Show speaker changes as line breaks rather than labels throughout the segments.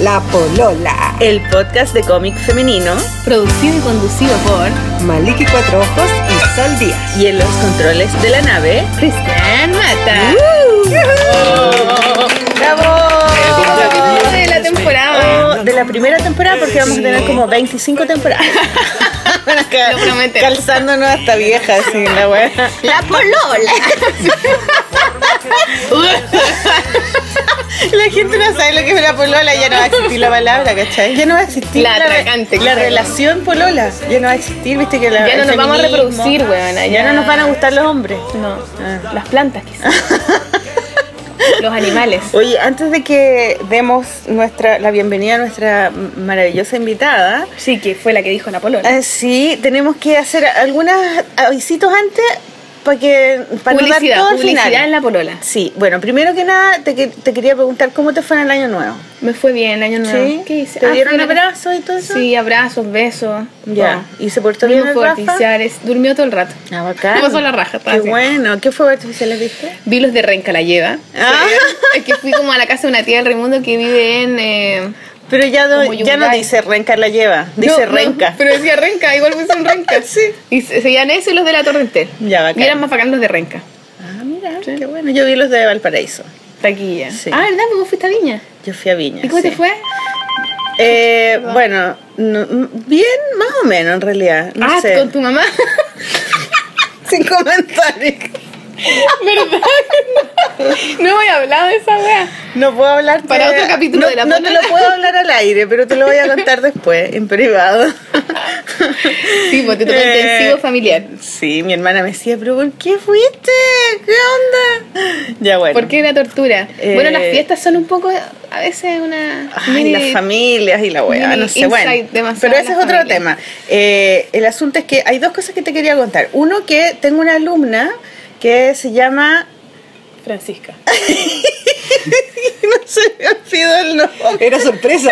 La Polola,
el podcast de cómic femenino,
producido y conducido por
Maliki Cuatro Ojos y Sol Díaz.
y en los controles de la nave,
Cristian Mata.
¡Bravo! Oh,
de la temporada.
De la primera temporada, porque vamos a tener como 25 temporadas. Van a ca-
Lo prometen.
Calzándonos hasta viejas, sí, la wea.
La polola.
La gente no sabe lo que es la polola, ya no va a existir la palabra, ¿cachai? Ya no va a existir
La
re-
atracante,
la
claro.
relación polola. Ya no va a existir, viste que la,
Ya no
el
nos vamos a
feminismo.
reproducir, weona.
Ya, no nos van a gustar los hombres.
No,
Ah.
las plantas quizás. Los animales.
Oye, antes de que demos nuestra, la bienvenida a nuestra maravillosa invitada,
Sí, que fue la que dijo la polola.
eh, sí, tenemos que hacer algunos avisitos antes para que para no dar
publicidad,
todo al
publicidad
final.
en la polola.
Sí, bueno, primero que nada te, que- te quería preguntar cómo te fue en el año nuevo.
Me fue bien, año nuevo.
¿Sí?
¿Qué hice?
¿Te
Ah,
dieron
fui a-
abrazos y todo eso?
Sí, abrazos, besos.
Ya. ¿Y se portó bien
Dormimos
el
fuerte,
Rafa?
Ciares. Durmió todo el rato.
Ah, bacán.
Pasó la raja, estaba
Qué
así.
bueno. ¿Qué fuegos artificiales viste?
Vi los de Renca la lleva.
Ah.
Es que fui como a la casa de una tía del Raimundo que vive en. eh,
Pero ya, no-
Como
ya no
Yungay.
dice Renca la lleva, dice
no, no,
Renca.
pero decía Renca, igual me en Renca.
Sí.
Y se seguían eso y los de la Torrentel.
Ya, bacán.
Y eran más bacán los de Renca.
Ah, mira, qué bueno. Yo vi los de Valparaíso.
Taquilla.
Sí.
Ah, ¿verdad? Porque vos fuiste a Viña.
Yo fui a Viña.
¿Y cómo
sí.
te fue?
Eh, bueno, no- m- bien, más o menos en realidad. No
ah,
sé.
con tu mamá.
Sin comentarios.
¿Verdad? no voy a hablar de esa wea.
No puedo hablar
Para otro capítulo
no,
de la
No te
foto.
lo puedo hablar al aire, pero te lo voy a contar después, en privado.
Sí, pues te tocó
Eh,
intensivo familiar.
Sí, mi hermana me decía, pero ¿por qué fuiste? ¿Qué onda? Ya bueno.
¿Por qué la tortura?
Eh,
bueno, las fiestas son un poco, a veces, una.
Ay,
mini-
las familias y la weá,
mini
no sé,
insight
bueno.
demasiado
Pero
a
ese es
las
otro
familias.
tema. Eh, el asunto es que hay dos cosas que te quería contar. Uno, que tengo una alumna que se llama.
Francisca.
No se me olvidó el nombre.
Era sorpresa.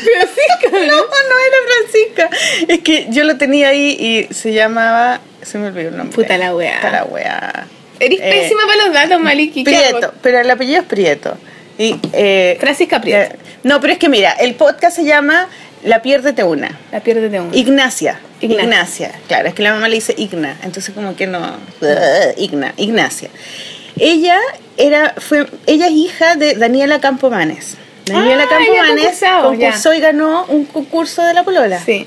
Francisca, ¿no? No, era Francisca. Es que yo lo tenía ahí y se llamaba. Se me olvidó el nombre.
Puta la weá.
Puta la weá.
Eres
Eh,
pésima para los datos, Maliki. ¿qué hago?
Prieto, pero el apellido es Prieto. Y, eh,
Francisca Prieto.
eh, no, pero es que mira, el podcast se llama La Piérdete Una.
La pierdes de uno.
Ignacia. Ignacia.
Ignacia.
Claro, es que la mamá le dice Igna, entonces como que no. Igna, Ignacia. Ella era, fue, ella es hija de Daniela Campomanes. Daniela
Ah, ella
Campomanes
concursaba, ya.
concursó y ganó un concurso de la polola.
Sí.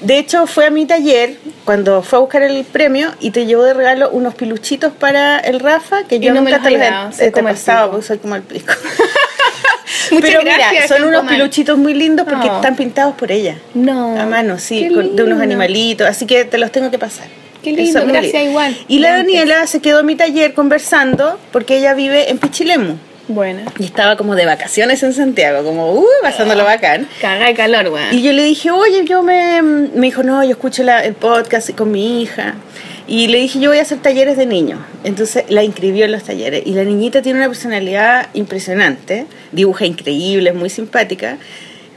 De hecho, fue a mi taller cuando fue a buscar el premio y te llevó de regalo unos piluchitos para el Rafa, que yo
no me
nunca
los
te
he
los he
dado, soy
te he
como el
pasado,
pico.
porque soy como el pico.
Muchas
Pero
gracias.
mira, son unos
Campoman.
piluchitos muy lindos porque
Oh.
están pintados por ella.
No.
A mano, sí,
Ah, Qué
con- de unos
lindo.
animalitos, así que te los tengo que pasar.
Qué lindo,
Eso, muy
gracias, igual.
Y la
Gracias.
Daniela se quedó en mi taller conversando porque ella vive en Pichilemu
Bueno.
y estaba como de vacaciones en Santiago, como uh, pasándolo
Ah.
bacán.
Caga de calor, weón.
Y yo le dije, oye, yo me. Me dijo, no, yo escucho la- el podcast con mi hija. Y le dije, yo voy a hacer talleres de niños. Entonces la inscribió en los talleres. Y la niñita tiene una personalidad impresionante. Dibuja increíble, es muy simpática.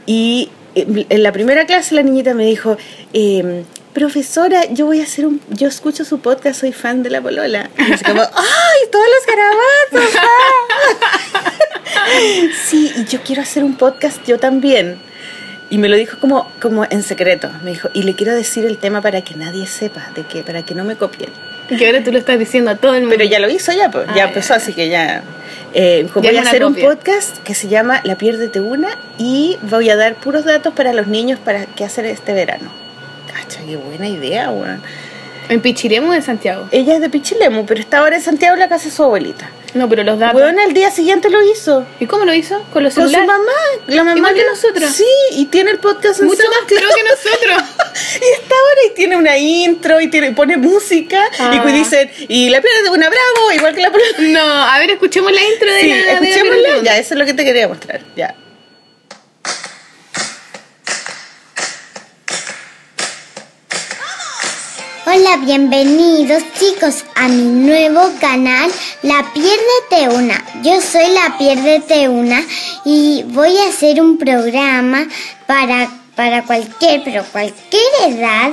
Y eh, en la primera clase la niñita me dijo, eh, profesora, yo voy a hacer un. Yo escucho su podcast, soy fan de la Polola. Y así como, ¡ay, todos los garabatos! ¡ah!". sí, y yo quiero hacer un podcast yo también. Y me lo dijo como, como en secreto. Me dijo, y le quiero decir el tema para que nadie sepa, de que, para que no me copien.
Y que ahora tú lo estás diciendo a todo el mundo.
Pero ya lo hizo, ya, pues,
Mm. Ah,
ya
ya,
empezó, así que ya. Eh, dijo,
Ya
voy
es
a
una
hacer
copia.
un podcast que se llama La Piérdete Una y voy a dar puros datos para los niños para qué hacer este verano. Cacha, qué buena idea, weón.
En Pichiremu en Santiago.
Ella es de Pichilemu, pero está ahora en Santiago en la casa de su abuelita.
No, pero los datos.
Weón, al día siguiente lo hizo.
¿Y cómo lo hizo? Con los
Con su
celulares.
mamá, la mamá
Igual que
le-
nosotros.
Sí, y tiene el podcast en
Mucho más
SoundCloud.
claro que nosotros.
Y está ahora y tiene una intro y tiene, pone música y
Ah.
cu- dicen, y la pierna de una bravo, igual que la polola.
No, a ver, escuchemos la intro de
Sí,
la. de la
escuchémosla.
Pichiremu.
Ya, eso es lo que te quería mostrar. Ya.
Hola, bienvenidos chicos a mi nuevo canal La Piérdete Una. Yo soy La Piérdete Una y voy a hacer un programa para, para cualquier, pero cualquier edad,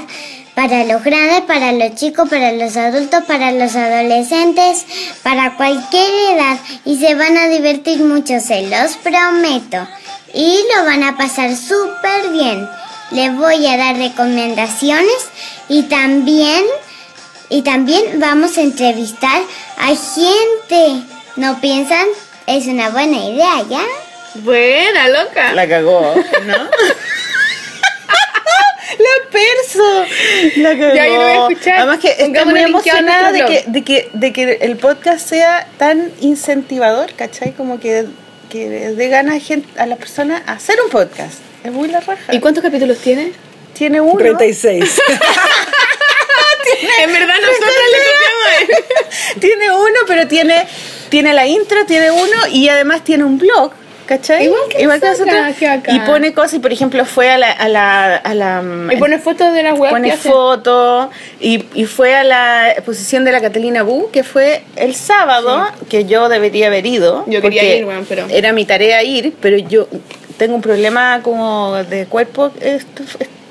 para los grandes, para los chicos, para los adultos, para los adolescentes, para cualquier edad y se van a divertir mucho, se los prometo. Y lo van a pasar súper bien. Les voy a dar recomendaciones y también y también vamos a entrevistar a gente. ¿No piensan? Es una buena idea, ¿ya?
Buena, loca.
La cagó, ¿no? La perso. La cagó.
Ya, yo lo voy a escuchar.
Además que estoy
Pongámosle
muy
linkeado en
emocionada de que,
nuestro
de, que, de que el podcast sea tan incentivador, ¿cachai? Como que, que dé ganas a, gen- a las personas a hacer un podcast. Es muy la raja.
¿Y cuántos capítulos tiene?
tiene uno.
36.
En verdad nosotros le copiamos a él.
tiene uno, pero tiene, tiene la intro, tiene uno y además tiene un blog. ¿Cachai?
Igual que nosotras, qué bacán.
Y pone cosas, y por ejemplo fue a la... A la, a la mm,
Y pone fotos de las weas que
pone
hace.
fotos y, y fue a la exposición de la Catalina Bu que fue el sábado que yo debería haber ido
Yo quería
porque
ir, weón, pero-
era mi tarea ir pero yo tengo un problema como de cuerpo esto-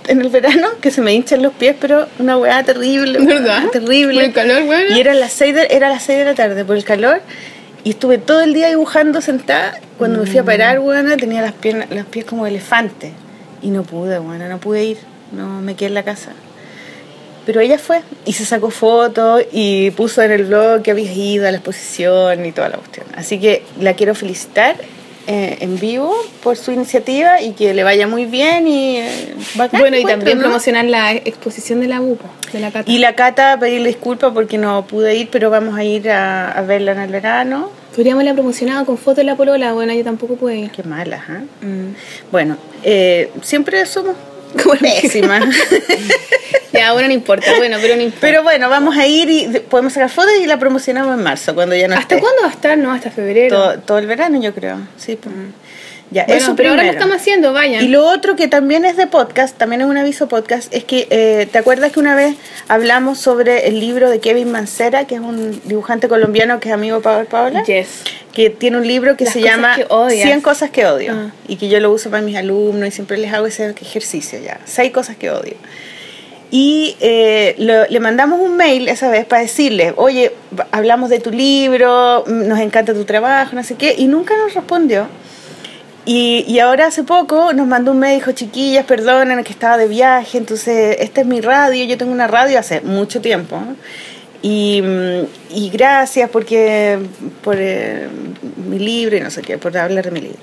en el verano que se me hinchan los pies pero una weá terrible weón,
¿Verdad?
terrible
Por el calor, weón.
y era las seis de, era las 6 de la tarde por el calor y estuve todo el día dibujando sentada. Cuando me fui a
Mm.
parar, buena, tenía las piernas, los pies como elefante. Y no pude, buena, no pude ir. No me quedé en la casa. Pero ella fue y se sacó fotos y puso en el blog que había ido a la exposición y toda la cuestión. Así que la quiero felicitar eh, en vivo por su iniciativa y que le vaya muy bien y eh, bacán,
Bueno, y
encuentro,
también
¿no?
promocionar la exposición de la UPO, de la Cata.
Y la Cata, pedirle disculpas porque no pude ir, pero vamos a ir a, a verla en el verano.
Podríamos haberla promocionado con fotos de la polola, bueno, yo tampoco puedo ir.
Qué malas, ¿ah?
Mm.
Bueno, eh, siempre somos pésimas.
Ya, bueno, no importa, bueno, pero no importa.
pero bueno, vamos a ir y de- podemos sacar fotos y la promocionamos en marzo, cuando ya no
¿Hasta
esté.
cuándo va a estar? No, hasta febrero.
Todo, todo el verano, yo creo. Sí, pues. Ya,
Mm. Bueno,
eso
pero ahora lo
primero.
estamos haciendo, vayan.
Y lo otro que también es de podcast, también es un aviso podcast, es que eh, ¿te acuerdas que una vez hablamos sobre el libro de Kevin Mancera, que es un dibujante colombiano que es amigo de Pablo Paola?
Yes.
que tiene un libro que
Las
se
cosas
llama
que odias.
100 cosas que odio
Ah.
y que yo lo uso para mis alumnos y siempre les hago ese ejercicio ya, 6 cosas que odio. Y eh, lo- le mandamos un mail esa vez para decirle, oye, b- hablamos de tu libro, mm, nos encanta tu trabajo, no sé qué, y nunca nos respondió. Y, y ahora hace poco nos mandó un médico, chiquillas, perdonen que estaba de viaje, entonces esta es mi radio, yo tengo una radio hace mucho tiempo. ¿no? Y, mm, y gracias porque por eh, mi libro y no sé qué, por hablar de mi libro.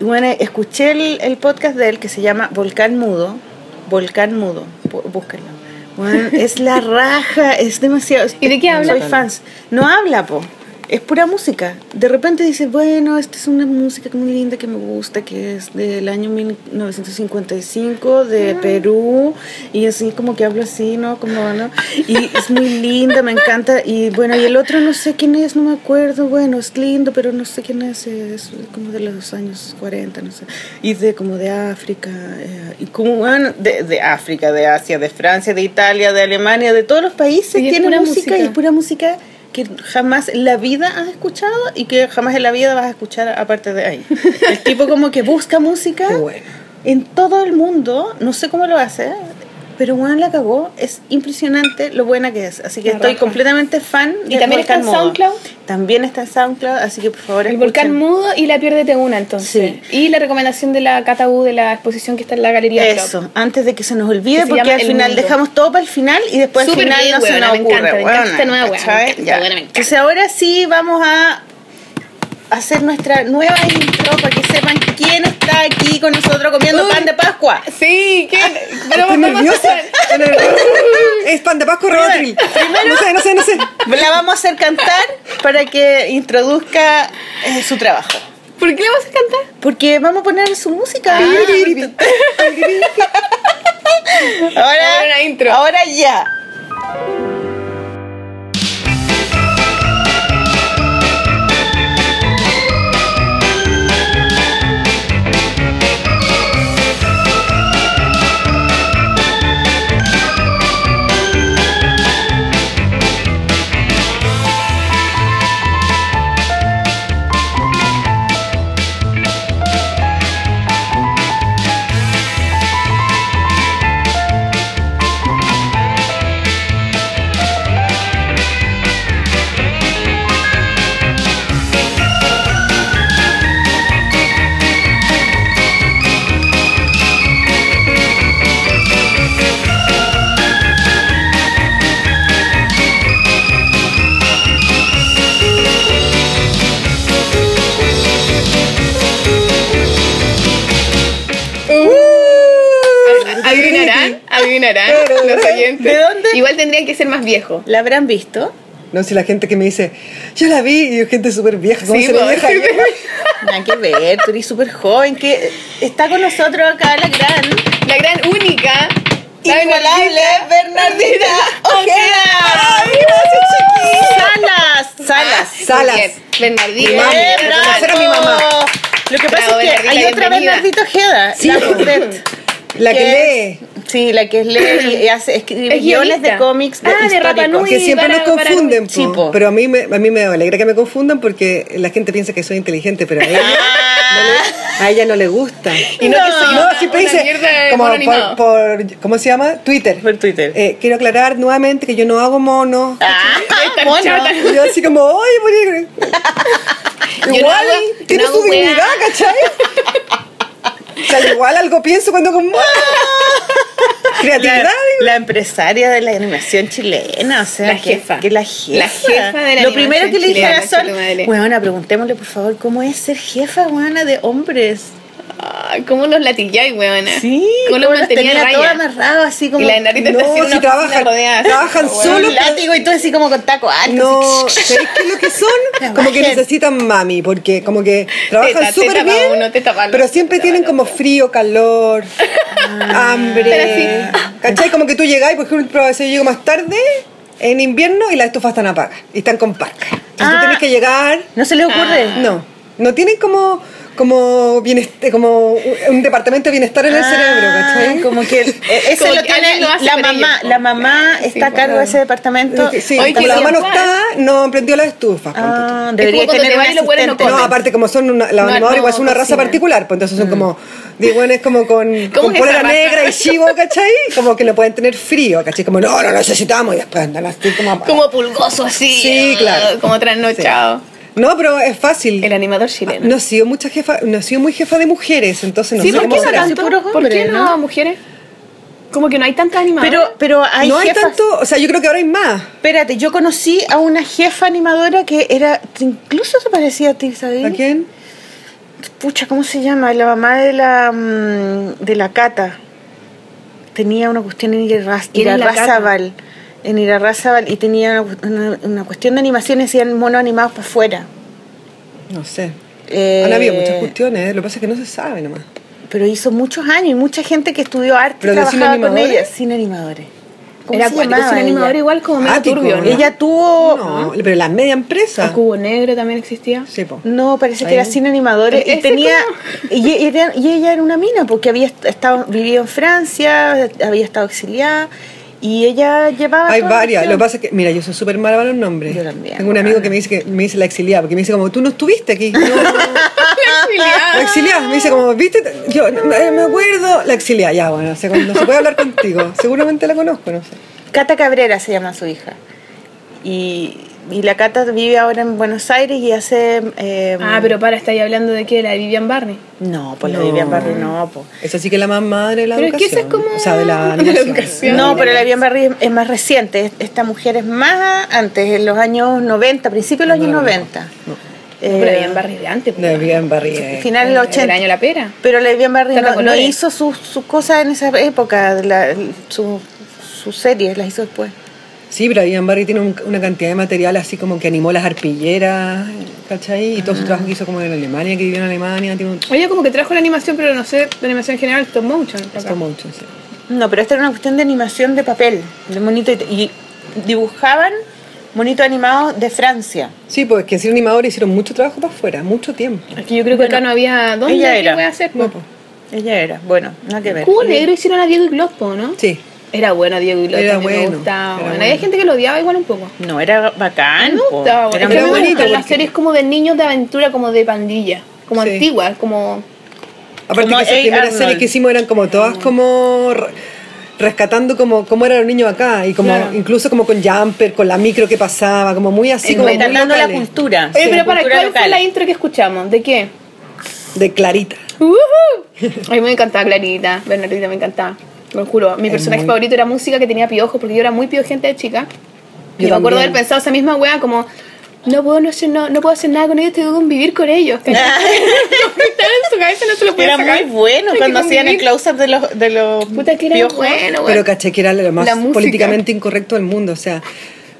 Y bueno, escuché el, el podcast de él que se llama Volcán Mudo. Volcán Mudo, bú- búsquenlo. Bueno, es la raja, es demasiado.
¿Y de qué habla?
Soy fans. No habla, po. Es pura música. De repente dice, bueno, esta es una música muy linda que me gusta, que es del año 1955 de Perú. Y así como que hablo así, ¿no? Como, ¿no? Y es muy linda, me encanta. Y bueno, y el otro no sé quién es, no me acuerdo. Bueno, es lindo, pero no sé quién es. Es como de los años 40, no sé. Y de como de África. eh, y como, bueno, de, de África, de Asia, de Francia, de Italia, de Alemania, de todos los países.
Y es
Tiene
pura
música, y
música.
es pura música que jamás en la vida has escuchado y que jamás en la vida vas a escuchar aparte de ahí. El tipo como que busca música
Qué bueno.
en todo el mundo, no sé cómo lo hace, pero Juan la cagó, es impresionante lo buena que es, así que
La
estoy
raja.
completamente fan
¿Y
del
también está
Volcán
en
Modo.
SoundCloud?
También está en SoundCloud, así que por favor
El
escuchen.
volcán mudo y la piérdete una, entonces. Y la recomendación de la Cata U de la exposición que está en la Galería Club.
Eso, antes de que se nos olvide,
Que se
porque
llama
al
El
final
Mundo.
dejamos todo para el final y después
Súper
al final
bien,
no se
huevona,
nos
me
ocurre.
encanta, me encanta
huevona,
esta nueva hueá, me
¿cachai?
encanta,
Ya.
huevona, me encanta.
Entonces ahora sí vamos a hacer nuestra nueva intro para que sepan quién está aquí con nosotros comiendo
Uy.
pan de Pascua.
Sí, que. Pero
Ah, Estoy
vamos a
nerviosa.
hacer-
Estoy nerviosa. es pan de Pascua Robatril. No sé, no sé, no sé.
La vamos a hacer cantar para que introduzca eh, su trabajo.
¿Por qué le vas a cantar?
Porque vamos a poner su
Ah,
música. Ahora,
Ahora intro.
Ahora ya.
Thank
Uh.
Uh.
adivinarán
Claro.
los oyentes.
¿De dónde?
Igual tendrían que ser más viejos.
¿La habrán visto?
No sé, la gente que me dice, yo la vi, y gente súper vieja, ¿cómo
Sí,
se ve
po,
vieja?
sí,
Nada que ver, tú eres súper joven, que está con nosotros acá la gran
La gran única. la
inigualable Bernardita Ojeda.
Ay, gracias,
Salas, Salas.
Salas.
Bien, Bernardita.
Mi mamá.
Bien,
Lo
bravo.
conocieron mi mamá.
Lo que pasa
Bravo,
es que
Bernardita,
hay otra
bienvenida.
Bernardita Ojeda,
Sí.
la Rodet.
La que
es-
lee.
Sí, la que lee y hace, escribe
Es
guiones
guionista.
de cómics de
Ah, de
históricos.
Rapa Nui.
Que siempre
para-
nos confunden,
para- Sí,
po.
po.
pero a mí, me, a mí me alegra que me confundan porque la gente piensa que soy inteligente, pero a
Ah.
ella, no le- a ella no le gusta.
Y no, que
No,
soy
No,
una-
siempre
una
dice,
mierda de
como
mono animado.
por, por- ¿cómo se llama? Twitter.
Por Twitter.
Eh, quiero aclarar nuevamente que yo no hago mono.
Ah,
estar
mono.
chata.
Y yo así como, oye, morir.
no
Igual,
hago-
tiene
no
su
hago weá.
dignidad, ¿cachai? O sea, igual algo pienso cuando como... "Ah". Creatividad,
La,
digo.
la empresaria de la animación chilena, o sea,
La
que-
jefa.
Que, la jefa.
La jefa de la
Lo primero
animación
que le dije
chilena,
a Sol,
conchetumadre.
weona, preguntémosle por favor, ¿cómo es ser jefa, weona, de hombres?
Ay, ¿Cómo los latilláis, weona?
Sí,
¿Cómo los
como los
mantenía
tenía
a
todo
raya?
amarrado, así como.
Y la narita está
No,
haciendo
si
una
trabajan-
oficina rodeada.
trabajan
Weona.
solo,
solo látigo y todo así como con taco alto.
No,
así.
¿sabéis qué es lo que son? Como que
Imagen.
necesitan mami, porque como que
Teta,
trabajan súper
teta pa'
bien,
uno, teta pa' el
pero
otro,
siempre
teta
tienen
pa' el
como frío, calor, hambre.
Pero
¿Cachai? Como que tú llegáis, por ejemplo, a veces yo llego más tarde en invierno y las estufas están apagadas y están con parca. Entonces tú
Ah.
tienes que llegar...
No se le ocurre.
Ah,
No, no tienen como... Como, bienest- como un departamento de bienestar en el
Ah,
cerebro, ¿cachai?
Como que eh, ese
Como
lo
que
tiene
alguien lo hace
la
por
mamá.
ellos,
la
po. Ah,
mamá
Sí,
está a
po.
cargo de ese departamento.
Sí,
Oye,
como
qué
la mano
bien,
está, no prendió la estufa. ponte tú.
Ah,
Es
debería
como cuando
tener
te
un
vas y los buenos no
asistente.
No,
comen.
aparte como son una, los
No,
animadores
no
igual son una raza
cocinan.
particular, pues entonces son como digo, bueno, es como con,
¿Cómo
con
es
polera
esa raza?
negra y chivo, ¿cachai? Como que no pueden tener frío, ¿cachai? Como no, no necesitamos y después andan así como...
Como pulgoso así.
Sí, claro.
Como trasnochado.
No, pero es fácil. Ah,
El animador chileno.
No he sido mucha jefa, no he sido muy jefa de mujeres, entonces no
sí,
sé
¿por
cómo
qué no
será.
tanto?
Puros
¿Por qué
hombres,
no,
¿no?
mujeres? Como que no hay tantas animadoras.
Pero, pero hay
no hay
jefas.
tanto, o sea, yo creo que ahora hay más.
Espérate, yo conocí a una jefa animadora que era. Incluso se parecía a ti, ¿sabes?
¿A quién?
Pucha, ¿cómo se llama? La mamá de la. mm, de la Cata. Tenía una cuestión en Irarraz-
¿Quién es la
Irarrázaval. En Irarrázaval. Y tenía una, una- una cuestión de animaciones y eran monos animados para afuera.
No sé.
Eh,
Han habido muchas cuestiones, ¿eh? lo que pasa es que no se sabe nomás.
Pero hizo muchos años y mucha gente que estudió arte
¿Pero de cine
trabajaba con
animadores?
ella. Sin animadores. ¿Cómo
era
se
acuático,
llamaba
sin
ella?
animador igual como medio
Ático,
turbio.
¿no?
¿no?
Ella
Oh,
tuvo.
No,
ah.
pero la media empresa.
El cubo negro también existía.
Sí, po.
No, parece que era
Ahí.
sin animadores.
¿Ese
Y tenía. Y, y era- y ella era una mina, porque había est- estado, vivido en Francia, había estado exiliada. Y ella llevaba.
Hay
Ah,
toda la
varias. Lo que
cuestión.
pasa es que, mira, yo soy súper mala para los nombres.
Yo también,
Tengo un amigo que me dice que me dice la exiliada, porque me dice como, tú no estuviste aquí. No, ah, la exiliada. Me dice como, viste, yo no, eh, me acuerdo. La exiliada, ya, bueno, o sea, como, no se puede hablar contigo. Seguramente la conozco, no sé.
Cata Cabrera se llama su hija. Y, y la Cata vive ahora en Buenos Aires y hace. eh,
Ah, pero para, estáis hablando de qué, la de Vivian Barney.
Eh,
No, pues
No.
la Vivian Barry no, pues.
Esa sí que es la más madre de la
Pero es que
educación.
esa es como-
O sea, de la,
de la
animación.
educación.
No, pero la Vivian Barry es, es más reciente. Esta mujer es más antes, en los años 90, principios de los
No,
años
no, no.
90.
No.
Eh,
pero Vivian Barney de antes. pues,
De eh. bien barriga.
Final de los 80.
El año la pera.
Pero la Vivian Barry
Tata
no, no
Colores.
hizo sus sus cosas en esa época, la- su- sus series las hizo después.
Sí, pero Ian Barry tiene un- una cantidad de material así como que animó las arpilleras, ¿cachai? Y todo
Ah.
su trabajo que hizo como en Alemania, que vivió en Alemania, tiene un...
Ella como que trajo la animación, pero no sé, la animación en general, stop motion. acá.
Está mucho, sí.
No, pero esta era una cuestión de animación de papel, de monito, y, y dibujaban monitos animados de Francia.
Sí, pues que ser animadores hicieron mucho trabajo para afuera, mucho tiempo.
Es que yo creo que acá no había dónde
ella
qué
era.
voy a hacer.
No,
No,
pues.
Ella era, bueno, nada que ver.
Cubo negro hicieron a Diego y Glospo, ¿no?
Sí.
Era bueno Diego y Glospo.
Era
a mí
bueno,
Me gustaba.
era
bueno.
bueno.
Había gente que lo odiaba igual un poco.
No, era bacán.
Me
po.
gustaba.
Era
Es que
muy
a mí me
bonito
gustan las
porque-
series como de niños de aventura, como de pandilla. Como
Sí.
antiguas, como...
Aparte
Como
que esas
A.
primeras
Arnold. Mm.
series que hicimos eran como todas como re- rescatando como cómo eran los niños acá y como
Claro.
incluso como con jumper, con la micro que pasaba, como muy así
Sí,
como muy
Retratando la
locales.
cultura.
Oye,
sí,
pero para,
cultura
¿cuál fue
local.
la intro que escuchamos? ¿De qué?
de Clarita.
¡Ujú! A mí me encantaba Clarita, Bernardita me encantaba. Lo juro, mi
Es
personaje
muy-
favorito era música que tenía piojos porque yo era muy piojente de chica.
Yo
Y me acuerdo de
también.
haber pensado esa misma wea como no puedo, no, hacer- no, no puedo hacer nada con ellos, tengo que convivir con ellos. ¿cachai? Lo que estaba en su cabeza no se lo podía
Era
sacar.
muy bueno
Hay que
cuando hacían el
convivir.
close-up de los, de los
Puta que era
piojos.
bueno, güey.
Pero caché que era lo más
La música.
políticamente incorrecto del mundo. O sea,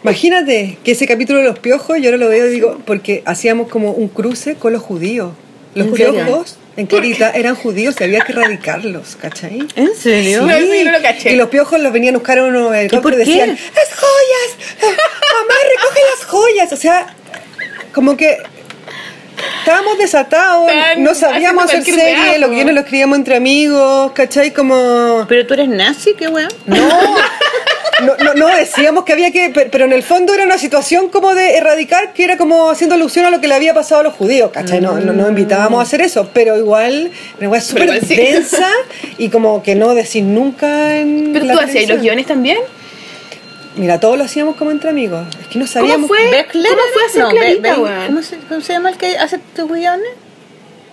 imagínate que ese capítulo de los piojos, yo ahora lo veo y digo, porque hacíamos como un cruce con los judíos. Los
¿En serio?
piojos en Clarita eran judíos y había que erradicarlos, ¿cachai?
¿En serio?
No, eso yo no lo caché.
Y los piojos los venían a buscar a unos helicópteros
por
y
qué?
decían, ¡las joyas! ¡Mamá, recoge las joyas! O sea, como que estábamos desatados,
Estaban
no sabíamos
haciendo
hacer
cualquier
series,
weá,
los
po.
guiones los escribíamos entre amigos, ¿cachai? Como...
Pero tú eres nazi, qué weón.
No, no, no, no, decíamos que había que, pe- pero en el fondo era una situación como de erradicar, que era como haciendo alusión a lo que le había pasado a los judíos, ¿cachai? No, no, no invitábamos a hacer eso, Mm. pero igual, una weá súper
igual sí.
densa y como que no decir nunca en
Pero
la
tú hacías
televisión.
los guiones también.
Mira, todos lo hacíamos como entre amigos, es que no
¿Cómo
sabíamos.
fue?
¿Ves Clara?
¿Cómo fue hacer
No, ve-
Clarita,
ve-
weón?
¿cómo se, ¿Cómo se llama el que hace tus guiones?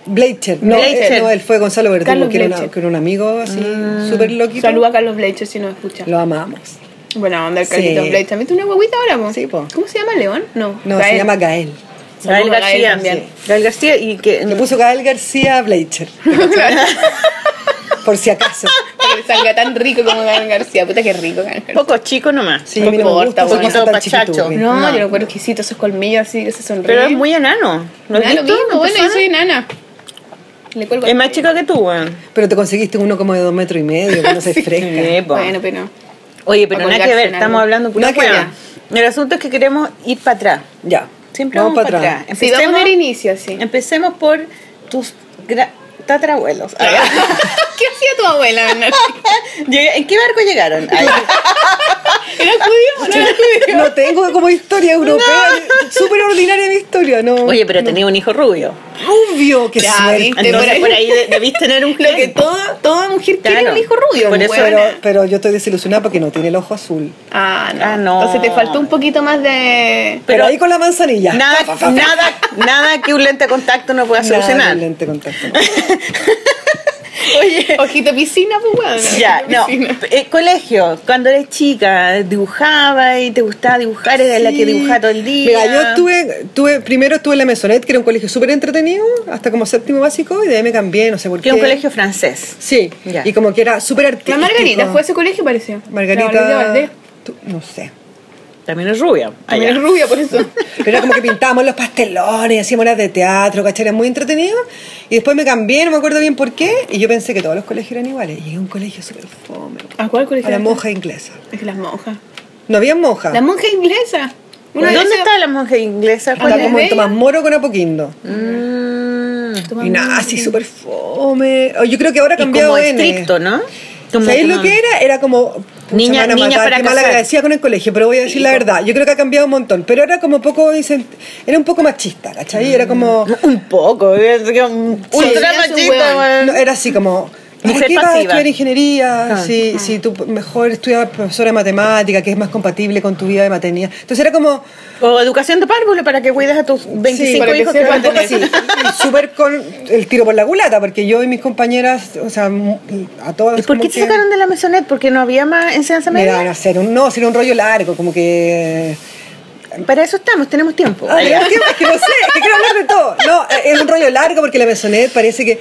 Blacher, no,
Bleicher.
eh, no, él fue Gonzalo Verdugo,
Carlos
que era, una-
Bleicher. Ah.
que era un amigo así, súper loquito.
Saluda a Carlos Bleicher si nos escucha.
Lo amamos.
Buena onda, el
Sí.
Carlitos Blade. También tiene una guaguita ahora, po?
Sí, po.
¿Cómo se llama León? No.
No, se
Gael.
llama Gael.
Gael
Saludos a Gael
García.
también.
Gael García y que...
Le puso Gael García Blacher, por si acaso.
Para que salga tan rico como Gael García. Puta que rico, Gael García.
Poco chico nomás.
Sí, a mí no me
Poco
gusta,
corta,
esa
bueno.
cosa tan
Poquito
chiquitú,
pachacho.
güey.
No,
No.
yo lo encuentro exquisito, esos colmillos así que se sonríen.
Pero es muy enano. ¿Lo
¿Lo
has
Nada, lo
visto?
mismo, bueno, yo
Empezó-
soy enana. Le cuelgo
Es
al-
más chica que tú, weón.
Pero te conseguiste uno como de dos metros y medio, que no se fresca.
Sí, po.
Bueno, pero.
Oye, pero
O
nada que
colgarse
ver,
en
estamos
algo.
hablando pura
Nada que
weá. El asunto es que queremos ir para atrás.
Ya.
Siempre vamos, para atrás.
Sí, vamos a poner inicio, sí.
empecemos por tus gra- tatarabuelos.
¿Qué hacía tu abuela? Ana?
Llega- ¿En qué barco llegaron? Ay,
¿Era judío o no era judío?
No tengo como historia europea, súper ordinaria mi historia, no.
Oye, pero tenía un hijo rubio.
rubio, que
Ya,
suerte.
¿viste?
Entonces
por ahí-
por ahí de- debís tener un
Lo que
gen.
toda, toda mujer quiere
Claro.
un hijo rubio.
Por eso
weona.
Pero, pero yo estoy desilusionada porque no tiene el ojo azul.
Ah no.
Ah, no.
Entonces te faltó un poquito más de.
Pero,
Pero-
ahí con la manzanilla.
Nada,
Pa, pa, pa, pa.
nada, nada que un lente de contacto no pueda
Nada de
solucionar.
lente contacto.
Oye,
Ojito piscina, pues weón.
ya, no. Eh, colegio, cuando eres chica, dibujaba y te gustaba dibujar, eras la que
Sí.
dibujaba todo el día.
Mira, yo estuve, tuve, primero estuve en la Mesonet, que era un colegio súper entretenido, hasta como séptimo básico, y de ahí me cambié, no sé por
Que
qué.
era un colegio francés.
Sí,
Ya.
y como que era súper artístico.
La Margarita fue a ese colegio, pareció.
Margarita.
La Margarita Valdés.
tú- no sé.
También es rubia.
También
allá.
es rubia, por eso.
Pero era como que pintábamos los pastelones, hacíamos horas de teatro, ¿cachai? Era muy entretenido. Y después me cambié, no me acuerdo bien por qué. Y yo pensé que todos los colegios eran iguales. Y llegué a un colegio súper fome.
¿A cuál colegio?
A la
era?
monja inglesa.
Es que las monjas.
No había monja.
La monja inglesa. Una de
¿Dónde
esas-
está la monja inglesa? ¿Cuál
Estaba
la
es?
como en
bella?
Tomás Moro con Apoquindo.
Mm.
Y nada, así súper fome. Oh, Yo creo que ahora ha
Y
cambiado
como
N.
estricto, ¿no? Como-
¿Sabéis
como-
lo que era? Era como. pucha,
Niña-
me van a
niña
matar,
para
qué
casar.
mal agradecida con el colegio, pero voy a decir la verdad. Yo creo que ha cambiado un montón, pero era como poco. incent- Era un poco machista, ¿cachai? Era como.
Un poco, es que un-
Sí,
ultra
es un
machista,
weón.
weón.
No, era así como. ¿Para
Mujer
qué vas a
pasiva. Ah.
estudiar ingeniería?
Ajá.
Si, si tú mejor estudias profesora de matemática, que es más compatible con tu vida de maternidad. Entonces era como.
O educación de párvulo para que cuides a tus 25
para que
hijos que
sepa,
van a
un poco
tener.
así, y súper con el tiro por la culata, porque yo y mis compañeras, o sea, m- a todas.
¿Y por qué
como
te
que-
sacaron de la mesonet? ¿Porque no había más enseñanza
Mira, van a
media?
hacer un, no, hacer un rollo largo, como que.
Para eso estamos, tenemos tiempo.
Ah,
Allá.
es que es que no sé, es que quiero hablar de todo. No, eh, es un rollo largo porque la mesonet parece que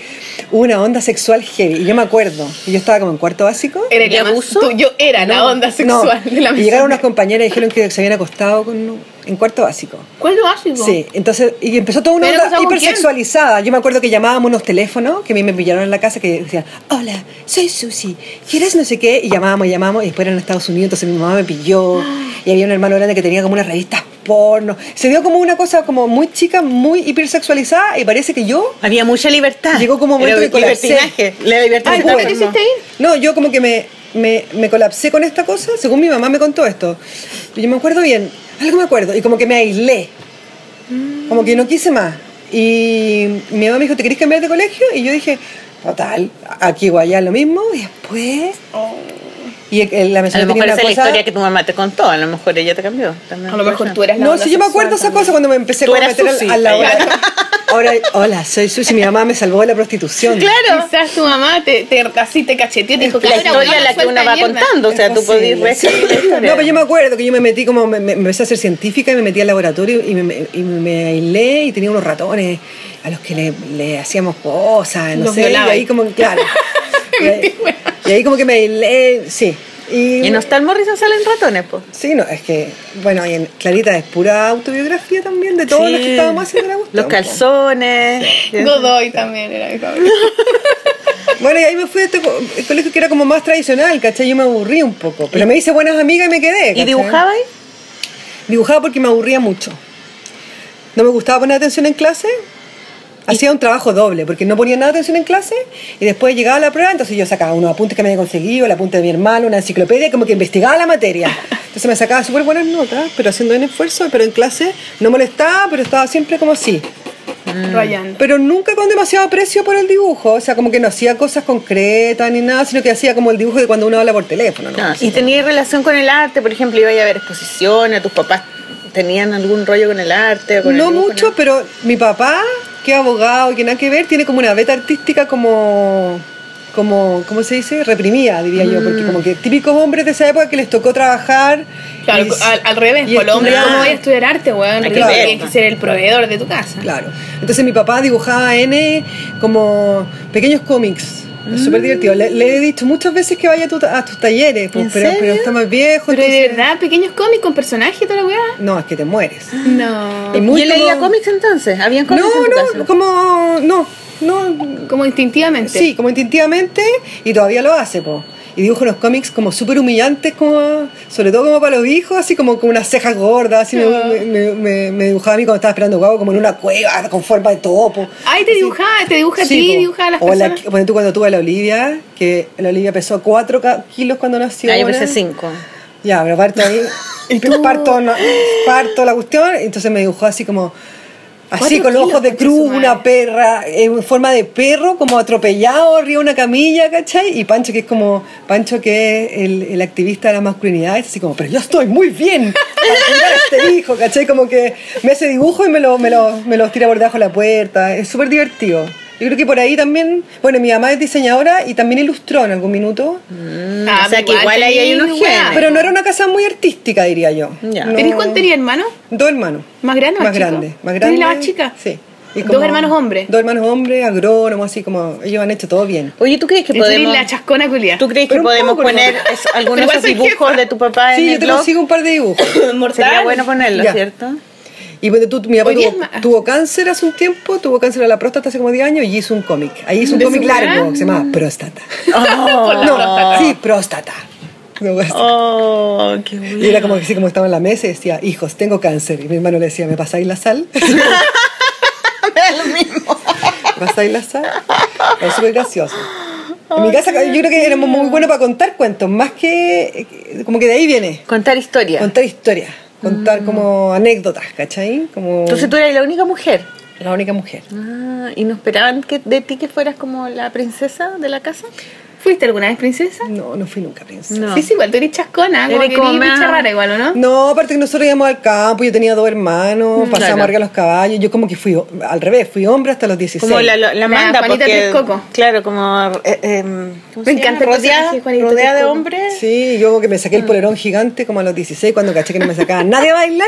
hubo una onda sexual heavy. Y yo me acuerdo, y yo estaba como en cuarto básico.
Era
¿Y
la más-
abuso?
tú- yo era la onda sexual
No,
de la
y
mesa.
llegaron unas compañeras y dijeron que se habían acostado con, en cuarto básico.
¿Cuál lo hace, po?
Sí, entonces, y empezó toda una
¿Pero
onda
acostado con
hipersexualizada. Yo me acuerdo que llamábamos unos teléfonos que a mí me pillaron en la casa que decían, hola, soy Susi, ¿quieres no sé qué? Y llamábamos, y llamábamos, y después eran en Estados Unidos, entonces mi mamá me pilló, y había un hermano grande que tenía como unas revistas porno. Se dio como una cosa como muy chica, muy hipersexualizada, y parece que yo...
Había mucha libertad.
Llegó como un
Era
momento que colapsé.
libertinaje. La libertad
Ay,
se está
bueno.
formando.
No, yo como que me, me, me colapsé con esta cosa, según mi mamá me contó esto. Y yo me acuerdo bien, algo me acuerdo, y como que me aislé.
Mm.
Como que no quise más. Y mi mamá me dijo, ¿te querés cambiar de colegio? Y yo dije, total, aquí o allá lo mismo. Y después... Y el- el- la
A
mesona
lo
tenía
mejor
una
esa es la
cosa-
historia que tu mamá te contó. A lo mejor ella te cambió. también.
A lo mejor tú eras la
No,
onda
sí, yo me acuerdo
sexual
esa cosa cuando me empecé
Tú
como a
eras
meter al-
Susi.
a la
Ay,
hora. ahora, hola, soy Susi, mi mamá me salvó de la prostitución.
Claro. Quizás tu mamá te, te, así te cacheteó y te dijo
la historia es la que uno va contando, o sea, tú podías recibir la historia.
No, pero yo me acuerdo que yo me metí como, me, me- me empecé a ser científica y me metí al laboratorio y me, y me aislé y tenía unos ratones a los que le, le hacíamos cosas, no
Los
sé,
violaba.
y ahí como, claro. y, ahí, y ahí como que me aislé, sí. Y,
Y en Hostal Morrison salen ratones, pues.
Sí, no, es que, bueno, y en Clarita es pura autobiografía también de todos los que estábamos haciendo la
Los
cuestión, po.
calzones.
Godoy también era mi favorito.
Bueno, y ahí me fui a este co- colegio que era como más tradicional, ¿cachai? Yo me aburrí un poco. Pero me hice buenas amigas y me quedé.
¿Y
¿cachai?
dibujaba ahí?
Dibujaba porque me aburría mucho. No me gustaba poner atención en clase. Hacía un trabajo doble, porque no ponía nada de atención en clase y después llegaba la prueba, entonces yo sacaba unos apuntes que me había conseguido, el apunte de mi hermano, una enciclopedia, como que investigaba la materia. Entonces me sacaba súper buenas notas, pero haciendo un esfuerzo, pero en clase no molestaba, pero estaba siempre como así.
Rayando.
Mm. Pero nunca con demasiado aprecio por el dibujo. O sea, como que no hacía cosas concretas ni nada, sino que hacía como el dibujo de cuando uno habla por teléfono, ¿no?
Ah, ¿Y tenías relación con el arte? Por ejemplo, iba a ver exposiciones, tus papás tenían algún rollo con el arte. o con el
No
dibujo,
mucho, pero mi papá, que es abogado y que nada que ver, tiene como una beta artística como. Como, ¿cómo se dice? Reprimida, diría yo, porque como que típicos hombres de esa época que les tocó trabajar.
Claro,
y-
al, al revés,
y
por los hombres,
estudiar.
¿cómo voy a estudiar arte, weón?
Hay que
Tienes
ver,
que
¿no?
ser el proveedor de tu casa.
Claro. Entonces mi papá dibujaba N como pequeños cómics. Es súper divertido. Le, le he dicho muchas veces que vaya a, tu ta- a tus talleres, pues,
¿En
pero, pero
serio?
está más viejo.
Pero de
entonces-
verdad, pequeños cómics con personajes y toda la weá.
No, es que te mueres.
No.
Es
¿no?
muy
¿Y él leía
como-
cómics entonces? ¿Habían cómics en
No,
tu
no,
casa? Ah,
como. No, no.
Como instintivamente.
Sí, como instintivamente y todavía lo hace, po. Y dibuja unos cómics como súper humillantes, como, sobre todo como para los hijos, así como con unas cejas gordas, así me-
Ah.
me, me- me- me dibujaba a mí cuando estaba esperando guapo, como en una cueva con forma de topo.
Ay, te dibujaba, te Ah, dibuja a
Sí,
ti,
po.
dibuja a las
o la-
personas.
ponte tú cuando tuve a la Olivia, que la Olivia pesó 4 kilos cuando nació.
Ah, yo
buena.
pensé cinco.
Ya, pero parto ahí. parto, no- parto la cuestión. Entonces me dibujó así como. Así
Cuatro
con los ojos
kilos,
de
concha su
cruz,
madre.
una perra, en forma de perro, como atropellado, arriba de una camilla, ¿cachai? Y Pancho, que es como, Pancho, que es el, el activista de la masculinidad, es así como, pero yo estoy muy bien para cuidar a este hijo, ¿cachai? Como que me hace dibujo y me lo, me lo, me lo tira por debajo de la puerta. Es súper divertido. Yo creo que por ahí también, bueno, mi mamá es diseñadora y también ilustró en algún minuto.
Ah,
Mm, o sea, que
igual
igual ahí hay
tenía
unos
weá.
genes.
Pero no era una casa muy artística, diría yo.
Ya.
No-
¿Tenés cuánto tenía hermano?
Dos hermanos.
¿Más grande o más
Más
chico?
grande. Más
¿Tenés
grande.
la más chica?
Sí.
¿Dos hermanos hombres?
Dos hermanos hombres, agrónomos, así como ellos han hecho todo bien.
Oye, ¿tú crees que
Entonces,
podemos,
la chascona culia.
¿tú crees que
Pero un
podemos
poco,
poner
¿no?
es- algunos de
Igual
esos
soy
dibujos
jefa.
de tu
Ah,
papá en
Sí, yo
el
te
blog?
consigo un par de dibujos.
Sería bueno ponerlo,
Ya.
¿cierto?
Y bueno, tú, mi papá
Hoy día
tuvo,
es más-
tuvo cáncer hace un tiempo, tuvo cáncer a la próstata hace como 10 años y hizo un cómic. Ahí hizo un
¿De
cómic
su Ah.
largo
gran?
que se llamaba Próstata.
Oh,
no, sí, próstata. No, pues.
oh, qué
Y era
bueno.
como que sí, como estaba en la mesa y decía, hijos, tengo cáncer. Y mi hermano le decía, ¿me pasáis la sal?
lo mismo.
¿Pasáis la sal? Es súper gracioso. En mi casa yo creo que éramos muy buenos para contar cuentos, más que como que de ahí viene.
Contar historias.
Contar historias, contar como anécdotas, ¿cachai? Como
Mm. Entonces tú eras la única mujer.
la única mujer.
Ah, ¿Y no esperaban que de ti que fueras como la princesa de la casa?
¿Fuiste alguna vez princesa?
No, no fui nunca princesa.
No.
Sí, sí, igual tú eres chascona, como
Eres
que
como
eres
más-
bicha rara igual, ¿o no?
No, aparte que nosotros íbamos al campo, yo tenía dos hermanos, pasábamos
Mm, Claro.
arriba los caballos, yo como que fui al revés, fui hombre hasta los 16.
Como la, la,
La
manda
Juanita
porque,
Tres Cocos.
Claro, como eh, em, ¿cómo se
Me encanta
llama?
el personaje
rodeada,
de Juanita
rodeada
Tres
de
Cocos.
hombres.
Sí, yo que me saqué el polerón gigante como a los 16 cuando caché que no me sacaba nadie a bailar.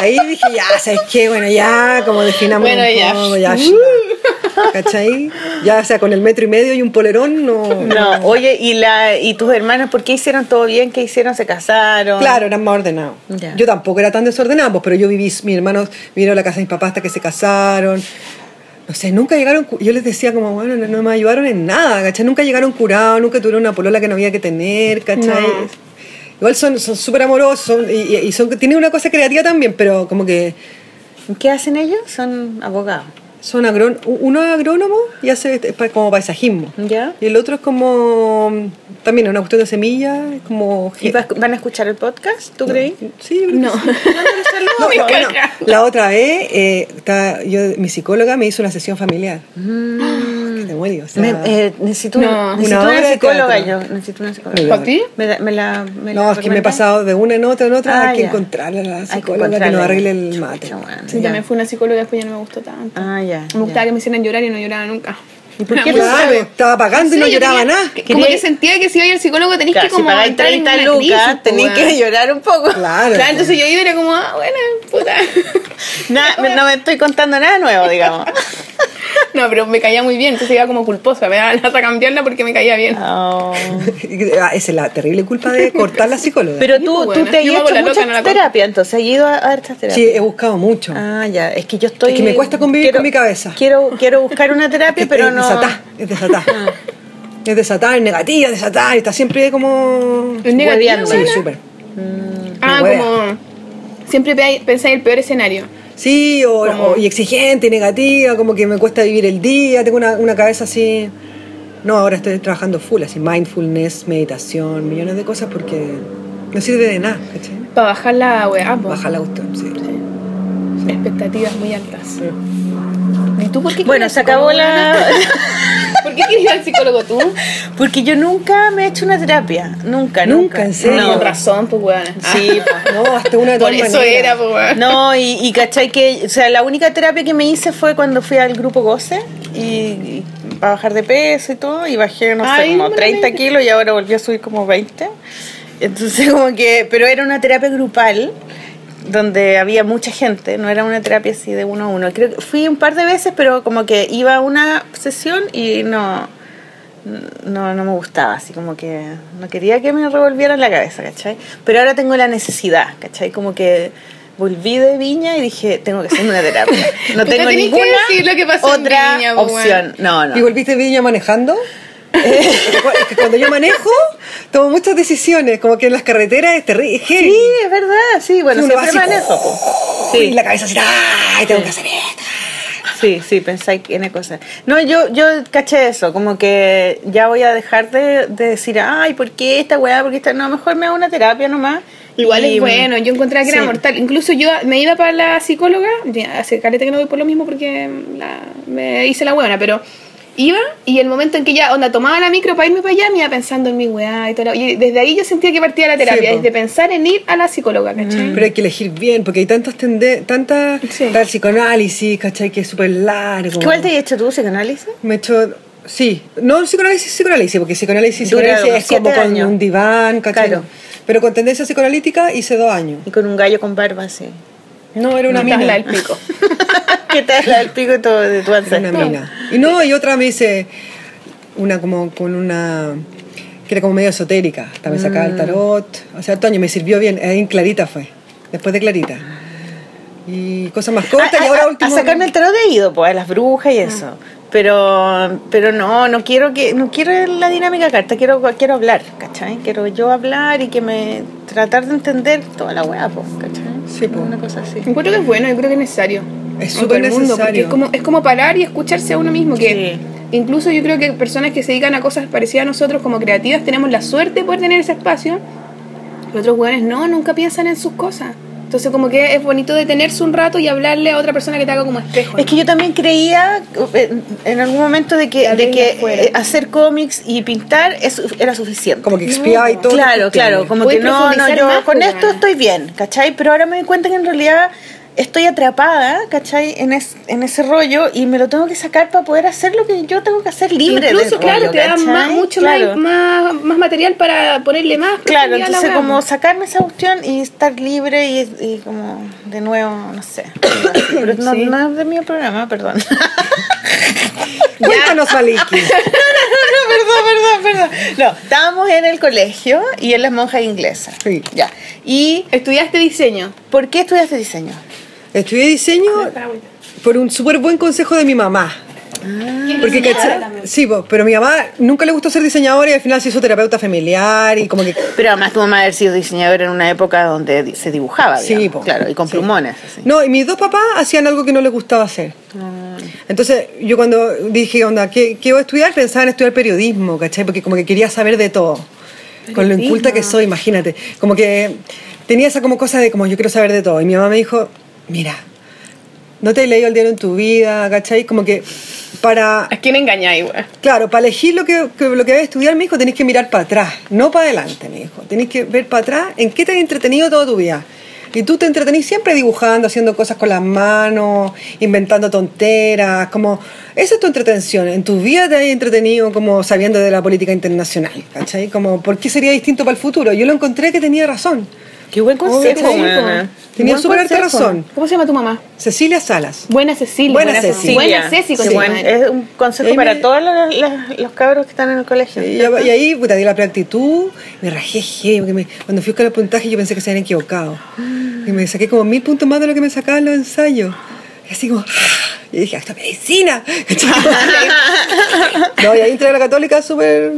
Ahí dije, ya, ¿sabes qué? Bueno, ya, como definamos
Bueno,
un
ya.
poco, ya, ya. ¿Cachai? Ya, o sea, con el metro y medio y un polerón, no...
No, oye, y la y tus hermanas, ¿por qué hicieron todo bien? ¿Qué hicieron? ¿Se casaron?
Claro, eran más ordenados.
Ya.
Yo tampoco era tan desordenada, pues, pero yo viví, mis hermanos vinieron a la casa de mis papás hasta que se casaron. No sé, nunca llegaron, cu- yo les decía como, bueno, no, no me ayudaron en nada, ¿cachai? Nunca llegaron curados, nunca tuvieron una polola que no había que tener, ¿cachai? Igual son son súper amorosos son- y, y- y son, tienen una cosa creativa también, pero como que
¿Qué hacen ellos? Son abogados.
son agrón, u- uno es agrónomo y hace este- pa- como paisajismo.
¿Ya?
Y el otro es como, mm, también es una cuestión de semillas, es como...
¿Y vas- van a escuchar el podcast? ¿Tú creí?
Sí, yo creo que
No.
sí. No,
Me
pero bueno,
carga.
la otra vez, eh, estaba- yo, mi psicóloga me hizo una sesión familiar. demonio. O sea,
Mm. Me- eh, necesito,
No.
necesito
Una
una,
obra de
psicóloga yo.
teatro.
Necesito una
Muy
psicóloga.
¿Para ti?
Me, la- me la, me la
no, es que me he
recomendás?
pasado de una en otra en otra.
Ah,
hay que
ya.
encontrarla, la
Hay que
psicóloga que,
encontrarla.
nos arregle el mate.
Chucha, bueno,
Sí,
ya.
también fui a una psicóloga, después ya no me gustó tanto.
Ah, ya.
me gustaba
ya.
que me hicieran llorar y no lloraba nunca.
¿Y por qué
Era
no
muy
Claro,
raro.
estaba pagando y no
Sí, yo
lloraba
tenía-
nada.
que- Como
Quería-
que sentía que si iba al psicólogo tenés
Claro,
que
si
como
pagáis
entrar en
30
una
lucas,
crisis,
tenéis
po,
que
weón.
llorar un poco.
Claro.
Claro, entonces yo iba y era como, ah, bueno, puta.
Na- me- no me estoy contando nada nuevo, digamos.
No, pero me caía muy bien, entonces iba como culposa, me daba lata cambiarla porque me caía bien.
Oh.
Ah, Esa es la terrible culpa de cortar la psicóloga.
Pero
Sí,
tú,
pues,
tú
bueno,
te has
yo me hago
hecho
la loca,
muchas
no la compro.
terapias, entonces has ido a, a estas terapias.
Sí, he buscado mucho.
Ah, ya, es que yo estoy...
Es que me cuesta convivir con mi cabeza.
Quiero, quiero buscar una terapia,
Es-
pero
es
no... Ah.
Desatá, es desatá. es desatá, es negativa, es desatá. y Está siempre como.
Es negativa,
Hueveando.
Sí,
weona.
súper.
Ah,
Me
como. Siempre pe- pensáis el peor escenario.
Sí, o,
Como-
o- y exigente, y negativa, como que me cuesta vivir el día, tengo una, una cabeza así. No, ahora estoy trabajando full, así mindfulness, meditación, millones de cosas porque no sirve de nada, ¿cachai?
Para bajar la weá, po.
Baja la cuestión, sí.
Expectativas muy altas. ¿Y tú por qué
Bueno,
quieres
se acabó la...
¿Por qué quieres ir al psicólogo tú?
Porque yo nunca me he hecho una terapia. Nunca, nunca.
Nunca, en serio.
No.
Con razón, pues weona.
Sí,
No, hasta una de
Por
todas
eso
maneras.
era, pues weón.
No, y, y cachai que, o sea, la única terapia que me hice fue cuando fui al grupo Goce y, y para bajar de peso y todo, y bajé, no
Ay,
sé, como
malamente.
30 kilos y ahora volví a subir como 20. Entonces, como que, pero era una terapia grupal donde había mucha gente, no era una terapia así de uno a uno. Creo que fui un par de veces, pero como que iba a una sesión y no, no, no me gustaba, así como que no quería que me revolvieran la cabeza, ¿cachai? Pero ahora tengo la necesidad, ¿cachai? Como que volví de Viña y dije, tengo que hacer una terapia. No tengo
Tú tenés que
ninguna
decir lo que pasó en
otra
Viña, pues,
opción. No, no.
¿Y volviste de Viña manejando? Eh, es que cuando yo manejo, tomo muchas decisiones, como que en las carreteras es terrible.
Sí, es verdad, sí, bueno,
Sí, uno va
siempre
así,
manejo. pues.
Y
Sí,
la cabeza así, ¡ay, tengo que hacer esto!
sí, sí, pensáis que tiene cosas. No, yo, yo caché eso, como que ya voy a dejar de, de decir, ay, ¿por qué esta weá? ¿Por qué esta? No, mejor me hago una terapia nomás.
Igual
mm,
Y-
es bueno, yo encontré que era
sí.
mortal. Incluso yo me iba para la psicóloga, ya, hace careta que no voy por lo mismo porque la- me hice la huevona, pero iba y el momento en que ya, onda, tomaba la micro para irme para allá, me iba pensando en mi weá y todo. lo- Y desde ahí yo sentía que partía la terapia,
po. Mm.
desde pensar en ir a la psicóloga, ¿cachai?
Pero hay que elegir bien, porque hay tantas tende tantas
Sí.
está el psicoanálisis, ¿cachai? Que es súper largo.
¿Cuál te has hecho tú, psicoanálisis?
Me he hecho... Sí, no psicoanálisis, psicoanálisis, porque psicoanálisis,
Dura
psicoanálisis
como
es como
siete
con
años.
un diván, ¿cachai?
Claro.
Pero con tendencia psicoanalítica hice dos años.
Y con un gallo con barba, sí.
No, era una
Estás
mina.
la del pico.
¿Qué tal la del pico y todo de tu
Era una
ancestro?
mina. Y no, y otra me hice una como con una que era como medio esotérica. También
Mm.
sacaba el tarot. O sea, Toño me sirvió bien. Ahí en Clarita fue. Después de Clarita. Y cosas más cortas.
A-
y
a-
ahora
a-
último.
A sacarme el tarot he ido, pues, a las brujas
Ah.
y eso. Pero, pero no, no quiero que, no quiero la dinámica de carta, quiero, quiero hablar, ¿cachai? Quiero yo hablar y que me tratar de entender toda la weá, pues, ¿cachai?
Sí, po.
Una cosa así.
Encuentro que es bueno, yo creo que es necesario.
Es
En todo
súper
el mundo,
necesario.
Porque es como, es como parar y escucharse a uno mismo. Que
Sí.
Incluso yo creo que personas que se dedican a cosas parecidas a nosotros como creativas tenemos la suerte de poder tener ese espacio. Los otros hueones no, nunca piensan en sus cosas. Entonces como que es bonito detenerse un rato y hablarle a otra persona que te haga como espejo.
Es que yo también creía eh, en algún momento de que,
La
de
reina
que
afuera.
eh, hacer cómics y pintar es- era suficiente.
Como que expiaba y todo.
Claro,
Cuestiones.
claro, como
Puedes
que no, no,
profundizar
yo
más,
con
pues,
esto
weona.
estoy bien, ¿cachai? Pero ahora me doy cuenta que en realidad estoy atrapada, ¿cachai? En, es- en ese rollo y me lo tengo que sacar para poder hacer lo que yo tengo que hacer libre.
Incluso,
del
claro,
rollo,
te dan
¿cachai?
más- mucho más-
Claro.
más, más, material para ponerle más.
Claro,
profundidad a la
entonces
hueá,
como
po.
sacarme esa cuestión y estar libre y, y como de nuevo, no sé. Pero no,
Sí.
no es de mi programa, perdón.
Cuéntanos, Maliki.
no, no, perdón, perdón, perdón. No, estábamos en el colegio y en las monjas inglesas.
Sí.
Ya. ¿Y
Estudiaste diseño.
por qué estudiaste diseño?
Estudié diseño
Ah,
por un súper buen consejo de mi mamá. Porque, ¿cachai? Sí, po, pero mi mamá nunca le gustó ser diseñadora y al final se hizo terapeuta familiar y como que
Pero además tu mamá haber sido diseñadora en una época donde di- se dibujaba,
Sí,
digamos,
po.
claro, y con
Sí.
plumones. así.
No, y mis dos papás hacían algo que no les gustaba hacer. Entonces, yo cuando dije, onda, ¿qué, qué voy a estudiar? Pensaba en estudiar periodismo, ¿cachai? Porque como que quería saber de todo. Con lo inculta que soy, imagínate. Como que tenía esa como cosa de como yo quiero saber de todo. Y mi mamá me dijo, mira, no te he leído el diario en tu vida, ¿cachai? Como que para
¿A quién engañáis, weón?
Claro, para elegir lo que, que- lo que vas a estudiar, mi hijo, tenés que mirar para atrás, no para adelante, mi hijo. Tenés que ver para atrás en qué te has entretenido toda tu vida. Y tú te entretenís siempre dibujando, haciendo cosas con las manos, inventando tonteras, como... Esa es tu entretención. En tu vida te has entretenido como sabiendo de la política internacional, ¿cachai? Como, ¿por qué sería distinto para el futuro? Yo lo encontré que tenía razón.
Qué buen consejo,
Obvio,
weona.
Tenía
Buen
súper harta
consejo.
razón.
¿Cómo se llama tu mamá?
Cecilia Salas.
Buena Cecilia.
Buena Cecilia.
Cecilia. Buena Ceci, con
Sí,
tu
bueno,
madre.
es un consejo
Y ahí
para
me-
todos los, los- los cabros que están en el colegio.
Y, ya- y ahí, puta, di la actitud, me rajé, heavy, porque me- cuando fui a buscar el puntaje yo pensé que se habían equivocado. Y me saqué como mil puntos más de lo que me sacaban los ensayos. Y así como, y dije, "Ah, ¡esto es medicina! no, y ahí entré a la católica súper...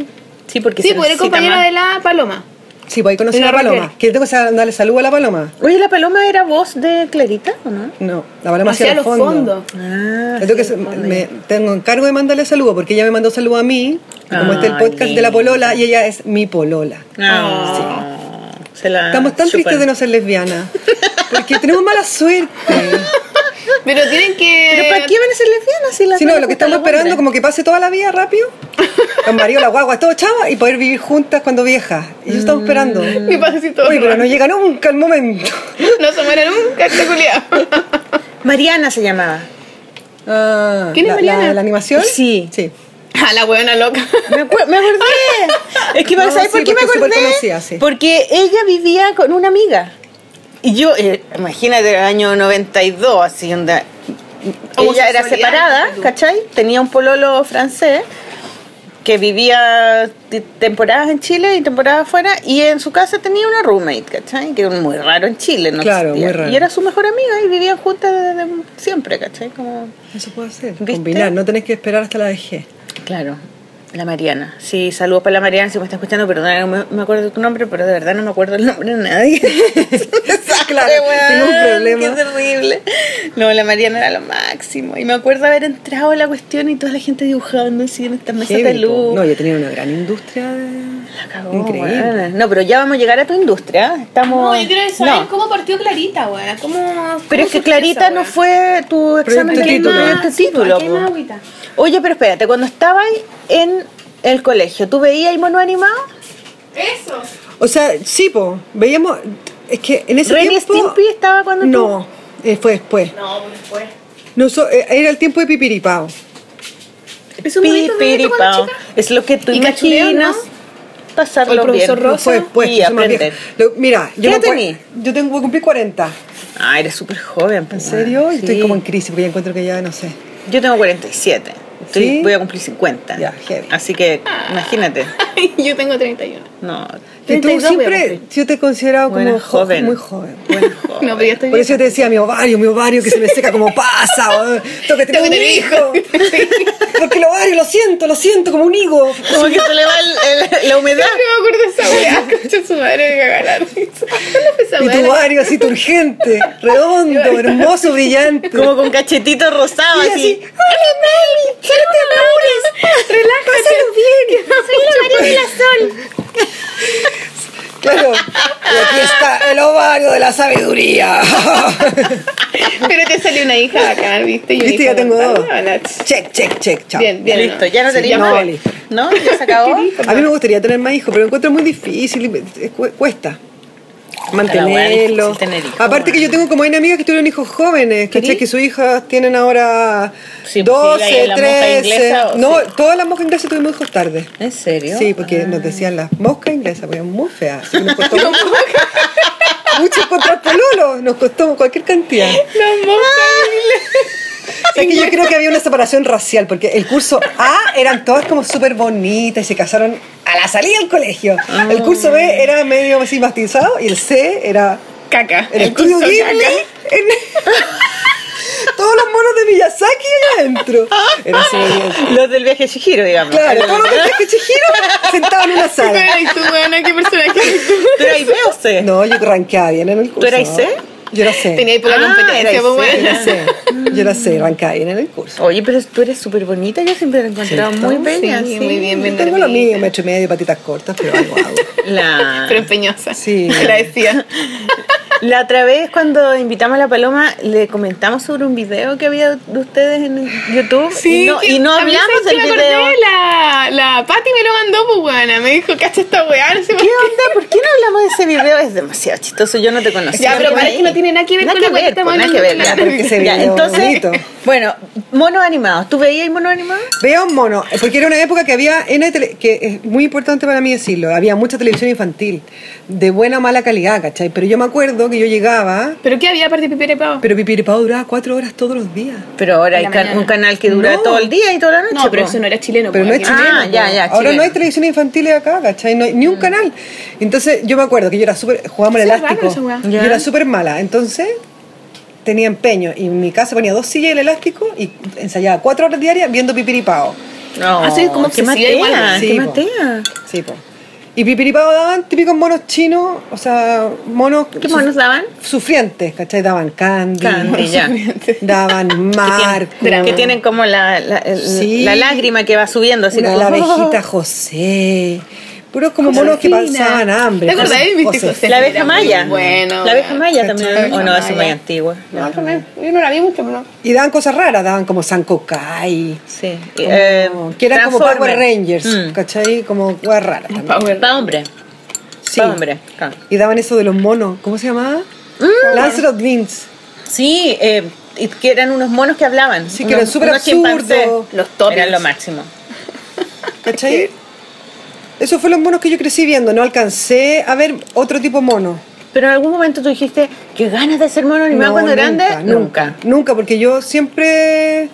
Sí, porque
Sí,
se
pues eres
necesita
compañera
más.
de la Paloma.
Sí, pues ahí conocí
La
a la
Raquel.
Paloma. Que tengo que sal- darle saludo a la Paloma.
Oye, ¿la paloma era voz de Clarita o no?
No, la Paloma hacía
Hacía
los fondos.
fondos.
Ah,
Yo tengo, que,
sí,
me-
fondo,
me- tengo encargo de mandarle saludo porque ella me mandó saludo a mí. y como este es el
Ay,
podcast de la
lindo.
polola y ella es mi polola.
ya. Ah, se la
Estamos tan
chupan.
tristes de no ser lesbianas. Porque tenemos mala suerte.
Pero tienen que.
¿Pero para qué van a ser lesbianas si las
Si no,
dos les
lo que
gustan
estamos
los
esperando
hombres?
como que pase toda la vida rápido. Con marido, la guagua, todo chava y poder vivir juntas cuando viejas. Y eso estamos esperando.
Mi pasecito.
Oye, pero no llega nunca el momento.
No se muere nunca este culiao.
Mariana se llamaba.
Ah,
¿Quién es
la-
Mariana?
¿La, la animación?
Sí.
Sí.
A la weona loca.
Me, acuer- me acordé. Es que,
No,
¿sabes
sí,
por qué me
porque es súper
acordé?
conocida, sí.
Porque ella vivía con una amiga. Y yo, eh, imagínate, el año 92, así, onda. Ella era
Homosexualidad,
separada,
tú.
¿cachai? Tenía un pololo francés que vivía t- temporadas en Chile y temporadas afuera. Y en su casa tenía una roommate, ¿cachai? Que era muy raro en Chile, ¿no?
Claro,
existía.
muy raro.
Y era su mejor amiga y vivían juntas desde siempre, ¿cachai? Como...
Eso puede ser.
¿Viste?
Combinar, no tenés que esperar hasta la vejez.
Claro, la Mariana. Sí, saludos para la Mariana si me está escuchando, perdona, no me, me acuerdo de tu nombre, pero de verdad no me acuerdo el nombre de nadie.
Claro, tengo un problema.
Qué terrible. No, la Mariana era lo máximo. Y me acuerdo haber entrado a la cuestión y toda la gente dibujando así en estas mesas de
Heavy, po.
luz.
No, yo tenía una gran industria de...
este La cagó,
Increíble.
weona. No, pero ya vamos a llegar a tu industria. Estamos.
No, yo quiero saber
No.
cómo partió Clarita, weona. ¿Cómo, cómo
Pero es que
surgió
Clarita
esa Ah,
no
weona?
fue tu examen
de este
de
título.
tu título.
Aquí hay
po.
más agüita.
Oye, pero espérate, cuando estabas en el colegio, ¿tú veías mono animado?
Eso.
O sea, sí, po, veíamos... Es que en ese
¿Ren y
tiempo...
Stimpy estaba cuando tú-
No, eh, fue después.
No, pues después.
No, so- eh, era el tiempo de Pipiripao.
Es un momento de esto con la
Piripao.
chica.
Es lo que tú
Y cachureo,
imaginas
O el
pasarlo
profesor
bien.
Rosa.
Fue después,
y
pues, soy más
aprender.
vieja. Lo- mira,
¿Qué
yo, me
edad
acuer-
tení?
yo tengo, voy a cumplir 40.
Ah, eres súper joven. pues,
¿En serio? Yo Estoy como en crisis porque ya encuentro que ya no sé.
Yo tengo 47. Estoy-
¿Sí?
Voy a cumplir 50.
Ya, heavy.
Así que, imagínate.
Ay, yo tengo 31.
No.
Que tú
32 voy a
siempre, yo te he considerado
Buena
como jo-
joven.
muy joven.
Bueno, joven.
No, pero ya estoy
Por eso yo te decía, mi ovario, mi ovario que se me seca como pasa. o, Tengo que tener
Tengo
un
tener
hijo. Porque el ovario lo siento, lo siento como un higo.
Como que se le va el- el- la humedad.
No me acuerdo de esa weá, concha su madre, me cagaba la risa. ¿Cuál fue esa
Y ah? tu
weá?
ovario así turgente, redondo, hermoso, brillante.
Como con cachetito rosado
Y
así.
así, hola Mami, no te apures, relájate bien, soy el ovario de la sol. Claro, y aquí está el ovario de la sabiduría.
Pero te salió una hija acá, ¿viste? Y un
Viste,
hijo
ya tengo
mortal,
dos.
weona. Ch-
Check, check, check, chao.
Bien, bien.
Listo, ya no
Sí,
tenía
no,
más.
listo.
¿No? ¿Ya se acabó?
A mí me gustaría tener más hijos, pero lo encuentro muy difícil, y me- eh, cu- cuesta.
la weá,
Mantenerlo.
difícil tener hijos,
Aparte que
weón.
yo tengo como hay amigas que tuvieron hijos jóvenes, ¿cachai?
¿Querí?
Que sus hijas tienen ahora
Sí, pues, si
12,
hay la monja
13.
inglesa, o
No,
sí.
todas las monjas inglesas tuvimos hijos tarde.
¿En serio?
Sí, porque nos decían las moscas inglesas, porque eran muy feas. así que Nos costó mucho, mucho encontrar pololo, nos costó cualquier cantidad.
Las moscas.
O sea, que yo creo que había una separación racial, porque el curso A eran todas como súper bonitas y se casaron a la salida del colegio. El curso
Ah.
B era medio así mastizado y el C era
Caca.
el, estudio
curso
Ghibli.
caca.
en- todos los monos de Miyazaki allá adentro. Era así.
Los del viaje de Shihiro, digamos.
Claro, todos los de Chihiro sentados en una sala.
Ay, tú, weona, qué personaje eres tú.
Pero ahí veo usted.
No, yo ranqueaba bien en el curso.
eras C?
Yo era C.
Tenía ahí poca
Ah,
competencia,
era
pues
Yo
weona.
era C. Yo era C, ranqueaba bien en el curso.
Oye, pero tú eres súper bonita, yo siempre la he encontrado muy bella.
Sí, muy bien, bien
Yo tengo lo
dormida.
mío, metro y medio, patitas cortas, pero algo hago.
La...
Pero empeñosa.
Sí.
Agradecida.
La otra vez cuando invitamos a la Paloma le comentamos sobre un video que había de ustedes en YouTube y no, y no
a mí,
hablamos
¿sabes
del
qué me acordé?
video.
La, la Pati me lo mandó, pues, buena. Me dijo, cacha esta weá, no sé por
¿Qué onda? ¿Por qué no hablamos de ese video? Es demasiado chistoso, yo no te conocía.
Ya, pero
Por
parece
ahí.
que no tiene nada que ver con la weá que
pues,
estamos
nada que ver,
hablando.
ya,
Claro, porque ese
Ya,
video
entonces,
bonito.
bueno, monos animados. ¿Tú veías monos animados?
Veo un mono, porque era una época que había, N tele- que es muy importante para mí decirlo, había mucha televisión infantil, de buena o mala calidad, ¿cachai? Pero yo me acuerdo que yo llegaba,
¿Pero qué había aparte de Pipiere Pau?
pero Pipiripao duraba cuatro horas todos los días.
Pero ahora hay
la
can-
mañana.
un canal que dura
No.
todo el día y toda la noche.
No, pero
po.
eso no era chileno.
Pero no
pues,
es
aquí-
chileno.
Ah, ya, ya,
Ahora
chileno. Mm.
no hay televisión infantil acá, ¿cachai? No hay ni un canal. Entonces yo me acuerdo que yo era súper, jugábamos al
Sí, es raro
elástico.
esa weá.
Yo
Ya.
era súper mala. Entonces tenía empeño. Y en mi casa ponía dos sillas y el elástico y ensayaba cuatro horas diarias viendo pipiripao.
No,
Ah, soy como
qué
obsesiva igual,
matea,
Sí,
qué
po.
matea.
Sí, po. Y pipiripao daban típicos monos chinos, o sea, monos.
¿Qué monos daban?
Sufrientes, ¿cachai? Daban candy.
Candy, ya.
Daban Marco.
Que tienen, que tienen como la, la, el-
Sí.
la lágrima que va subiendo así
una-
como
la abejita José. Puros como monos que
Josefina.
pasaban hambre.
¿Te acordás de Místico?
José-
La abeja
Era muy
maya.
bueno.
la abeja maya
La
también.
abeja
O no, eso es muy
maya.
antigua.
No, también. Yo no la vi mucho, pero no.
Y daban cosas raras, daban como Sankokai.
Sí.
como-
eh,
que eran como
Transformer.
Power Rangers,
Mm.
¿cachai? Como cosas raras también.
Pa' hombre.
Sí.
Pa' hombre. Mm. claro.
Y daban eso de los monos, ¿cómo se llamaba? Lancelot Beans.
Sí, eh, y que eran unos monos que hablaban.
Sí, que eran
Unos-
súper
unos chimpancés.
absurdos.
Los toppings.
Eran lo máximo.
¿Cachai? Eso fue los monos que yo crecí viendo, no alcancé a ver otro tipo de mono.
Pero en algún momento tú dijiste que ganas de ser mono animado
No,
cuando
nunca,
grande.
Nunca, nunca, porque yo siempre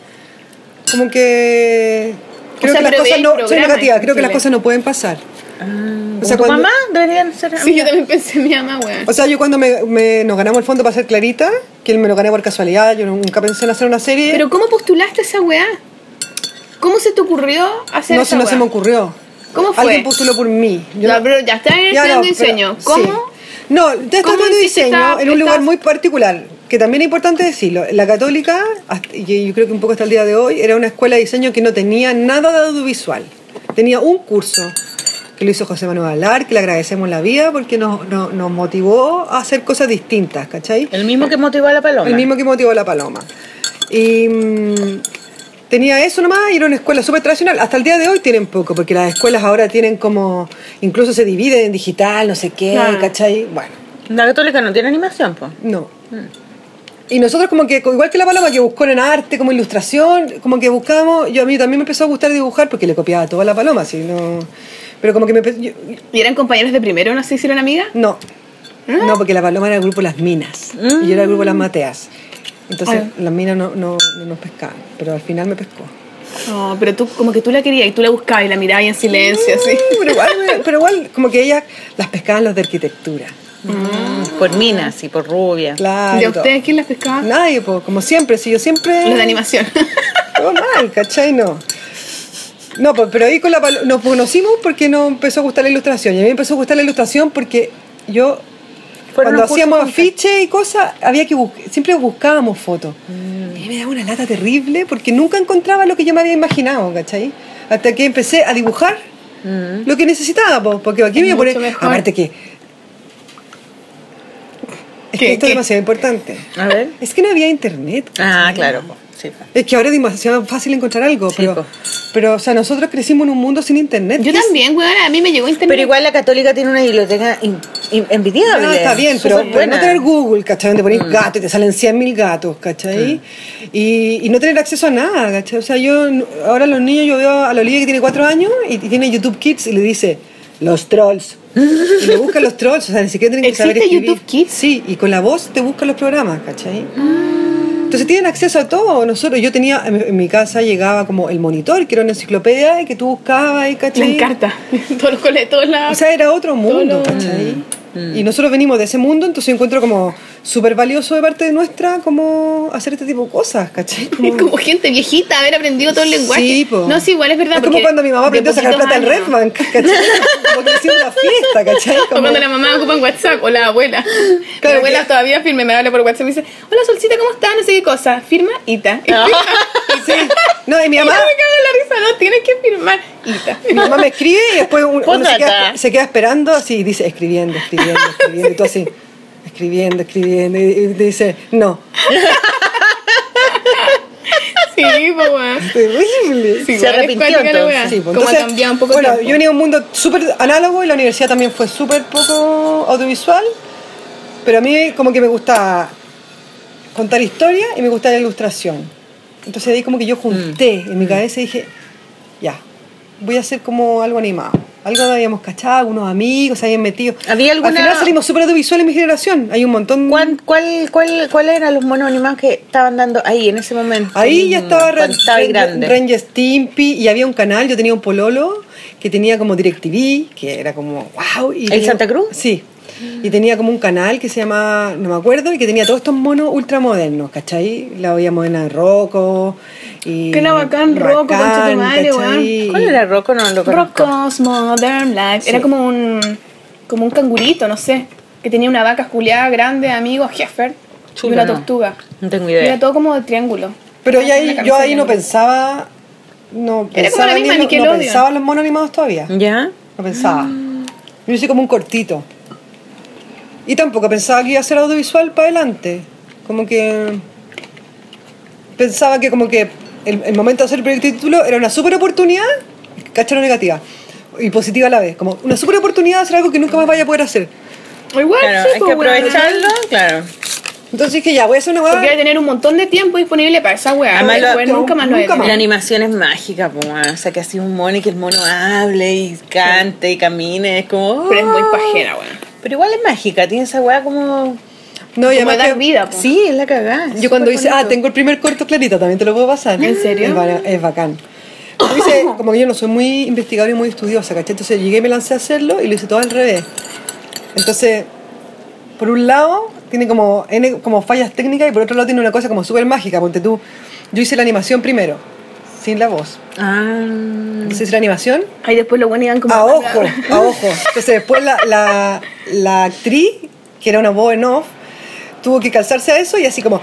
como que creo
sea,
que las
pero
cosas
veis
no soy
programas
negativa, creo que las
infantiles.
cosas no pueden pasar.
Ah,
O sea,
¿tu
cuando-
mamá deberían ser.
Sí, yo también pensé en mi mamá, weón.
O sea, yo cuando me, me- nos ganamos el fondo para ser Clarita, que me lo gané por casualidad, yo nunca pensé en hacer una serie.
Pero ¿cómo postulaste esa weá? ¿Cómo se te ocurrió hacer
no,
esa
si no
weá?
se me ocurrió.
¿Cómo fue?
Alguien postuló por mí. Yo
Ya, pero ya está en el
Ya
estudiando
no, pero-
diseño.
sí.
¿Cómo?
No, ya está
¿Cómo
estudiando
hiciste
diseño
esta-
en un lugar
esta-
muy particular, que también es importante decirlo. La católica, hasta- y yo creo que un poco hasta el día de hoy, era una escuela de diseño que no tenía nada de audiovisual. Tenía un curso que lo hizo José Manuel Alar, que le agradecemos la vida porque nos, nos, nos motivó a hacer cosas distintas, ¿cachai?
El mismo que motivó a la paloma.
El mismo que motivó a la paloma. Y mm, tenía eso nomás y era una escuela súper tradicional. Hasta el día de hoy tienen poco, porque las escuelas ahora tienen como. Incluso se dividen en digital, no sé qué,
Claro.
¿cachai? Bueno,
La católica no tiene animación, pues.
no. Y nosotros como que, igual que la paloma que buscó en arte, como ilustración, como que buscamos, yo a mí también me empezó a gustar dibujar porque le copiaba todo a la paloma, así, no... Pero como que me... empe- yo-
¿Y eran compañeros de primero? ¿No se hicieron amigas?
no, no, porque la paloma era el grupo Las Minas y yo era el grupo Las Mateas. Entonces
Ah.
las minas no, no, no nos pescaban, pero al final me pescó.
No, pero tú, como que tú la querías y tú la buscabas y la mirabas y en silencio, así.
Mm, Pero igual, me- pero igual, como que ellas las pescaban los de arquitectura.
Por minas y por rubia.
Claro.
¿Y a
todo.
ustedes quién las pescaba?
Nadie, po, como siempre, si yo siempre...
Los de animación.
Todo mal, ¿cachai? No. No, pues, pero ahí con la palo- nos conocimos porque nos empezó a gustar la ilustración. Y a mí me empezó a gustar la ilustración porque yo, cuando
Fueron los cursos
hacíamos
juntas.
afiches y cosas, había que bus- siempre buscábamos fotos. Y a mí me daba una lata terrible porque nunca encontraba lo que yo me había imaginado, ¿cachai? Hasta que empecé a dibujar
Mm.
lo que necesitaba, po, porque aquí me
Mucho
voy a poner...
mejor.
Aparte que... Es
¿Qué,
que esto
qué?
es demasiado importante.
A ver.
Es que no había internet.
Ah, claro. po. Sí, po.
Es que ahora es demasiado fácil encontrar algo,
Sí,
pero,
po.
pero, o sea, nosotros crecimos en un mundo sin internet.
Yo
¿Qué es-
también, weón, a mí me llegó internet.
Pero igual la católica tiene una biblioteca in- in-
Ah,
envidiable.
está bien, pero,
Súper
pero no
buena.
tener Google, ¿cachai? Donde
Mm.
ponéis gato y te salen 100.000 gatos, ¿cachai? Y, y no tener acceso a nada, ¿cachai? O sea, yo ahora los niños, yo veo a la Olivia que tiene 4 años y, y tiene YouTube Kids y le dice, los trolls. y le buscan los trolls, o sea, ni siquiera tienen que saber
¿Existe
escribir.
YouTube Kids? Ah.
Sí, y con la voz te buscan los programas, ¿cachai? Entonces tienen acceso a todo. Nosotros, yo tenía, en en mi casa llegaba como el monitor, que era una enciclopedia y que tú buscabas, y,
Me
¿cachai?
encanta. Todos los colegios, todos
O
lados.
sea, era otro mundo,
lo- Mm.
¿cachai? Y nosotros venimos de ese mundo, entonces yo encuentro como súper valioso de parte de nuestra como hacer este tipo de cosas, ¿cachai?
Es como gente viejita haber aprendido todo el lenguaje.
mm. Sí, po.
No, sí, igual es verdad.
Es como
porque
cuando mi mamá
de
aprendió a sacar
poquitos
plata en
años.
Redbank, ¿cachai? Como que hicieron una fiesta, ¿cachai?
O
Como-
cuando la mamá ocupa en WhatsApp, o la abuela.
Claro,
mi abuela
que-
todavía firme, me habla por WhatsApp y me dice, hola Solcita, ¿cómo estás? No sé qué cosa. Firma Ita. Y firma,
Ah, Sí. No, y mi
Y yo me
mamá,
cago en la risa, no, tienes que firmar Ita.
mi mamá me escribe y después un- uno se
Postdata.
queda, se queda esperando así y dice, escribiendo, escribiendo, escribiendo, y tú así. escribiendo, escribiendo, y, y te dice, no,
Sí, pues, weón.
terrible.
Sí,
Se
weón, es
arrepintió,
cuática la
entonces.
weá.
Sí, pues,
Como ha
entonces,
cambiado un poco
Bueno,
tiempo.
yo venía de un mundo súper análogo y la universidad también fue súper poco audiovisual, pero a mí como que me gustaba contar historia y me gustaba la ilustración. Entonces ahí como que
Mm.
yo junté en mi cabeza y dije, ya, voy a hacer como algo animado. Algo habíamos cachado, unos amigos se habían metido.
¿Había alguna-
Al final salimos súper audiovisuales en mi generación. Hay un montón...
¿Cuál, cuál, cuál, cuál eran los monos animados que estaban dando ahí en ese momento?
Ahí ya estaba Ren-
Cuando estaba ahí
Ren-
grande.
Ranger Stimpy y había un canal, yo tenía un pololo que tenía como DirecTV, que era como wow. Y
¿El
tenía-
Santa Cruz?
Sí. Y tenía como un canal que se llamaba, no me acuerdo, y que tenía todos estos monos ultramodernos, ¿cachai? La veía moderna de Rocco. Y
Que era bacán, Rocco,
Bacán,
concha tu madre,
¿cachai?
¿Cuál era Rocco? No lo conozco.
Rocco's Modern Life.
Sí.
Era como un como un cangurito, no sé. Que tenía una vaca juliada grande, amigo, Heifer. Y
Chuta,
una
no.
tortuga.
No tengo
Y era
idea.
todo como de triángulo.
Pero ya
La
ahí,
cabeza
yo ahí
de
no
árbol.
pensaba. No
Era como
pensaba,
la
ni
misma
en lo- no,
Nickelodeon.
pensaba en los monos animados todavía.
¿Ya?
No pensaba. Yo hice como un cortito. Y tampoco pensaba que iba a ser audiovisual para adelante. Como que. Pensaba que, como que el, el momento de hacer el proyecto de título era una super oportunidad, cacharo negativa y positiva a la vez. Como una super oportunidad de hacer algo que nunca más vaya a poder hacer.
Igual,
Claro,
sí,
hay
pues,
que
weón.
aprovecharlo, claro.
Entonces dije, ya, voy a hacer una
Porque hay que
hueá.
tener un montón de tiempo disponible para esa weá.
Además, lo-
Weón, nunca más lo
nunca
he
más.
La animación es mágica, po, weón. o sea, que así un mono y que el mono hable y cante y camine, es como...
Pero es muy
"Oh".
pajera, weón.
Pero igual es mágica, tiene esa weá como...
No, y
Como
además
dar
que-
vida, po.
Sí, es la cagada. es
Yo cuando
súper
hice, ah,
bonito.
tengo el primer corto clarito, también te lo puedo pasar.
¿En serio?
Es, ba- es bacán. Yo hice, como que yo no soy muy investigadora y muy estudiosa, ¿cachai? Entonces llegué y me lancé a hacerlo y lo hice todo al revés. Entonces, por un lado, tiene como, N como fallas técnicas y por otro lado tiene una cosa como súper mágica. Ponte tú, yo hice la animación primero, sin la voz.
Ah,
Entonces hice la animación
Mm. Ahí después los buenos iban como.
a ojo, a ojo. Entonces después la, la, la actriz, que era una voz en off, tuvo que calzarse a eso y así como...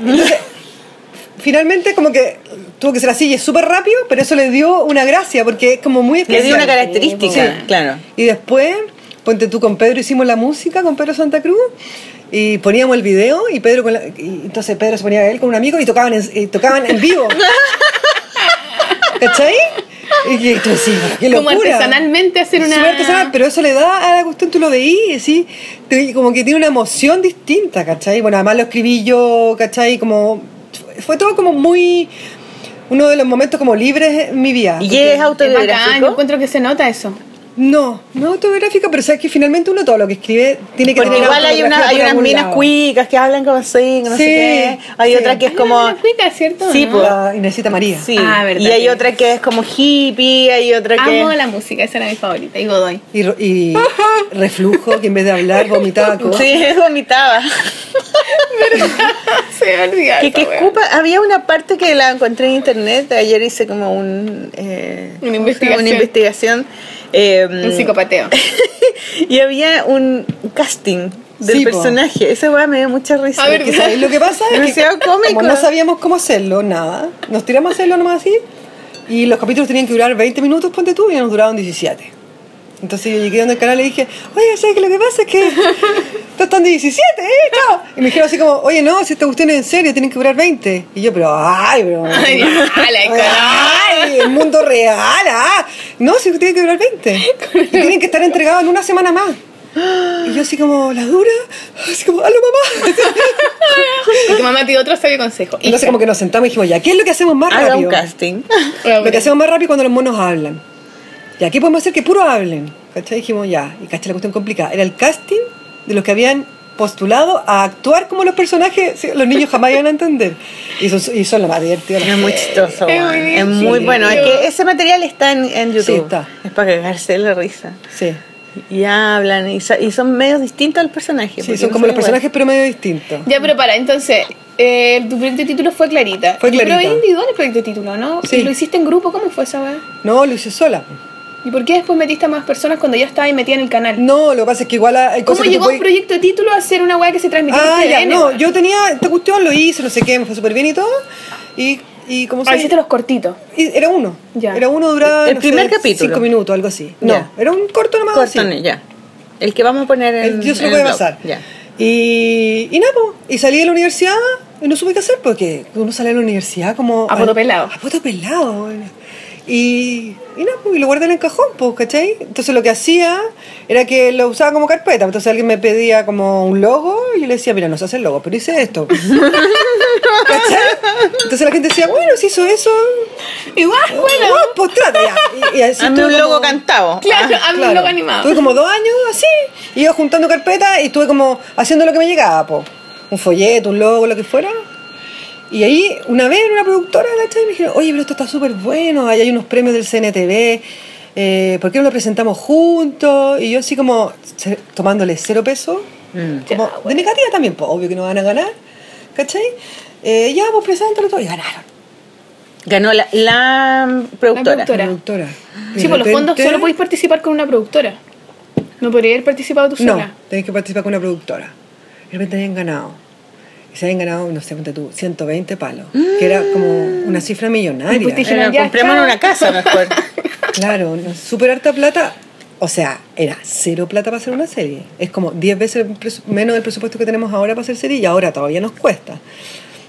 Entonces, finalmente como que tuvo que ser así y es súper rápido, pero eso le dio una gracia porque es como muy
le
especial.
dio una característica,
Sí.
claro.
Y después, ponte tú con Pedro, hicimos la música con Pedro Santa Cruz y poníamos el video y Pedro con la- y entonces Pedro se ponía a él con un amigo y tocaban en, y tocaban en vivo. ¿Cachai? Y que tú decís, qué
Como
locura.
artesanalmente hacer una-
Súper artesanal, pero eso le da a la cuestión, tú lo veís, ¿sí? Te- como que tiene una emoción distinta, ¿cachai? Bueno, además lo escribí yo, ¿cachai? Como, fue todo como muy, uno de los momentos como libres en mi vida.
Y es
Es bacán, yo
autobiográfico.
encuentro que se nota eso.
No, no autobiográfica, pero sabes que finalmente uno todo lo que escribe tiene que
Porque
tener
igual hay, una,
autobiografía
hay
por
unas
algún
minas
lado.
cuicas que hablan como así, no
Sí,
sé qué. Hay
sí.
otra que es
Ay,
como...
la cuica, ¿cierto?
Sí,
¿No?
pues.
La Inesita María.
Sí.
Ah, verdad,
y hay
sí.
otra que es como hippie, hay otra que...
Amo la música, esa era mi favorita. Y Godoy.
Y, ro- y reflujo, que en vez de hablar vomitaba cosas.
Sí, vomitaba.
se me olvidaba.
Que,
esa
que
weá.
escupa, había una parte que la encontré en internet, ayer hice como un, eh,
Una
¿cómo se llama?
investigación.
Una investigación, eh,
Un psicopateo.
y había un casting del
Sí, po.
personaje, esa weá me dio mucha risa.
A ver,
Que, ¿sabes? Lo que pasa es que
Demasiado cómico.
como no sabíamos cómo hacerlo, nada, nos tiramos a hacerlo nomás así y los capítulos tenían que durar 20 minutos, ponte tú, y nos duraron 17. Entonces yo llegué donde el canal y dije, oye, ¿sabes qué? Lo que pasa es que estos están de 17, ¿eh? Chao. Y me dijeron así como, oye, no, si esta cuestión es en serio, tienen que durar 20. Y yo, pero, ay, bro.
Ay, ya, la economía.
¡Ay! ¡El mundo real! ¡Ah! No, si tienen que durar 20. Y tienen que estar entregados en una semana más. Y yo así como, ¿la dura? Así como, ¡halo, mamá!
Y tu mamá te dio otro sabio consejo. Y
Entonces como que nos sentamos y dijimos, ¿ya qué es lo que hacemos más
Haga un
rápido?
casting.
Lo que hacemos más rápido es cuando los monos hablan. ¿Y aquí podemos hacer que puro hablen? ¿Cachai? Dijimos, ya. Y cachai, la cuestión complicada. Era el casting de los que habían postulado a actuar como los personajes, sí, los niños jamás iban a entender. Y son, y son lo más divertido.
Es muy chistoso,
Es
weón.
muy
es muy
chido.
bueno. Es que ese material está en, en YouTube.
Sí, está.
Es para cagarse la risa.
Sí,
Y hablan, y, so- y son medios distintos al
sí
personaje. porque
son
no
como los
iguales.
personajes, pero medio distintos.
Ya, pero para, entonces, eh, tu proyecto de título fue Clarita.
Fue Clarita.
Pero es individual el proyecto de título, ¿no?
Sí.
¿Lo hiciste en grupo? ¿Cómo fue esa weá?
No, lo hice sola.
¿Y por qué después metiste a más personas cuando ya estaba y metía en el canal?
No, lo que pasa es que igual hay
¿Cómo
cosas que tú
llegó
puedes-
un proyecto de título a ser una weá que se transmitía
Ah,
en
ya,
TVN,
no,
weón?
yo tenía esta cuestión, lo hice, no sé qué, me fue súper bien y todo. Y, y como
Ah,
se-
hiciste los cortitos.
y Era uno.
Ya.
Era uno, duraba.
El
no
primer
sé,
capítulo.
Cinco minutos, algo así. No,
Ya.
era un corto nomás.
Corto,
así.
ya. El que vamos a poner en.
El- yo se lo
en
voy a
blog.
pasar.
Ya.
Y, y nada, po. y salí de la universidad y no supe qué hacer porque uno sale de la universidad como.
A poto pelado.
A poto pelado, bueno. Y, y nada, po, y lo guardé en el cajón, pues, ¿cachai? Entonces lo que hacía era que lo usaba como carpeta. Entonces alguien me pedía como un logo y yo le decía, mira, no se hace el logo, pero hice esto. ¿Cachai? Entonces la gente decía, bueno, si hizo eso,
Igual, bueno.
bueno, pues trata ya. Y, y así
Hazme
tuve
un logo
como-
cantado.
Claro, a mí
Ah, Claro.
loco animado.
Tuve como dos años así, iba juntando carpetas y estuve como haciendo lo que me llegaba, po. Un folleto, un logo, lo que fuera. Y ahí, una vez, en una productora, ¿cachai? Me dijeron, oye, pero esto está súper bueno, ahí hay unos premios del CNTV, eh, ¿por qué no lo presentamos juntos? Y yo así como, ce- tomándole cero pesos, como de negativa también, pues, obvio que no van a ganar, ¿cachai? Eh, ya, pues, preséntalo todo, y ganaron.
Ganó la, la productora.
La productora.
Productora. De
Sí, por los fondos
repente-
solo podéis participar con una productora. No podrías haber participado tú
No,
sola.
tenés que participar con una productora. Y de repente habían ganado. Y se habían ganado, no sé, ponte tú, 120 palos. Que era como una cifra
Y pues te
millonaria.
dije-
Era,
Ya
Eh, compremos
está.
una casa mejor.
Claro, una súper harta plata. O sea, era cero plata para hacer una serie. Es como 10 veces el presu- menos el presupuesto que tenemos ahora para hacer serie y ahora todavía nos cuesta.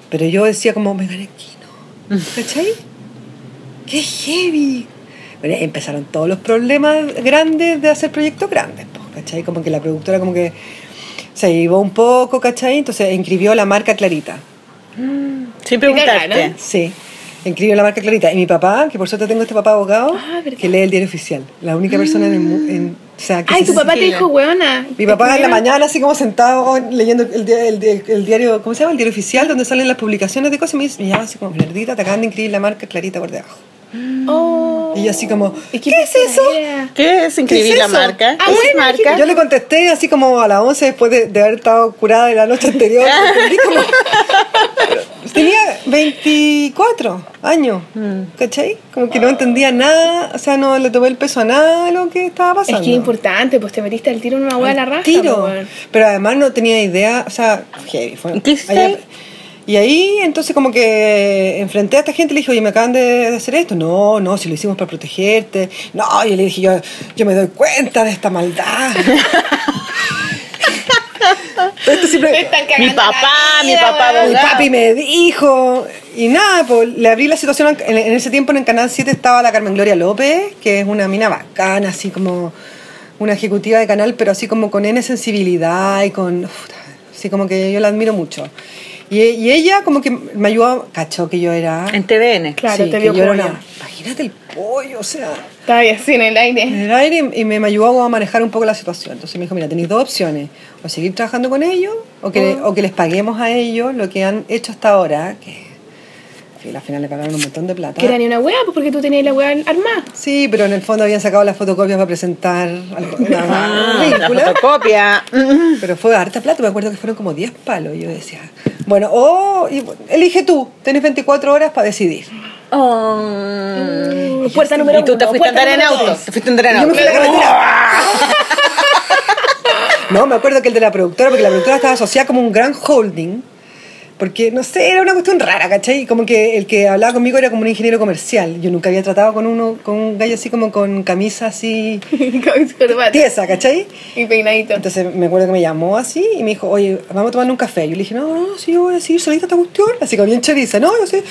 Pero yo decía como, me gané Kino. ¿Cachai? ¡Qué heavy! Bueno, ahí empezaron todos los problemas grandes de hacer proyectos grandes, po, ¿cachai? Como que la productora como que se llevó un poco, ¿cachai? Entonces inscribió la marca Clarita.
Sin preguntarte.
cagaron.
Sí, inscribió la marca Clarita. Y mi papá, que por suerte tengo este papá abogado,
Ah, ¿verdad?
que lee el diario oficial. La única persona en el mu- en- o sea, que
Ay,
se-
tu papá te
sí.
dijo, weona.
Mi papá en la mañana, así como sentado leyendo el, di- el di- el diario, ¿cómo se llama? El diario oficial, donde salen las publicaciones de cosas, y me, dice, me llama así como, Bernardita, te acaban de inscribir la marca Clarita por debajo.
Oh.
Y yo así como,
¿Y
¿qué es eso?
era?
¿Qué es inscribir
¿Qué es
la
eso?
marca?
Ah,
¿Qué
bueno,
marca?
Yo le contesté así como a las 11 después de, de haber estado curada de la noche anterior. Entendí como- tenía 24 años,
Mm.
¿cachai? Como que no entendía nada, o sea, no le tomé el peso a nada de lo que estaba
Es
pasando.
que es importante, pues te metiste al tiro en una hueá de la raja. pues,
Tiro.
po, weón.
Pero además no tenía idea, o sea, heavy, fue-
¿Y qué hiciste
allá-
ahí?
Y ahí entonces como que enfrenté a esta gente y le dije, oye, me acaban de, de hacer esto. No, no, si lo hicimos para protegerte. No, yo le dije, yo, yo me doy cuenta de esta maldad. Esto siempre-
Están cagando
Mi
la
papá, mi
vida,
papá
weón.
mi
abogado.
papi me dijo. Y nada, pues le abrí la situación. En, en ese tiempo en el Canal 7 estaba la Carmen Gloria López, que es una mina bacana, así como una ejecutiva de canal, pero así como con N sensibilidad y con. uf, así como que yo la admiro mucho. Y, e- y ella como que me ayudó, cachó que yo era.
En TVN.
Claro,
sí,
te
que
vio
yo era
pollo.
una- Imagínate el pollo, o sea
Estaba ahí así en el
en
aire.
el aire y me ayudó a manejar un poco la situación. Entonces me dijo, mira, tenéis dos opciones, o seguir trabajando con ellos, o que, o que les paguemos a ellos lo que han hecho hasta ahora, que que al final le pagaron un montón de plata.
Que era ni una hueá, pues porque tú tenías la hueá armada.
Sí, pero en el fondo habían sacado las fotocopias para presentar algo-
Ah,
una
la
película.
fotocopia.
Mm.
Pero fue harta plata, me acuerdo que fueron como 10 palos. y Yo decía, bueno, o y- elige tú, tenés 24 horas para decidir.
Oh.
Mm, Puerta número
Y tú te
uno,
fuiste a andar en
puerta número
auto.
dos.
Te fuiste a andar en
Y yo me
auto.
fui a la carretera. No, me acuerdo que el de la productora, porque la productora estaba asociada como un gran holding. Porque, no sé, era una cuestión rara, ¿cachai? Como que el que hablaba conmigo era como un ingeniero comercial. Yo nunca había tratado con uno, con un gallo así como con camisa así
Con su corbata.
tiesa, ¿cachai?
Y peinadito.
Entonces me acuerdo que me llamó así y me dijo, oye, vamos a tomar un café. Yo le dije, no, no, no, sí, yo voy a seguir solita esta cuestión. Así como bien choriza, no, yo sé.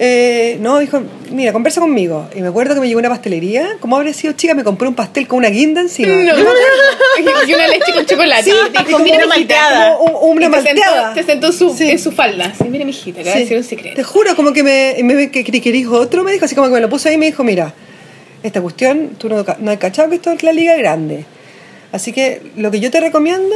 Eh, no, dijo, mira, conversa conmigo. Y me acuerdo que me llegó a una pastelería. Como habré sido chica, me compré un pastel con una guinda encima.
No, y una leche con chocolate.
Sí,
y te
y
dijo,
como
mira,
una
mijita.
malteada.
Como un- una
Y te sentó-
malteada.
Te sentó en su-
Sí.
en su falda. Así, mira, mijita, te voy a
Sí.
decir un
Te
secreto.
juro, como que me, me, me- que, que- que dijo otro, me dijo, así como que me lo puso ahí y me dijo, mira, esta cuestión, tú no, ca- no has cachado que esto es la liga grande. Así que lo que yo te recomiendo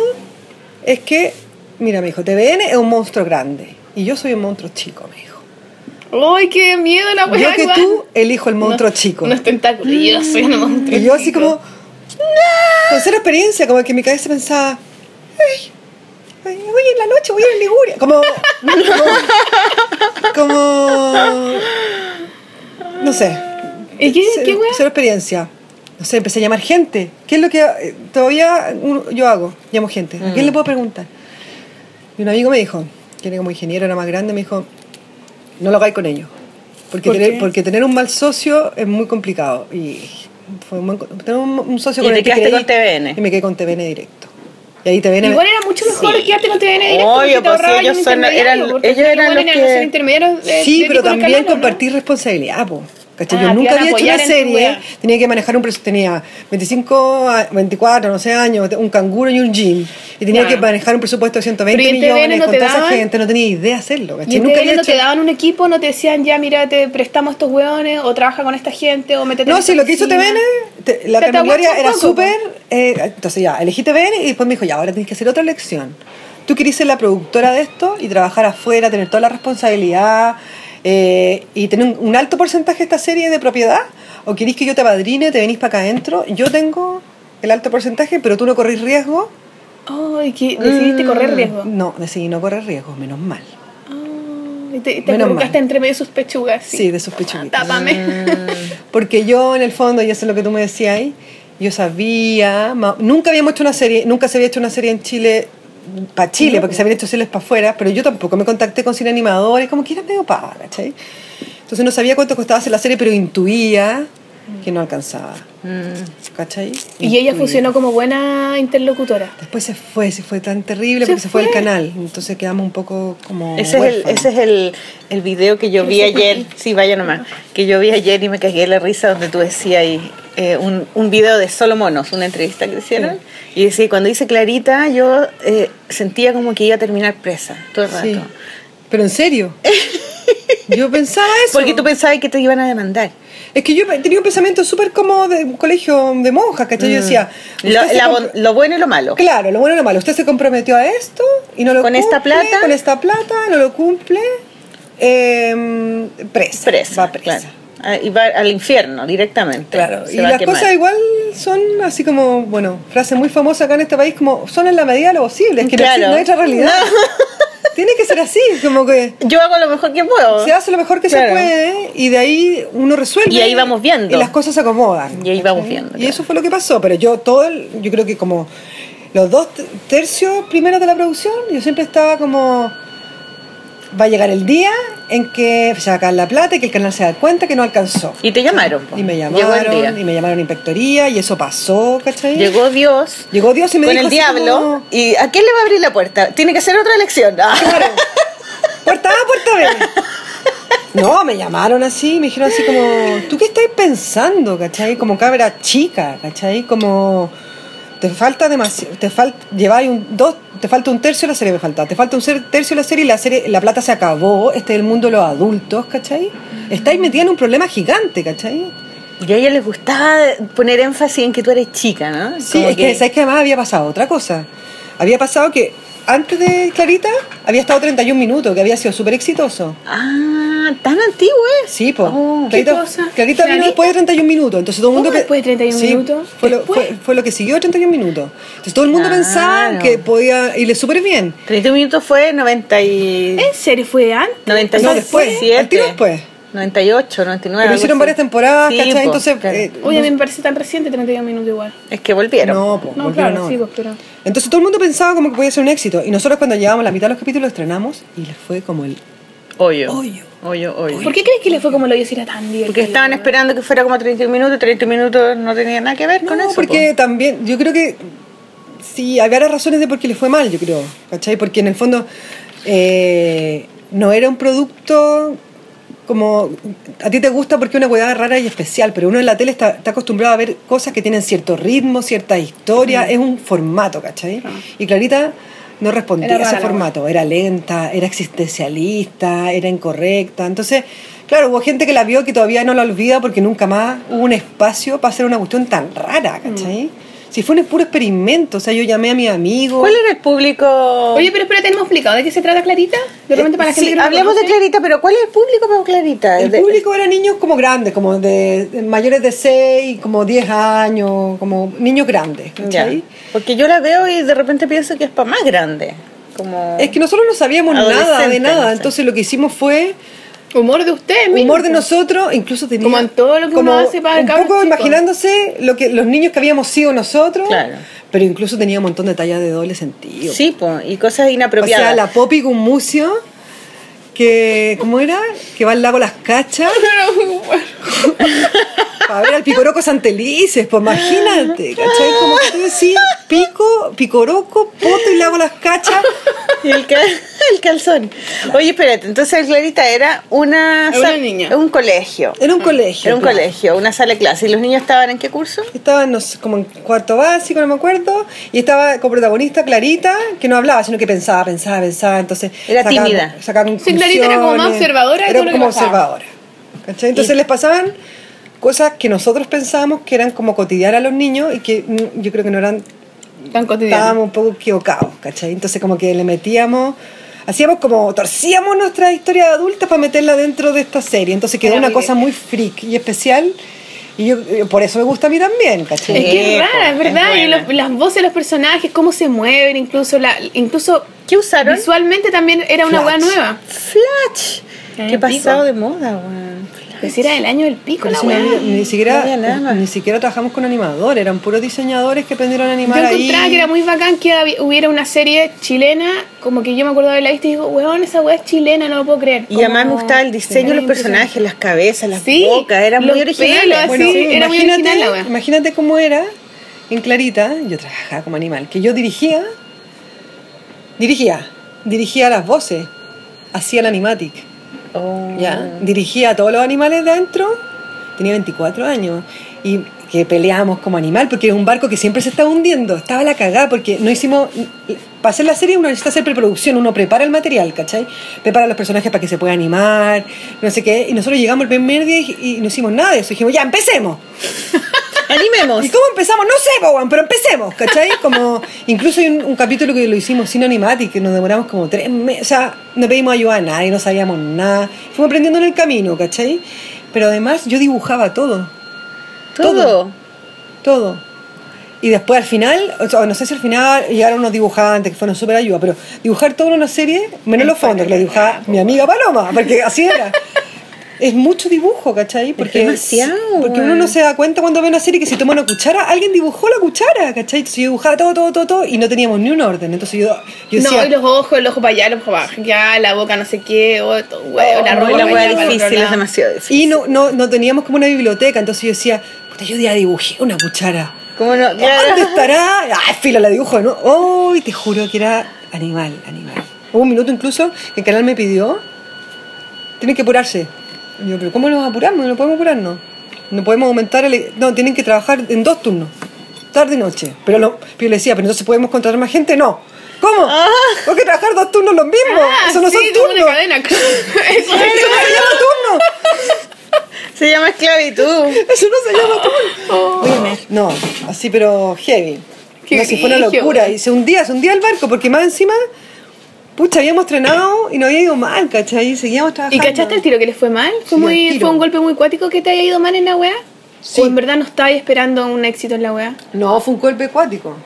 es que, mira, me dijo, TVN es un monstruo grande y yo soy un monstruo chico, me dijo.
¡Ay, qué miedo la hueá!
Yo que
igual.
tú elijo el monstruo
No,
chico.
Unos tentáculos. Y yo soy un monstruo
y yo así
chico.
como, con cero experiencia, como que en mi cabeza pensaba, ay, ay, voy en la noche, voy en Liguria. Como, como, como- no sé.
¿Y qué,
Cero-
qué hueá?
Cero experiencia. No sé, empecé a llamar gente. ¿Qué es lo que eh, todavía uno- yo hago? Llamo gente. ¿A quién
Mm.
le puedo preguntar? Y un amigo me dijo, que era como ingeniero, era más grande, me dijo, no lo hagáis con ellos. Porque,
¿Por
tener,
qué?
porque tener un mal socio es muy complicado. Y fue un, buen co- tengo un- un socio
Y
con
te
el que
quedaste
quedé-
con TVN.
Y me quedé con TVN directo. Y ahí TVN.
Igual era mucho mejor
Sí.
quedarte con TVN directo.
Obvio,
porque te
pues,
ahorrabas
ellos
un
son- eran-
intermediario, porque
ellos eran
igual
los que-
los intermediarios de-
sí,
de
pero
Nicolás
también
Canelo, ¿no?
compartir responsabilidad, po. ¿Cachai?
Ah,
Yo
te
nunca
iban a
había hecho
apoyar
una
en tu
serie,
wea.
tenía que manejar un presupuesto, tenía 25, a- 24, no sé, años, un canguro y un gym. Y tenía
Claro.
que manejar un presupuesto de 120
Pero ¿y en TVN
millones
no
con
te
toda esa
daban?
gente, no tenía idea hacerlo, ¿cachai?
Y en
nunca
TVN
había
no
hecho-
te daban un equipo, no te decían, ya, mira, te prestamos estos hueones, o trabaja con esta gente, o métete
No,
en
si
esta
lo que hizo
oficina.
TVN, te- la
Te atacó
Canularia
un
era
poco,
súper. eh, entonces ya, elegí TVN y después me dijo, ya, ahora tienes que hacer otra elección. Tú querías ser la productora de esto y trabajar afuera, tener toda la responsabilidad eh, y tener un, un alto porcentaje de esta serie de propiedad. ¿O querís que yo te padrine, te venís para acá adentro? Yo tengo el alto porcentaje, pero tú no corrís riesgo.
Ay, que decidiste correr
Mm.
riesgo.
No, decidí no correr riesgo, menos mal.
Ay, te te
Menos
acurrucaste
mal.
entre medio de sus pechugas.
Sí, Ah,
Sí,
de sus pichunitas.
Tápame.
Porque yo, en el fondo, y eso es lo que tú me decías ahí, yo sabía, ma- nunca habíamos hecho una serie, nunca se había hecho una serie en Chile, para Chile, porque se habían hecho series para afuera, pero yo tampoco me contacté con cine animadores, como que era medio paga, ¿cachai? Entonces no sabía cuánto costaba hacer la serie, pero intuía que no alcanzaba,
Mm.
¿cachai?
Y ella
Intuía.
funcionó como buena interlocutora.
Después se fue, se fue tan terrible
Se
porque se fue del
fue.
canal, entonces quedamos un poco como.
Ese es, el,
huérfanos.
ese es el, el video que yo vi ayer, sí, vaya nomás, que yo vi ayer y me cagué de la risa donde tú decías ahí, eh, un, un video de solo monos, una entrevista que hicieron, y decía, cuando hice Clarita yo eh, sentía como que iba a terminar presa todo el rato.
Sí. Pero en serio. Yo pensaba eso.
Porque tú pensabas que te iban a demandar.
Es que yo tenía un pensamiento súper como de un colegio de monjas, ¿cachai? Yo decía.
Lo,
usted se
Mm. la
compro-
bon- lo bueno y lo malo.
Claro, lo bueno y lo malo. Usted se comprometió a esto y no lo
Con
cumple.
esta plata.
Con esta plata, no lo cumple. eh, presa.
Presa,
Va presa.
claro. Ah, Y va al infierno directamente.
Claro,
Se
y
va a
las
quemar.
cosas igual son así como, bueno, frase muy famosa acá en este país, como son en la medida de lo posible, es que no
Claro.
existe- no hay otra realidad. Tiene que ser así, como que
Yo hago lo mejor que puedo.
se hace lo mejor que se
Claro.
puede y de ahí uno resuelve.
Y ahí vamos viendo.
Y las cosas se acomodan.
Y ahí vamos
¿cachai?
viendo,
Y
claro.
eso fue lo que pasó, pero yo todo, el- yo creo que como los dos te- tercios primeros de la producción, yo siempre estaba como... Va a llegar el día en que se va a acabar la plata y que el canal se da cuenta que no alcanzó.
Y te llamaron. po.
Y me
Llegó el día.
llamaron, y me llamaron a inspectoría, y eso pasó, ¿cachai?
Llegó Dios
Llegó Dios y me
con
dijo
el
así
diablo.
como,
¿Y a quién le va a abrir la puerta? Tiene que ser otra elección. Ah.
claro, puerta A, puerta B. No, me llamaron así, me dijeron así como, ¿tú qué estás pensando, cachai? Como cabra chica, cachai? Como, te falta demasiado, te falta, lleváis un, dos, te falta un tercio de la serie, me falta, te falta un cer- tercio de la serie y la serie, la plata se acabó, este es el mundo de los adultos, cachai? Estáis metida en un problema gigante, cachai?
Y a ella les gustaba poner énfasis en que tú eres chica, ¿no?
Sí,
Como
es que, ¿sabes que además había pasado otra cosa? Había pasado que antes de Clarita había estado 31 minutos, que había sido súper exitoso.
Ah, tan antiguo es.
Sí, pues.
Oh,
¿qué
Clarita,
cosa?
Clarita vino
¿Clarita?
después de 31 minutos. Entonces todo el
¿Cómo
mundo. pe-
después de 31
Sí,
minutos?
Fue lo, fue,
Después.
fue lo que siguió 31 minutos. Entonces todo el mundo
Claro.
pensaba que podía irle súper bien.
31 minutos fue 90 y...
¿En serio fue antes?
97.
No, después, al tiro después.
98, 99.
Pero
algo
hicieron
así.
varias temporadas,
Sí,
¿cachai?
po,
Entonces.
claro.
eh,
Oye, a mí me parece tan reciente 31 minutos igual.
es que volvieron.
no, pues.
No, claro, sí, pues, pero...
Entonces todo el mundo pensaba como que podía ser un éxito. Y nosotros cuando llegábamos la mitad de los capítulos estrenamos y les fue como el
Hoyo.
Hoyo.
Hoyo, hoyo.
¿Por qué crees que le fue como lo yo si era tan divertido?
Porque estaban esperando que fuera como 31 minutos, 31 minutos no tenía nada que ver con
no,
eso.
porque también, yo creo que sí, había las razones de por qué le fue mal, yo creo, ¿cachai? Porque en el fondo eh, no era un producto como a ti te gusta porque es una hueá rara y especial, pero uno en la tele está, está acostumbrado a ver cosas que tienen cierto ritmo, cierta historia, es un formato, ¿cachai? Y Clarita no respondía
Era
a ese
rara la
formato, era lenta, era existencialista, era incorrecta, entonces, claro, hubo gente que la vio que todavía no la olvida porque nunca más hubo un espacio para hacer una cuestión tan rara,
Mm.
¿cachai? Si fue un puro experimento, o sea, yo llamé a mi amigo.
¿Cuál era el público?
Oye, pero espérate, no hemos explicado de qué se trata Clarita. De repente para la
Eh, Sí,
gente que no la
hablemos de
conoce.
Clarita, pero ¿cuál es el público para Clarita?
El
De-
público era niños como grandes, como de, de mayores de 6, como 10 años, como niños grandes,
Ya.
¿cachai?
Porque yo la veo y de repente pienso que es para más grande. Como...
Es que nosotros no sabíamos nada de
Adolescente,
nada,
no sé.
entonces lo que hicimos fue
Humor de ustedes, mismos.
humor de nosotros, incluso tenía
Como en todo lo que uno hace para
un
cabros
poco
chicos.
imaginándose lo que los niños que habíamos sido nosotros,
Claro.
pero incluso tenía un montón de tallas de doble sentido.
Sí, po, y cosas
o sea,
inapropiadas.
la Poppy Gumucio que ¿cómo era? Que va al lago Las Cachas.
Pero, bueno,
Para ver al picoroco Santelices, pues imagínate, ¿cachai? Como que tú decís, pico, picoroco, poto y lavo las cachas.
Y el, cal- el calzón. Oye, espérate, entonces Clarita era una,
Era una
sal-
niña.
un colegio.
Era un colegio.
Era un
claro.
colegio, una sala de clase. ¿Y los niños estaban en qué curso?
Estaba no sé, como en cuarto básico, no me acuerdo, y estaba como protagonista Clarita, que no hablaba, sino que pensaba, pensaba, pensaba, entonces...
Era tímida.
sacaba
Sí, Clarita era como más
conclusiones,
observadora de
Era
todo lo que
como
pasaba.
observadora. ¿cachai? Entonces les pasaban cosas que nosotros pensábamos que eran como cotidianas a los niños y que mm, yo creo que no eran...
Tan cotidiano.
Estábamos un poco equivocados, ¿cachai? Entonces como que le metíamos... Hacíamos como, torcíamos nuestra historia de adultas para meterla dentro de esta serie. Entonces quedó
Era
una
muy
cosa
bella.
muy freak y especial. Y yo, eh, por eso me gusta a mí también, ¿cachai?
Es que es
Viejo,
rara, es
es
verdad. y
buena.
los- las voces de los personajes, cómo se mueven, incluso la, incluso
¿Qué usaron?
visualmente también era una
Flash.
hueá nueva.
Flash.
Ah,
Qué
pico.
pasado de moda, weón.
Pero si era del año del pico,
Pero
la
si no
hueá.
había- ni siquiera
había nada.
ni siquiera trabajamos con animadores, eran puros diseñadores que aprendieron a
Yo
animar ahí.
encontraba que era muy bacán que hab- hubiera una serie chilena, como que yo me acuerdo de la vista y digo, weón, esa weá es chilena, no lo puedo creer.
Y
Como-
además me gustaba el diseño de los
Era
personajes, las cabezas, las
Sí,
bocas, eran
los
muy originales.
pelos,
Bueno,
sí, era muy
imagínate,
original la wea.
imagínate cómo era en Clarita, yo trabajaba como animal, que yo dirigía dirigía, dirigía las voces, hacía el animatic,
Oh.
ya, dirigía a todos los animales de adentro. Tenía 24 años y que peleábamos como animal porque es un barco que siempre se está hundiendo, estaba la cagada porque no hicimos para hacer la serie uno necesita hacer preproducción, uno prepara el material, ¿cachai? Prepara los personajes para que se pueda animar, no sé qué, y nosotros llegamos el primer día y, y no hicimos nada de eso, dijimos, "Ya, empecemos."
Animemos.
¿Y cómo empezamos? No sé, po, weón, pero empecemos, ¿cachai? Como, incluso hay un, un capítulo que lo hicimos sin animatic, que nos demoramos como tres meses, o sea, no pedimos ayuda a nadie, no sabíamos nada, fuimos aprendiendo en el camino, ¿cachai? Pero además yo dibujaba todo,
Todo.
todo. Y después al final, o sea, no sé si al final llegaron unos dibujantes que fueron súper ayuda, pero dibujar toda una serie, menos los fondos, que lo dibujaba mi amiga Paloma, porque así era. Es mucho dibujo, ¿cachai? Porque,
demasiado,
porque
güey.
uno no se da cuenta cuando ve una serie que si toma una cuchara, alguien dibujó la cuchara, ¿cachai? Entonces yo dibujaba todo, todo, todo, todo y no teníamos ni un orden. Entonces yo, yo
No,
decía,
y los ojos, el ojo para allá, el ojo para abajo, ya, la boca, no sé qué, o to-
Oh,
weón, la
La
ropa.
rola
para allá,
hueá
para el otro
difícil, es
lado.
demasiado difícil.
y no, no, no teníamos como una biblioteca, entonces yo decía, puta, yo ya dibujé una cuchara.
¿Cómo no?
¿Dónde estará? Ah, filo, la dibujo, ¿no? ¡Uy! te juro que era animal, animal. Hubo un minuto incluso que el canal me pidió, tienen que apurarse. Y yo, pero ¿cómo nos apuramos? No podemos apurarnos. No podemos aumentar el... No, tienen que trabajar en dos turnos, tarde y noche. Pero, lo... pero yo le decía, ¿pero entonces podemos contratar más gente? No. ¿Cómo? Porque trabajar dos turnos los mismos.
Ah,
Eso no
sí,
son
como
turnos.
una cadena. Eso es
Eso no se llama turno.
Se llama esclavitud.
Eso no se llama turno. Oye, No, así pero heavy.
Oh. Qué
no, si fue una
brillo,
locura.
güey.
Y se hundía, se hundía el barco, porque más encima, pucha, habíamos estrenado y no había ido mal, ¿cachai? Y seguíamos
¿Y
trabajando.
cachaste el tiro que les fue mal?
Sí,
¿Fue,
al
muy,
tiro.
¿Fue un golpe muy cuático que te haya ido mal en la weá?
Sí.
¿O en verdad no estabas esperando un éxito en la weá?
No, fue un golpe acuático.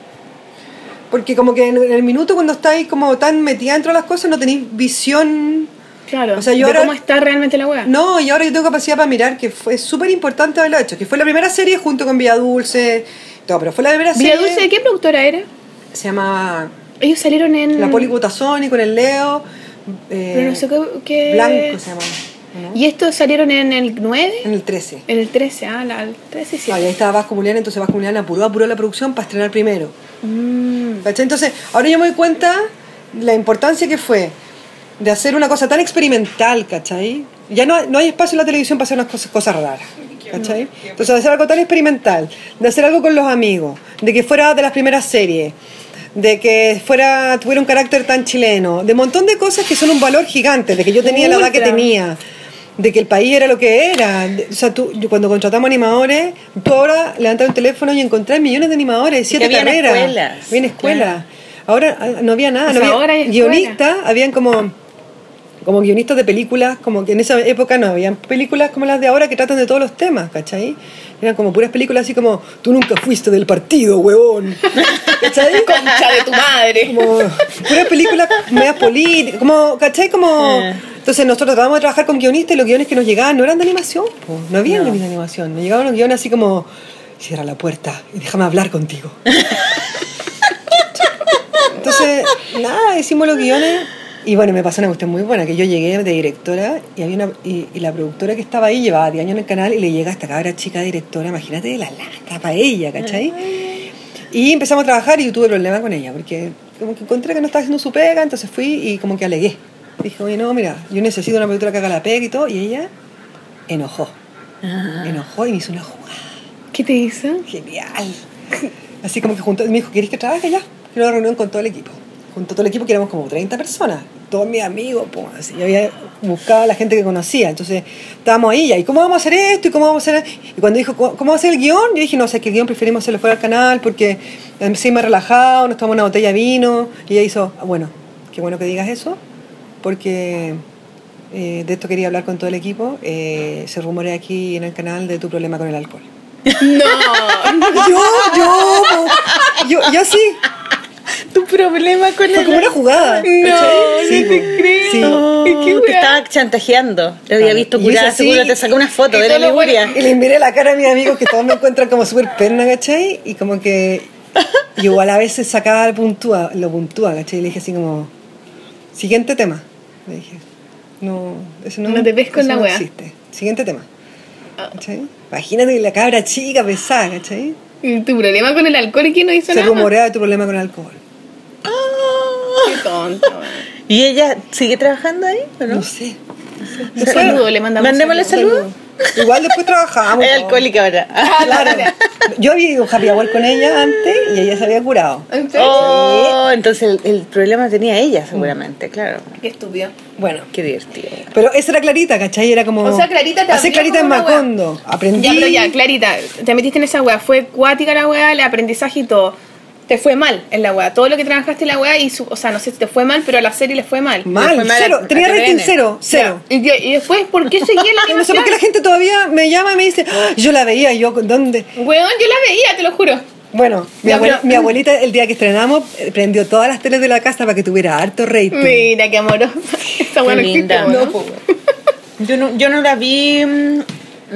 Porque como que en en el minuto cuando estáis como tan metida dentro de las cosas, no tenéis visión
Claro,
O sea, yo
de
ahora-
cómo está realmente la weá.
No, y ahora yo tengo capacidad para mirar, que fue súper importante haberlo hecho, que fue la primera serie junto con Villa Dulce, todo, pero fue la primera
Villa
serie.
Dulce, ¿de qué productora era?
Se llamaba
Ellos salieron en...
La Policutazón y con el Leo. eh,
Pero no sé qué... qué-
Blanco se llamaba. ¿no?
¿Y estos salieron en el 9?
En el 13.
En el 13, ah, la, el 13 sí.
Ah, y ahí estaba Vasco Mulián, entonces Vasco Mulián apuró, apuró la producción para estrenar primero.
Mm.
¿Cachai? Entonces, ahora yo me doy cuenta la importancia que fue de hacer una cosa tan experimental, ¿cachai? Ya no, no hay espacio en la televisión para hacer unas cosas, cosas raras, ¿cachai? Entonces, de hacer algo tan experimental, de hacer algo con los amigos, de que fuera de las primeras series, de que fuera tuviera un carácter tan chileno, de un montón de cosas que son un valor gigante, de que yo tenía la edad que
Ultra.
tenía, de que el país era lo que era. De- o sea, tú, yo cuando contratamos animadores, tú ahora levantas un teléfono y encontrás millones de animadores, siete
habían
carreras.
escuelas.
Habían escuelas. Ahora ah, no había nada, no
O sea,
había
ahora hay escuela.
guionistas, habían como como guionistas de películas, como que en esa época no habían películas como las de ahora que tratan de todos los temas, ¿cachai? Eran como puras películas así como tú nunca fuiste del partido, huevón. ¿Cachai?
Concha de tu madre.
Como puras películas medias políticas, como, ¿cachai? Como
Eh.
entonces nosotros tratábamos de trabajar con guionistas y los guiones que nos llegaban no eran de animación, po. no había guiones de animación, nos llegaban los guiones así como cierra la puerta y déjame hablar contigo. Entonces, nada, hicimos los guiones Y bueno, me pasó una cuestión muy buena, que yo llegué de directora y había una y, y la productora que estaba ahí llevaba 10 años en el canal y le llega esta cabra chica directora, imagínate de la lata para ella, ¿cachai? Y empezamos a trabajar y yo tuve problema con ella, porque como que encontré que no estaba haciendo su pega, entonces fui y como que alegué. Dije, oye, no, mira, yo necesito una productora que haga la pega y todo, y ella enojó. Enojó y me hizo una jugada
¿Qué te hizo?
genial. Así como que juntó, me dijo, ¿querés que trabaje ya? Quiero una reunión con todo el equipo. Junto todo el equipo, que éramos como 30 personas. Todos mis amigos, pues, así. Yo había buscado a la gente que conocía. Entonces, estábamos ahí ya. ¿Y cómo vamos a hacer esto? ¿Y cómo vamos a hacer...? Y cuando dijo, ¿cómo cómo va a ser el guión? Yo dije, no, sé que el guión preferimos hacerlo fuera del canal porque encima más relajado, nos tomamos una botella de vino. Y ella hizo, "Ah, bueno, qué bueno que digas eso porque... eh, de esto quería hablar con todo el equipo. Eh, se rumorea aquí en el canal de tu problema con el alcohol.
No.
Yo, yo, yo, yo sí.
Tu problema con
Fue como una jugada.
No,
Sí,
no
po.
te creo.
Sí.
¿Qué
te
wea?
estaba chantajeando. Te había
Claro.
visto
Y hizo
curada,
así,
seguro te sacó una foto,
y
era
todo lo bueno-
Liguria.
Y les miré la cara a mis amigos que todos me encuentran como súper perna, ¿cachai? Y como que yo igual a veces sacaba el puntúa, lo puntúa, ¿cachai? Y le dije así como, siguiente tema. Le dije, no, eso no,
No te ves con
eso
la
no
wea. Ah.
existe. Siguiente tema. ¿Cachai? Imagínate la cabra chica pesada, ¿cachai?
¿Y ¿Tu problema con el alcohol y que no hizo
Se
nada?
rumorea de tu problema con el alcohol.
Qué tonto. wea.
¿Y ella sigue trabajando ahí o no?
No sé.
Un saludo, le mandamos.
Mandémosle saludos.
Igual después trabajamos.
Es
po.
alcohólica ahora.
Claro. Yo había ido a un happy hour con ella antes y ella se había curado.
¿En serio?
Oh, entonces el, el problema tenía ella seguramente, claro.
Qué estúpido.
Bueno.
Qué divertido.
Pero esa era Clarita, ¿cachai? Era como.
O sea, Clarita te
Hacer
abrió
Clarita en
como una wea.
Macondo. Aprendí.
Ya, pero ya, Clarita, te metiste en esa wea. Fue cuática la wea, el aprendizaje y todo. Te fue mal en la wea. Todo lo que trabajaste en la wea, y su- o sea, no sé si te fue mal, pero a la serie le fue mal.
Mal,
Después me
cero.
la-
Tenía
la
rating
TVN.
cero, cero.
Ya. Y, de- y después, ¿por qué seguí en la
No sé
animación?
por qué la gente todavía me llama y me dice,
Oh.
"Ah, yo la veía, yo, ¿dónde?
Weón, yo la veía, te lo juro.
Bueno, mi,
Ya,
abuel-
pero-
mi abuelita, el día que estrenamos, eh, prendió todas las teles de la casa para que tuviera harto rating.
Mira, qué amorosa. Esa wea
Qué
no existe,
linda.
¿no?
No, po, Yo no, yo no la vi, mm,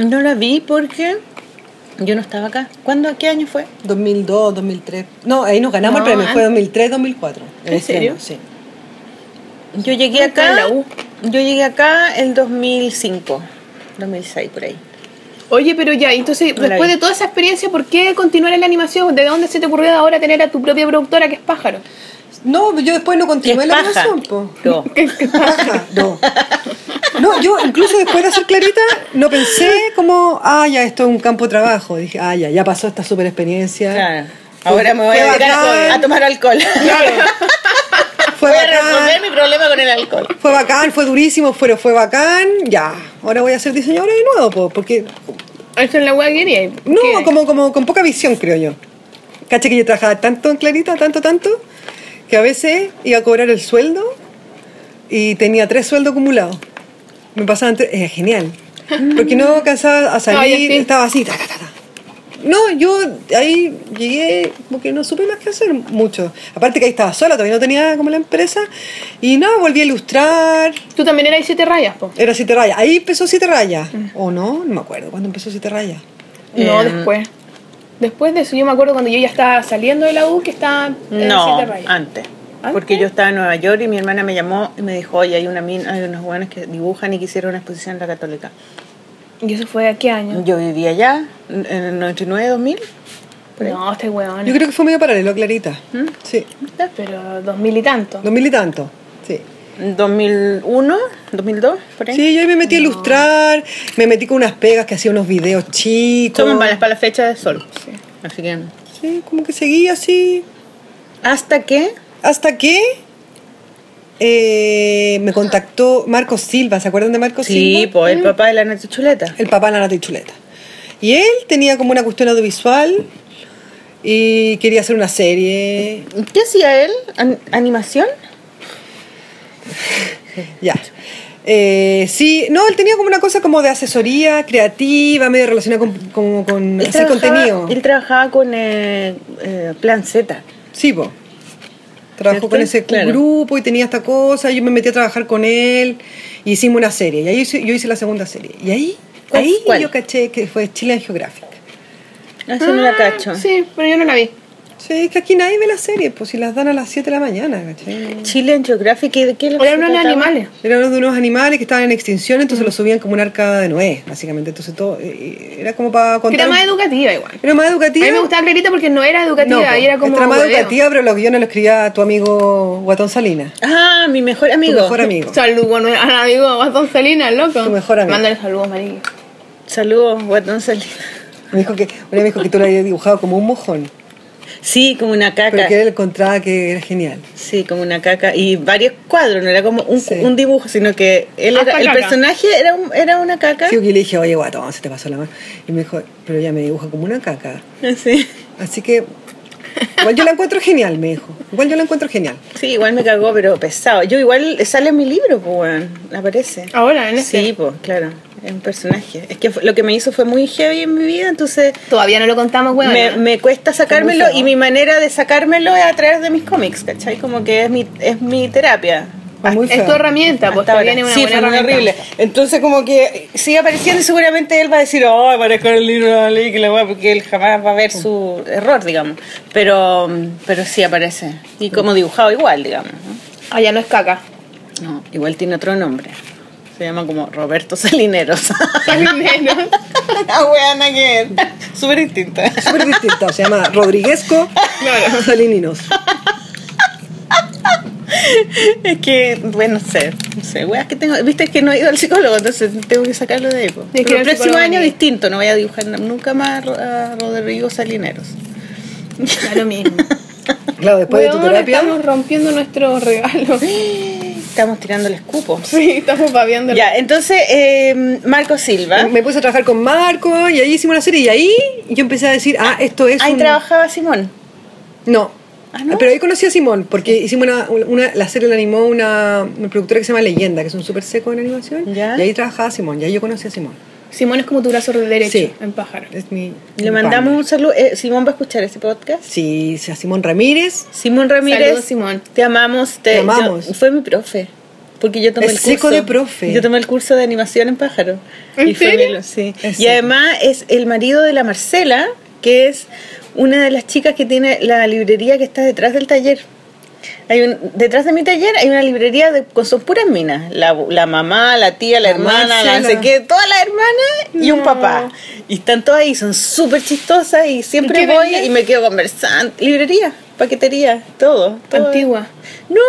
no la vi porque yo no estaba acá. ¿Cuándo? ¿A qué año fue?
2002, 2003. No, ahí nos ganamos
No,
el premio. Fue
antes.
2003, 2004. el
¿En serio?
estreno, Sí.
Yo llegué
Ah, estaba
acá,
en la U.
yo llegué acá el 2005, 2006 por ahí.
Oye, pero ya, entonces,
No la
después
vi.
de toda esa experiencia, ¿por qué continuar en la animación? ¿De dónde se te ocurrió ahora tener a tu propia productora, que es Pájaro?
No, yo después no
¿Qué
continué
es
la
paja?
relación, po.
No.
Ajá, no. No, yo incluso después de hacer Clarita, no pensé como, ah, ya, esto es un campo de trabajo. Dije, ah, ya, ya pasó esta super experiencia.
Claro. Ahora me voy
Fue
a dedicar
bacán.
a tomar alcohol.
Fue
voy a resolver
bacán,
mi problema con el alcohol.
fue bacán, fue durísimo, pero fue bacán, ya. Ahora voy a ser diseñadora de nuevo, po, porque,
Eso es la wea que quería.
no,
¿Qué?
como, como con poca visión, creo yo. Caché que yo trabajaba tanto en Clarita, tanto, tanto, que a veces iba a cobrar el sueldo y tenía tres sueldos acumulados. Me pasaban tres, era genial. Porque no cansaba a salir,
Mm. Ay, sí.
estaba así, ta, ta, ta, ta. No, yo ahí llegué porque no supe más que hacer mucho. Aparte que ahí estaba sola, todavía no tenía como la empresa. Y nada, volví a ilustrar,
Tú también eras siete rayas, po.
era Siete Rayas. Ahí empezó Siete Rayas.
Mm.
¿O no? No me acuerdo cuándo empezó Siete Rayas.
No,
Eh.
Em.
después. Después de eso, yo me acuerdo cuando yo ya estaba saliendo de la U, que estaba en
No,
Siete
ah,
Rayas.
antes.
¿Antes?
Porque yo estaba en Nueva York y mi hermana me llamó y me dijo, oye, hay una mina, hay unos buenos que dibujan y que hicieron una exposición en la católica.
¿Y eso fue a qué año?
Yo vivía allá, en el 99, 2000.
No, este weón.
Yo creo que fue medio paralelo a Clarita. Sí.
Pero dos mil y tanto.
Dos mil y tanto. Sí.
2001, 2002, por ahí.
Sí, yo ahí me metí a ilustrar, me metí con unas pegas que hacía unos videos chicos.
Somos para, para la fecha de sol. Así que...
Sí, como que seguí así.
Hasta que...
Hasta que eh, me contactó Marcos Silva, ¿se acuerdan de Marcos Silva?
Sí, pues el papá de la Nacho Chuleta.
El papá de la Nati Chuleta. Y él tenía como una cuestión audiovisual y quería hacer una serie.
¿Qué hacía él? ¿An- ¿Animación?
Ya. Eh, sí, no, él tenía como una cosa como de asesoría creativa, medio relacionada con, como con
Él
hacer
trabajaba-
contenido.
Él trabajaba con eh, eh, Plan Z.
Sí, po. Trabajó
¿Cierto?
con ese
Claro.
grupo y tenía esta cosa. Yo me metí a trabajar con él y hicimos una serie. Y ahí hice- yo hice la segunda serie. Y ahí,
¿Cuál-
ahí
cuál?
yo caché que fue Chile Geographic.
Ah, Así no la cacho.
Sí, Ah, pero yo no la vi.
Sí, es que aquí nadie ve la serie, pues si las dan a las 7 de la mañana, ¿cachai?
Chile en Geographic, ¿qué, qué es lo que
Eran
se
unos
trataba?
animales.
Eran unos de unos animales que estaban en extinción, entonces los subían como una arca de nuez, básicamente. Entonces todo eh, era como para
Que
contar.
Era
un-
más educativa igual.
Era más
A
educativa.
mí me gustaba Clarita porque no era
No,
educativa,
po,
y era como.
Era más
hueveo.
educativa, pero los guiones los escribía tu amigo Guatón Salinas.
Ah, mi mejor
Tu
amigo.
mejor amigo.
Saludos no, al amigo Gastón Salinas, loco.
Tu mejor amigo.
Mándale saludos, María.
Saludos, Guatón Salinas.
Me dijo que, una vez me dijo que tú lo habías dibujado como un mojón,
Sí, como una caca.
pero que él encontraba que era genial.
Sí, como una caca. Y varios cuadros, no era como un,
Sí.
un dibujo, sino que él
Hasta
era, el
caca.
personaje era, un- era una caca.
Sí, porque yo le dije, oye, Guatón, se te pasó la mano. Y me dijo, pero ya me dibuja como una caca.
Sí.
Así que, igual yo la encuentro genial, me dijo. Igual yo la encuentro genial.
Sí, igual me cagó, pero pesado. Yo igual sale en mi libro, pues, weón, aparece.
Ahora, en este.
Sí, pues, claro, es un personaje. Es que fue- lo que me hizo fue muy heavy en mi vida, entonces
Todavía no lo contamos, weón. ¿eh?
me, me cuesta sacármelo
Fue muy
y mi manera de sacármelo es a través de mis cómics, ¿cachai? Como que es mi, es mi terapia.
Fue muy
Es tu
feo.
herramienta, pues
Hasta
te
ahora.
viene una
sí,
buena
fue muy
herramienta.
horrible. Entonces, como que sigue apareciendo y seguramente él va a decir, oh, aparezco en el libro de Ali, que la weá", porque él jamás va a ver su error, digamos. Pero, pero sí aparece. Y como dibujado igual, digamos. ¿no?
Ah, ya no es caca.
No, igual tiene otro nombre. Se llama como Roberto Salineros.
Salineros.
La weana que es. Súper distinta.
Súper distinto. Se llama Rodriguesco Salininos.
Es que, bueno, no sé, no sé, weas que tengo. Viste es que no he ido al psicólogo, entonces tengo que sacarlo de ahí. po.
que
Pero
al
el próximo
psicólogo
año
ni-
distinto, no voy a dibujar nunca más a Ro- a Rodrigo Salineros.
Da lo mismo.
Claro, después de tu
Weón,
terapia.
estamos rompiendo nuestros regalos.
Estamos tirando el escupo.
Sí, estamos babeando.
Ya, entonces, eh, Marco Silva.
Me puse a trabajar con Marco y ahí hicimos la serie y ahí yo empecé a decir, ah, esto es
Ahí
un-
trabajaba Simón.
No.
Ah, ¿no?
Pero ahí conocí a Simón, porque hicimos una, una- la serie la animó una, una productora que se llama Leyenda, que es un súper seco en animación.
Ya.
Y ahí trabajaba Simón, y ahí yo conocí a Simón.
Simón es como tu brazo derecho
Sí.
en pájaro.
Es mi,
Le
mi
mandamos
partner.
un saludo. Eh, Simón va a escuchar este podcast.
Sí, sí, a Simón Ramírez.
Simón Ramírez.
Saludos, Simón.
Te amamos. Te,
Te amamos.
yo- fue mi profe. Porque yo tomé
Es
el curso.
seco de profe.
Yo tomé el curso de animación en pájaro.
¿En
y fue
serio?
mi- sí.
Es
Y
seco.
además es el marido de la Marcela, que es una de las chicas que tiene la librería que está detrás del taller. Hay un, detrás de mi taller hay una librería de, con sus puras minas. La, la mamá, la tía, la,
La
hermana, la no sé
Marcela.
qué, todas las hermanas y un
No.
papá. Y están todas ahí, son súper chistosas y siempre
¿Y qué
voy
vendías?
y me quedo conversando. Librería, paquetería, todo. todo.
Antigua.
No,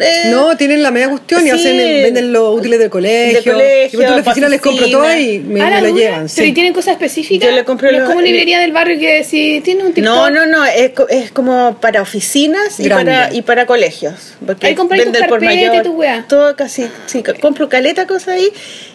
eh,
No, tienen la media cuestión y
sí.
hacen el- venden los útiles del colegio.
colegio,
yo voy a la oficina les compro
oficina.
todo y me,
Ah,
me
la
lo
dura.
llevan.
Pero ¿y
Sí.
tienen cosas específicas?
Yo le compré
No es
los-
como librería del barrio que si tiene un tipo.
no, no, no, es, co- es como para oficinas y
Grande.
para, y para colegios. Porque
Ahí compras
venden
tus
por
carpetas,
mayor.
tu weá.
Todo casi, sí, ca- compro caleta cosas ahí.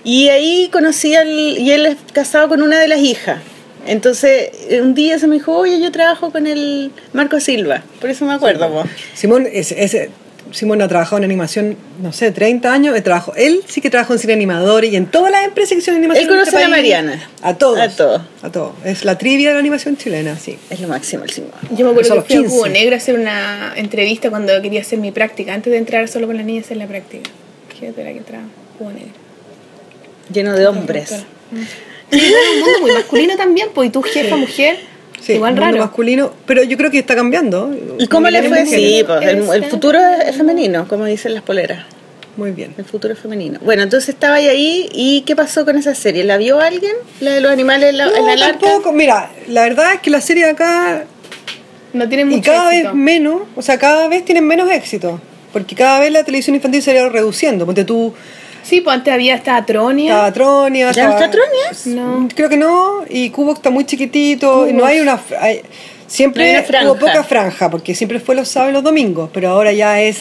Y ahí conocí al, y él es casado con una de las hijas. Entonces, eh, un día se me dijo, oye, yo trabajo con el Marco Silva. Por eso me acuerdo, po.
Simón es, es- Simón ha trabajado en animación, no sé, 30 años. eh, trabajó- él sí que trabajó en cine animador y en todas las empresas que son animación.
Él
en
conoce
este
a la
país.
Mariana.
A todos.
A todos.
A todos. Es la trivia de la animación chilena, sí.
Es lo máximo el Silva.
Yo me
Empezó a
acuerdo
los
que fui a
15.
Cubo Negro a hacer una entrevista cuando quería hacer mi práctica, antes de entrar solo con las niñas en la práctica. Fíjate la que entraba Cubo Negro.
Lleno de hombres.
Sí, era un mundo muy masculino también, pues, y tú jefa, mujer,
Sí,
igual
mundo
raro.
masculino, pero yo creo que está cambiando.
¿Y cómo le fue? Sí,
Femenino.
pues, el, el futuro es femenino, como dicen las poleras.
Muy bien.
El futuro femenino. Bueno, entonces estaba ahí, ahí y ¿qué pasó con esa serie? ¿La vio alguien? ¿La de los animales en la, en
No,
la larca?
tampoco. Mira, la verdad es que la serie de acá
No tiene mucho
y cada
éxito.
vez menos, o sea, cada vez tienen menos éxito, porque cada vez la televisión infantil se ha ido reduciendo. Ponte tú,
Sí, pues antes había esta Atronia.
estaba Tronia,
¿Ya no
estaba-
está Tronias?
No.
Creo que no, y Cubo está muy chiquitito, y no hay una... hay-
No hay
siempre
una franja.
hubo poca franja, porque siempre fue los sábados y los domingos, pero ahora ya es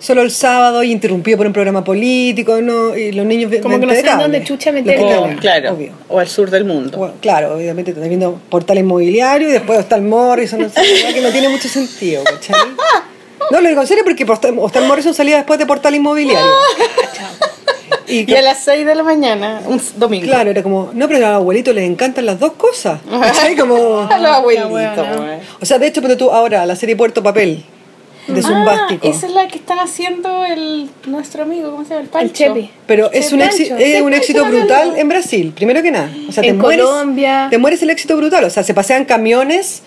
solo el sábado y interrumpido por un programa político, ¿no? y los niños...
Como que no saben dónde chucha meterlo.
meterlo.
O, Oh, claro,
Obvio.
o al sur del mundo.
Bueno, claro, obviamente estás viendo portal inmobiliario y después Hostal Morrison, no sé, que no tiene mucho sentido, ¿cachai? No, lo digo en serio porque Hostal Hostal Morrison salía después de portal inmobiliario. Y,
Y a las 6 de la mañana, un s- domingo.
claro, era como, no, pero a los abuelitos les encantan las dos cosas, ¿cachai? Como...
A los abuelitos.
La weona.
weón.
O sea, de hecho, ponte tú ahora la serie Puerto Papel de Zumbástico.
esa es la que está haciendo el nuestro amigo, ¿cómo se llama? El Pancho.
El Chepi.
Pero es un,
Pancho,
éxito, es
sí,
un
Pancho
éxito
Papel.
brutal en Brasil, primero que nada. O sea, te
En
mueres,
Colombia.
Te mueres el éxito brutal. O sea, se pasean camiones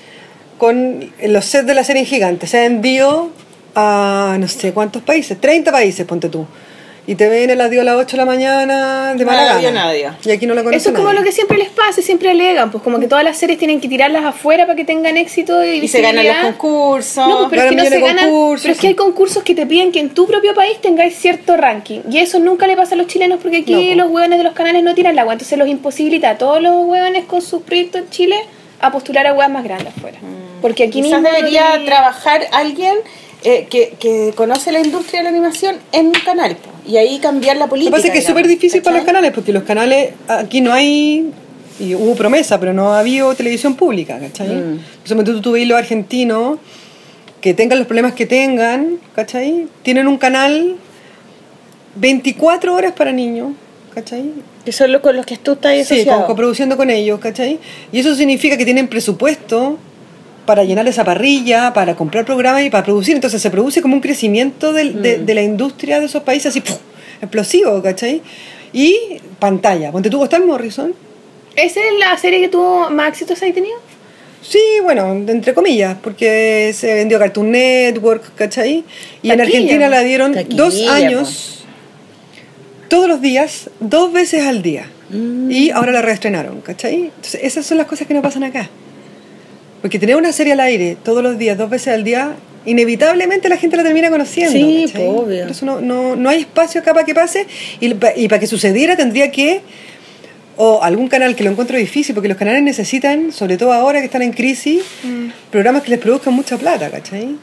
con los sets de la serie gigante. Se ha enviado a no sé cuántos países, 30 países, ponte tú. Y te ven en la dio a las 8 de la mañana de
No
mala
la vio
gana.
nadie.
Y aquí no Mm. la conoce
Eso es como
nadie.
lo que siempre les pasa, siempre alegan, pues como que todas las series tienen que tirarlas afuera para que tengan éxito y,
Y se ganan los
visibilidad.
concursos.
No, pues, pero es
Ganan
que no se
millones de
ganan.
concursos.
Pero es que hay concursos que te piden que en tu propio país tengáis cierto ranking. Y eso nunca le pasa a los chilenos porque
No,
aquí
pues.
los hueones de los canales no tiran la agua. Entonces los imposibilita a todos los hueones con sus proyectos en Chile a postular a hueas más grandes afuera. Porque aquí
Mm. Quizás
mismo no
debería
tenéis-
trabajar alguien eh, que, que conoce la industria de la animación en un canal po, y ahí cambiar
Lo
la
que
política.
pasa es que es
digamos,
súper difícil para los
¿cachai?
canales, porque los canales, aquí no hay, y hubo promesa, pero no ha habido televisión pública, ¿cachai?
Mm.
Entonces, tú, tú veis los argentinos, que tengan los problemas que tengan, ¿cachai? Tienen un canal 24 horas para niños, ¿cachai?
Que son los con los que tú estás
Sí, con-
asociado.
coproduciendo con ellos, ¿cachai? Y eso significa que tienen presupuesto para llenar esa parrilla, para comprar programas y para producir. Entonces se produce como un crecimiento del- de, de la industria de esos países así, ¡puf! explosivo, ¿cachai? Y pantalla. Ponte tú, ¿estás Morrison?
¿Esa es la serie que tuvo más éxitos ahí tenido?
Sí, bueno, entre comillas, porque se vendió a Cartoon Network, ¿cachai? Y en
Taquilla,
Argentina
po.
la dieron
pues. Taquilla,
dos años, todos los días, dos veces al día.
Mm.
Y ahora la reestrenaron, ¿cachai? Entonces, esas son las cosas que no pasan acá. Porque tener una serie al aire todos los días, dos veces al día, inevitablemente la gente la termina conociendo.
Sí,
¿cachai?
po, obvio.
Por eso no, no, no hay espacio acá para que pase. Y, pa- y para que sucediera tendría que o algún canal que lo encuentro difícil, porque los canales necesitan, sobre todo ahora que están en crisis, programas que les produzcan mucha plata, ¿cachai?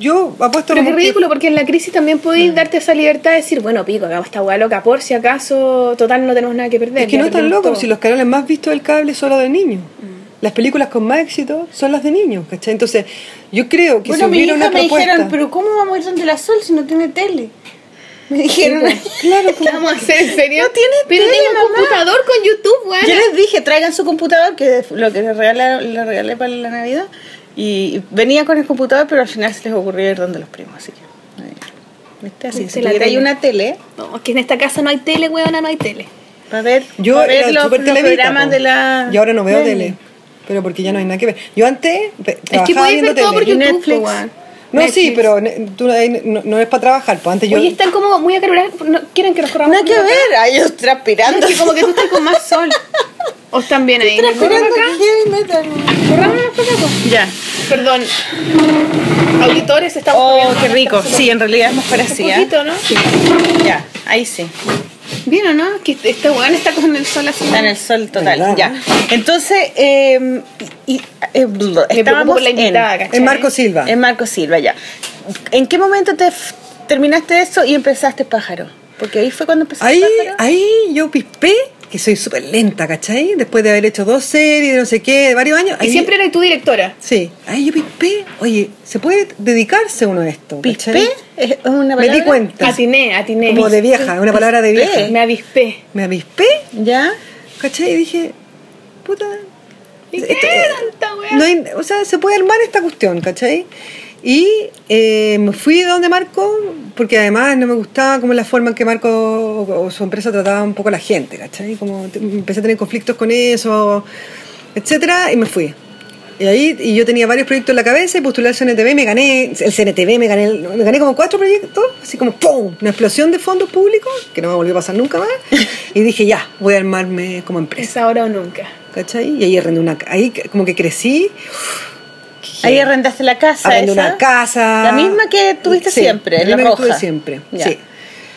Yo apuesto
Pero qué
como que-
ridículo, porque en la crisis también
Mm.
podéis darte esa libertad de decir, bueno, pico, hagamos esta hueá loca por si acaso, total, no tenemos nada que perder.
Es que
ya
no están
perdimos
locos,
todo.
si los canales más vistos del cable son los de niños. Las películas con más éxito son las de niños, ¿cachai? Entonces, yo creo que
Bueno,
si
mi
hubiera
hija
una
me
propuesta...
dijeron, pero ¿cómo vamos a ir donde la sol si no tiene tele? Me dijeron,
Claro, pues,
¿Qué vamos a hacer en serio?
No tiene
Pero
tele,
tengo un
mamá.
computador con YouTube, weón.
yo les dije, traigan su computador, que es lo que les regalaron, le regalé para la Navidad. Y venía con el computador, pero al final se les ocurrió ir donde los primos, así que. ahí. ¿Viste? Así que
Viste
si
la
tuviera ahí
tele.
una tele
No, es que en esta casa no hay tele, weona, no hay tele.
para ver,
Yo
para
era
ver los,
súper
los
televita,
programas
po.
de la.
Y ahora no veo
Nani.
tele. Pero porque ya no hay nada que ver. Yo antes ve-
Es que
trabajaba
podéis
viendo
ver todo por
tele.
YouTube,
Netflix.
po, weón.
No, sí,
Netflix.
pero ne- tú, ahí no, no es para trabajar. Pues antes yo...
Oye, están como muy acalorados. No, ¿Quieren que nos corramos?
Nada que
por acá?
ver, a ellos transpirando.
Es que como que tú estás con más sol. O están bien ahí. ¿Me corro
transpirando
para
heavy
acá?
metal.
Corrámonos para acá, po.
Ya.
Perdón. Auditores, estamos
Oh,
comiendo
qué
más
rico.
cosas.
Sí, en realidad es mejor así.
Un
¿ah?
poquito, ¿no?
Ya, ahí sí.
¿Bien o no? Que este weón está con el sol así.
Está en el sol total.
Verdad,
Ya.
¿no?
Entonces, eh, y, eh, blu,
Me preocupo
estábamos
por la invitada,
en,
¿cachai?
En Marco Silva.
en Marco Silva, ya. ¿En qué momento te f- terminaste eso y empezaste pájaro? Porque ahí fue cuando empezaste
Ahí, ah,
pájaro.
ahí yo pispé, que soy súper lenta, ¿cachai? Después de haber hecho dos series, de no sé qué, de varios años.
Y
ahí-
siempre eres tu directora.
Sí, ahí yo pispé. Oye, ¿se puede dedicarse uno a esto? ¿cachai?
¿Pispé? ¿Es una
Me
palabra?
di cuenta.
Atiné, atiné.
Como de vieja, una palabra de
Pispé.
vieja.
Me avispé.
Me avispé,
¿Ya?
¿cachai? Y dije, puta.
¿Y
esto-
qué tanta wea?
no hay- o sea, se puede armar esta cuestión, ¿cachai? Y eh, me fui de donde Marco, porque además no me gustaba como la forma en que Marco o, o su empresa trataba un poco a la gente, ¿cachai? Como te- empecé a tener conflictos con eso, etcétera, y me fui. Y ahí y yo tenía varios proyectos en la cabeza y postulé al CNTV, me gané el CNTV, me gané, el- me gané como cuatro proyectos, así como ¡pum! Una explosión de fondos públicos, que no me volvió a pasar nunca más. Y dije, ya, voy a armarme como empresa,
Es ahora o nunca.
¿cachai? Y ahí arrendé una... ca- Ahí como que crecí,
Ahí arrendaste la casa.
Arrendé
esa.
una casa.
La misma que tuviste
Sí,
siempre,
la
la,
misma
roja.
que tuve siempre.
Ya.
Sí.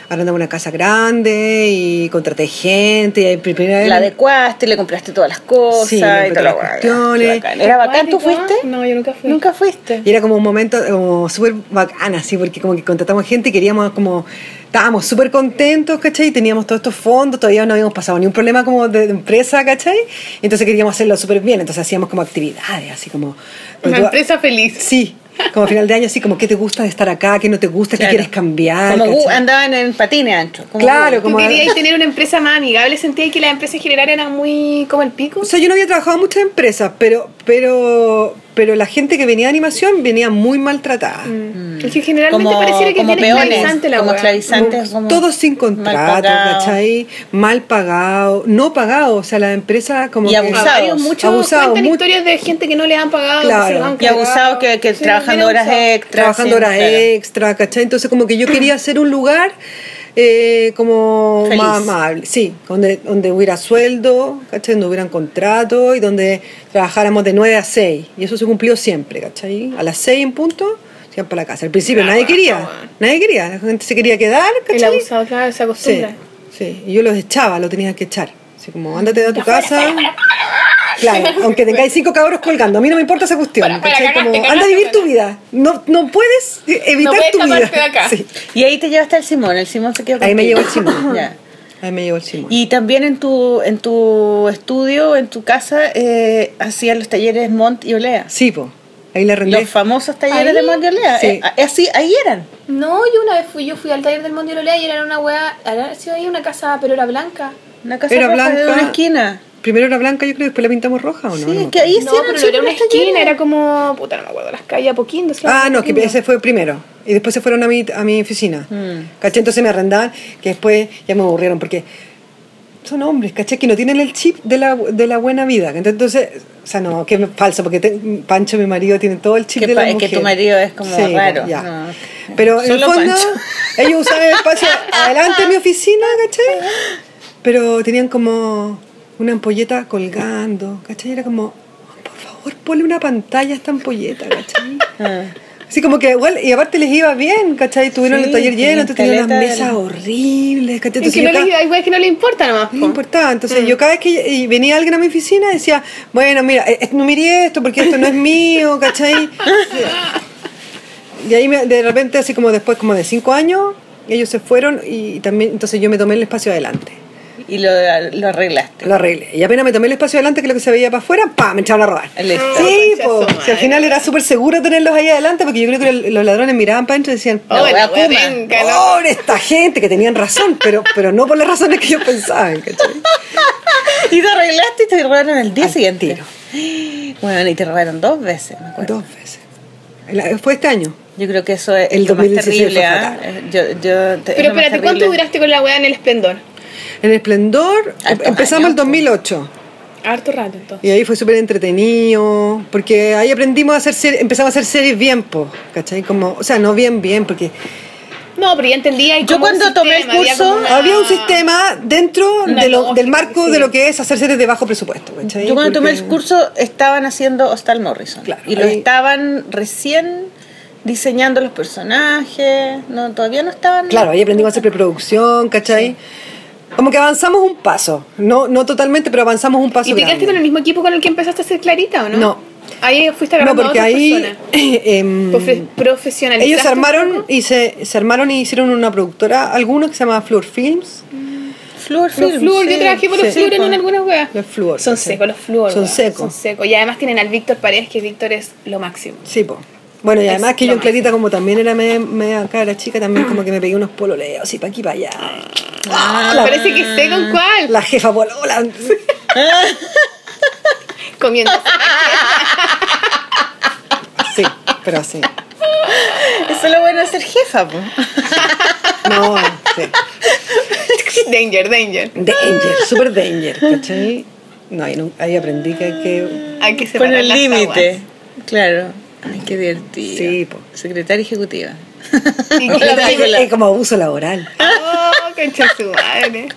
Arrendamos una casa grande y contraté gente. Y ahí pri- primera vez-
La adecuaste, le compraste todas las cosas
Sí,
y
le compré
toda la
las
hueá.
cuestiones.
Qué bacán. ¿Era bacán? ¿Tú
Acuático,
fuiste?
¿ah? No, yo nunca fui.
Nunca fuiste.
Y era como un momento como súper bacana, así, porque como que contratamos gente y queríamos como... Estábamos súper contentos, ¿cachai? Y teníamos todos estos fondos, todavía no habíamos pasado ni un problema como de, de empresa, ¿cachai? Entonces queríamos hacerlo súper bien, entonces hacíamos como actividades, así como...
Una
tú-
empresa feliz.
Sí, como a final de año, así como qué te gusta de estar acá, qué no te gusta,
Claro.
qué quieres cambiar.
Como Gu-
¿cachai?
andaban en patines ancho. como
Claro,
Gu-
como-
¿Tú querías tener una empresa más amigable? ¿Sentías que las empresas en general eran muy como el pico?
O sea, yo no había trabajado en muchas empresas, pero, pero, pero la gente que venía de animación venía muy maltratada.
Mm.
Mm. Es que generalmente
Como-
pareciera que
como
tiene
peones,
esclavizante la
como
wea.
esclaviz- Antes como
Todos sin
mal
contrato,
pagado.
¿cachai? Mal pagado, no pagado, o sea, la empresa como
Y
que-
A
abusado.
varios muchos
Abusados,
cuentan
mu-
historias de gente que no le han pagado.
Claro.
que se lo han
Y
cagado.
abusado que, que
Sí,
trabajando
bien
horas
abusado.
extras.
trabajando horas extra, ¿cachai? Entonces como que yo quería hacer un lugar eh, como
Feliz.
más amable, sí, donde, donde hubiera sueldo, ¿cachai? Donde hubieran contrato y donde trabajáramos de 9 a 6. Y eso se cumplió siempre, ¿cachai? A las 6 en punto, se iban para la casa. Al principio nadie quería, nadie quería, la gente se quería quedar,
El
¿cachai?
abusado, claro, se
Sí,
acostumbra.
sí. Y yo los echaba, los tenía que echar. Así como, ándate de tu casa. Claro, aunque tengáis cinco cabros colgando, a mí no me importa esa cuestión. ¿cachai? como, anda a vivir tu vida. No, no puedes eh, evitar
puedes
tu vida.
escaparte de acá.
Sí.
Y ahí te llevaste al Simón, el Simón se quedó
Ahí me
contigo.
llevó el Simón.
Ya.
Ahí me llevó el Simón.
Y también en tu, en tu estudio, en tu casa, eh, hacían los talleres Mont y Olea.
Sí, po. Ahí la arrendé.
Los famosos talleres
Ahí.
de Mont y Olea.
Sí.
Eh, eh, así, ahí eran.
No, yo una vez fui, yo fui al taller del Mundial Olea y era una wea, era sí, había una casa, pero era blanca.
Una casa
Era
roja de
blanca.
una esquina.
Primero era blanca, yo creo, después la pintamos roja o no.
sí,
No me
es que ahí
No,
sí eran
pero era
siempre
una
los talleres.
esquina, era como, puta, no me acuerdo, las calles Apoquindo. se llama
Ah, no, que
Apoquindo.
ese fue primero. Y después se fueron a mi, a mi oficina.
Mm.
¿Caché? Entonces me arrendaban, que después ya me aburrieron, porque son hombres, ¿caché? Que no tienen el chip de la, de la buena vida. Entonces, o sea, no, que es falso, porque te- Pancho, mi marido, tiene todo el chip
Que
de la
pa- que
mujer.
tu marido es como raro,
ya.
no, ok.
Pero en el
Solo
fondo,
Pancho.
ellos usaban el espacio adelante de mi oficina, ¿caché? Pero tenían como una ampolleta colgando, ¿caché? Era como, "Oh, por favor, ponle una pantalla a esta ampolleta, ¿caché?
Ah.
Sí, como que igual, y aparte les iba bien, ¿cachai? Tuvieron
Sí,
el taller lleno, entonces tenían
caleta
unas
de
mesas
la-
horribles, ¿cachai?
Es
Entonces
que
yo
no
cada-
le, hay weas que no le importa nomás.
no
po. Mm.
importaba. Entonces yo cada vez que y venía alguien a mi oficina decía, bueno, mira, eh, eh, no miré esto porque esto no es mío, ¿cachai? Y ahí me- de repente, así como después como de cinco años, ellos se fueron y también, entonces yo me tomé el espacio adelante.
Y lo, lo arreglaste.
Lo arreglé. Y apenas me tomé el espacio adelante, que lo que se veía para afuera, ¡pam! Me echaron a robar.
Listo.
Sí,
Concha
po.
su madre.
Si al final era súper seguro tenerlos ahí adelante, porque yo creo que los- los ladrones miraban para adentro y decían,
La
Bueno,
wea
Oh, wea
Kuma.
penca, ¿no?
Pobre esta gente que tenían razón, pero, pero no por las razones que ellos pensaban, ¿cachai?
Y te arreglaste y te robaron el día
Al
siguiente.
tiro.
Bueno, y te robaron dos veces, me acuerdo.
Dos veces. El- fue este año.
Yo creo que eso es
El
lo más
2016
terrible.
fue
¿ah?
fatal.
Yo, yo, te- es
Pero
lo más
espérate, ¿cuánto
terrible.
duraste con la wea en el esplendor?
En Esplendor
Hartos
empezamos
años,
el 2008
Harto rato entonces.
y ahí fue súper entretenido porque ahí aprendimos a hacer series, empezamos a hacer series bien, po, ¿cachai? Como, o sea, no bien, bien, porque
No, pero ya entendía. y
Yo
como un
cuando tomé el
sistema, había
curso,
como una-
había un sistema dentro
Una
de lo-
Ah. lógica,
del marco
sí.
de lo que es hacer series de bajo presupuesto, ¿cachai?
Yo cuando tomé
Porque-
el curso estaban haciendo Hostal Morrison.
Claro,
y lo
ahí-
estaban recién diseñando los personajes. No, todavía no estaban.
Claro, ahí aprendimos a hacer preproducción, ¿cachai? Como que avanzamos un paso, no, no totalmente, pero avanzamos un paso.
¿Y te quedaste
grande.
con el mismo equipo con el que empezaste a ser clarita o no?
No.
Ahí fuiste
No,
agarrando
porque
a otras
ahí
personas.
em,
Profe- profesionalizaste
ellos se
un
armaron
poco.
y se, se armaron y hicieron una productora, algunos que se llamaba Flor Films,
Fluor
Los
Film,
flúor,
sí,
yo trabajé por los
sí,
flúor en
po.
algunas weas.
los Fluor.
Son
¿cachai?
secos los flúor.
Son
weón. Son
secos.
secos. Y además tienen al Víctor Paredes, que Víctor es lo máximo.
Sí, po. Bueno, y
Es
además que
lo
yo en Clarita, como también era media, media cara chica, también como que me pegué unos pololeos y pa' aquí pa' allá. Ah, la,
Parece que sé con cuál.
la jefa polola.
Comiendo.
Sí, pero así.
Eso es lo bueno de ser jefa, po.
No, sí.
danger, danger.
Danger, super danger, ¿cachai? No, ahí, nu- ahí aprendí que hay que...
Hay que separar
Pone el
las
límite. Claro. Ay, qué divertido.
Sí, po.
Secretaria ejecutiva.
aguas. Y que
La
la-
película.
Es como abuso laboral.
Oh, concha su madre.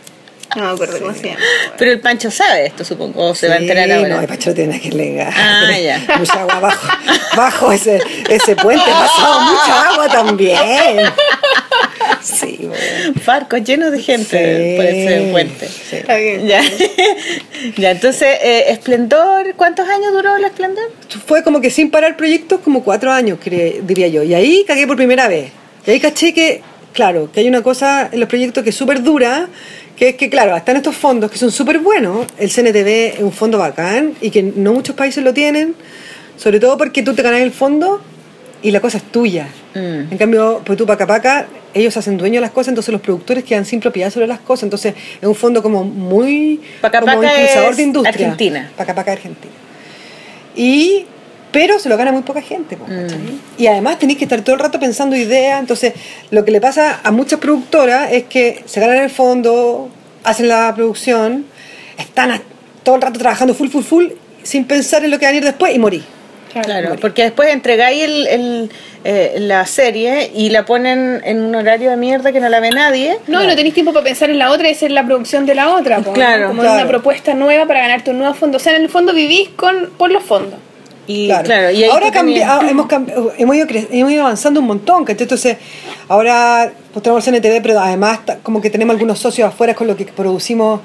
No me acuerdo cómo se llama.
Pero el Pancho sabe esto, supongo. O se va a
Sí,
enterar ahora.
No, el Pacho tiene que legar.
Ah,
Tiene
ya.
Mucha agua bajo, bajo ese, ese puente. Ha pasado mucha agua también. Sí, bueno.
barcos llenos de
Sí,
gente por ese puente.
sí.
Está bien.
Ya, ya entonces, eh, Esplendor, ¿cuántos años duró el Esplendor?
Fue como que sin parar proyectos como cuatro años, cre- diría yo. Y ahí cagué por primera vez. Y ahí caché que, claro, que hay una cosa en los proyectos que es súper dura, que es que, claro, están estos fondos que son súper buenos. El CNTV es un fondo bacán y que no muchos países lo tienen, sobre todo porque tú te ganas el fondo y la cosa es tuya.
Mm.
En cambio, pues tú Paca Paca, ellos hacen dueño de las cosas, entonces los productores quedan sin propiedad sobre las cosas. Entonces es un fondo como muy
Paca
como
Paca
impulsador
es
de industria.
Argentina.
Paca Paca Argentina. Y pero se lo gana muy poca gente. po, ¿cachai? Y además tenéis que estar todo el rato pensando ideas, entonces lo que le pasa a muchas productoras es que se ganan el fondo, hacen la producción, están a- todo el rato trabajando full, full, full, sin pensar en lo que van a ir después y morí.
Claro, porque después entregáis el, el, eh, la serie y la ponen en un horario de mierda que no la ve nadie.
No, no tenéis tiempo para pensar en la otra y hacer la producción de la otra. po,
Claro,
Como
claro.
una propuesta nueva para ganarte un nuevo fondo. O sea, en el fondo vivís con, por los fondos.
Y claro, y ahí
ahora
tú tenías-
cambi- ah, hemos, cambi- hemos, ido cre- hemos ido avanzando un montón, ¿cachai? Entonces, ahora pues, tenemos CNTV, pero además ta- como que tenemos algunos socios afuera con lo que producimos,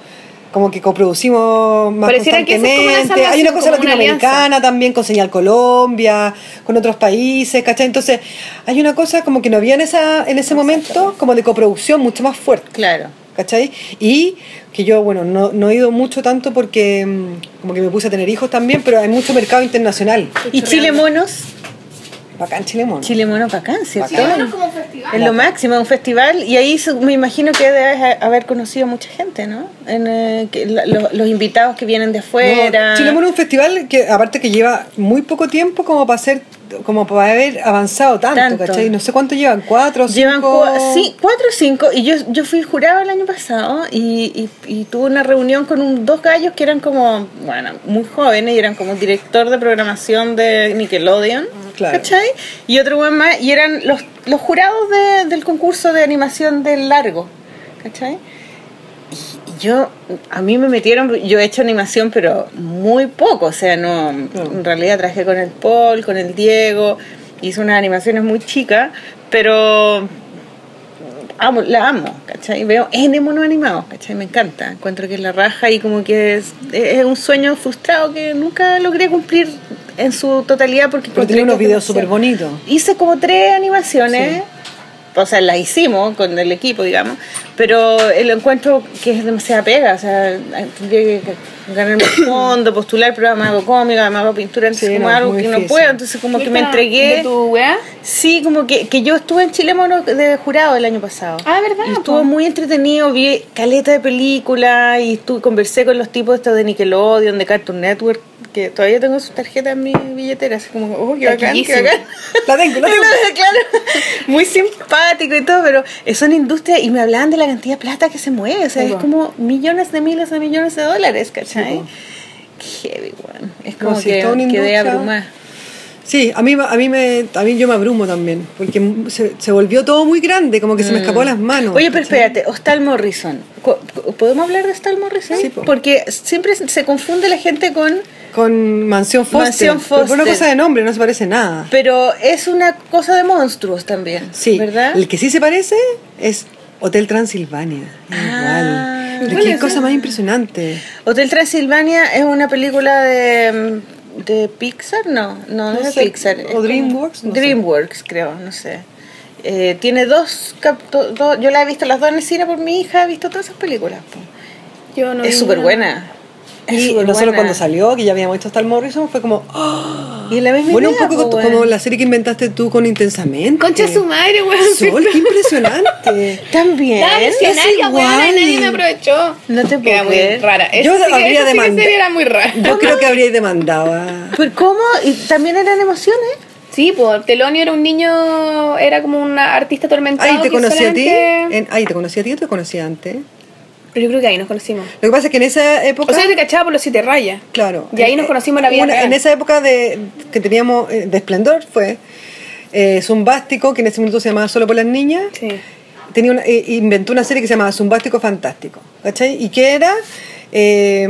como que coproducimos más
Pareciera que eso es como una
constantemente.
salvación,
Hay una cosa
como una
latinoamericana también con Señal Colombia, con otros países, ¿cachai? Entonces, hay una cosa como que no había en, esa, en ese momento como de coproducción mucho más fuerte.
Claro.
¿cachai? Y que yo, bueno, no, no he ido mucho tanto porque mm, como que me puse a tener hijos también, pero hay mucho mercado internacional.
Y Chile Monos,
Bacán Chile Mono.
Chile Monos Bacán, ¿cierto?
Bacán.
Es lo máximo, un festival. Y ahí su- me imagino que debes ha- haber conocido mucha gente, ¿no? En, eh, que la- lo- los invitados que vienen de
No,
afuera.
Chile Mono es un festival que aparte que lleva muy poco tiempo como para ser, como para haber avanzado tanto,
Tanto.
¿cachai? No sé cuánto llevan, cuatro, cinco.
Llevan cua- sí, cuatro o cinco. Y yo, yo fui jurado el año pasado y, y- y tuve una reunión con un- dos gallos que eran como, bueno, muy jóvenes y eran como director de programación de Nickelodeon.
Ah, Claro.
¿Cachai? Y otro weón más. Y eran los, los jurados de- del concurso de animación del largo. ¿Cachai? Y yo, a mí me metieron, yo he hecho animación, pero muy poco, o sea, no, en realidad trabajé con el Paul, con el Diego, hice unas animaciones muy chicas, pero amo, la amo, ¿cachai? Veo N mono animados, ¿cachai? Me encanta, encuentro que es la raja y como que es, es un sueño frustrado que nunca logré cumplir en su totalidad porque...
Pero
encontré
tiene unos
que es
videos súper
demasiado
bonitos.
hice como tres animaciones. O sea, las hicimos con el equipo, digamos. Pero el encuentro que es demasiada pega. O sea, tendría que ganar mi fondo, postular, pero además hago cómica, además hago pintura, entonces
Sí,
como
no, es
algo
muy
que no
difícil.
puedo. Entonces como que me
¿De
entregué.
tu weá?
Sí, como que, que yo estuve en Chile Mono de jurado el año pasado.
Ah, ¿verdad,
Y estuvo
po?
muy entretenido, vi caleta de película y estuve, conversé con los tipos estos de Nickelodeon, de Cartoon Network, que todavía tengo sus tarjetas en mi billetera, así como, oh, qué bacán, qué
Taquillísimo.
bacán.
La tengo, la tengo.
claro, muy simpático y todo, pero es una industria y me hablaban de la cantidad de plata que se mueve, o sea,
Sí,
es
po.
como millones de miles de millones de dólares, ¿cachai? Qué heavy, weón. Es
No,
como
sí,
que
es toda una
quedé
industria.
abrumada.
Sí, a mí, a mí me, también yo me abrumo también, porque se, se volvió todo muy grande, como que se me escapó de las manos.
Oye, pero
¿cachai?
espérate, Hostal Morrison. Co- co- ¿Podemos hablar de Hostal Morrison?
Sí, po.
Porque siempre se confunde la gente con...
Con Mansión Foster.
Mansión
Pero Por una
Foster.
cosa de nombre, no se parece nada.
Pero es una cosa de monstruos también,
Sí,
¿verdad?
el que sí se parece es Hotel Transilvania.
Ah.
Igual. Pero qué cosa más impresionante.
Hotel Transilvania es una película de, de Pixar, no, no, no,
No
es
sé,
de Pixar.
o
es como-
DreamWorks, no sé.
DreamWorks, creo, no sé. Eh, tiene dos, cap- do- do- yo la he visto las dos en el cine por mi hija, he visto todas esas películas. po.
Yo no vi
es súper
nada.
buena. Es
Y
súper
nosotros
buena.
cuando salió, que ya habíamos visto hasta el Morrison, fue como... ¡ah!
Y la misma
Bueno, un
idea,
poco
po,
como-
weón.
como la serie que inventaste tú con Intensamente.
pues, Concha su madre, weón.
Eh, Sol, qué impresionante.
Este, También.
Estaba visionaria,
es
weón, y nadie
igual.
me aprovechó.
No te
Que era
puedo
muy
creer.
rara. Esa
Yo
sí que-
habría
esa sí que
demandado.
serie era muy rara.
Yo creo que habría demandado a...
Pero ¿cómo? Y también eran emociones.
Sí, pues Telonio era un niño, era como un artista atormentado.
Ay, te
que
conocí a ti.
solamente-
En- Ay, te conocí a ti, yo te conocí antes.
Pero yo creo que ahí nos conocimos.
Lo que pasa es que en esa época...
O sea, yo te cachaba por los siete rayas.
Claro.
Y ahí nos conocimos en la vida
Una-
real.
En esa época de, que teníamos eh, de esplendor fue eh, Zumbástico, que en ese minuto se llamaba Solo por las Niñas.
Sí.
Tenía una- eh, inventó una serie que se llamaba Zumbástico Fantástico. ¿Cachai? Y que era... eh,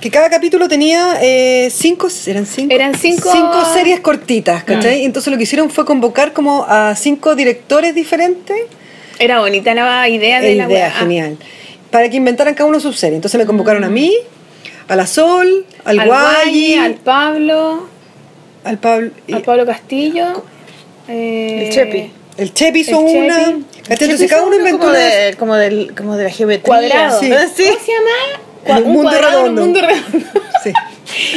que cada capítulo tenía eh, cinco, eran cinco,
Eran cinco- Mm.
series cortitas, ¿cachai? Entonces lo que hicieron fue convocar como a cinco directores diferentes
Era bonita la idea Ah, de
eh,
la
idea
weá.
genial. Para que inventaran cada uno su serie. Entonces me convocaron a mí, a la Sol, al,
Mm. Ah, Al
Guayi,
Guayi, al Pablo,
al Pablo. y-
al Pablo Castillo. eh,
El Chepi.
el Chepi hizo
El Chepi.
una. ¿cachai? Entonces cada uno inventó
como
una.
de, como, del, como de la geometría.
Cuadrado.
Sí.
Sí.
¿Cómo se llama?
El
Un
mundo
cuadrado en
redondo.
Un mundo redondo.
Sí.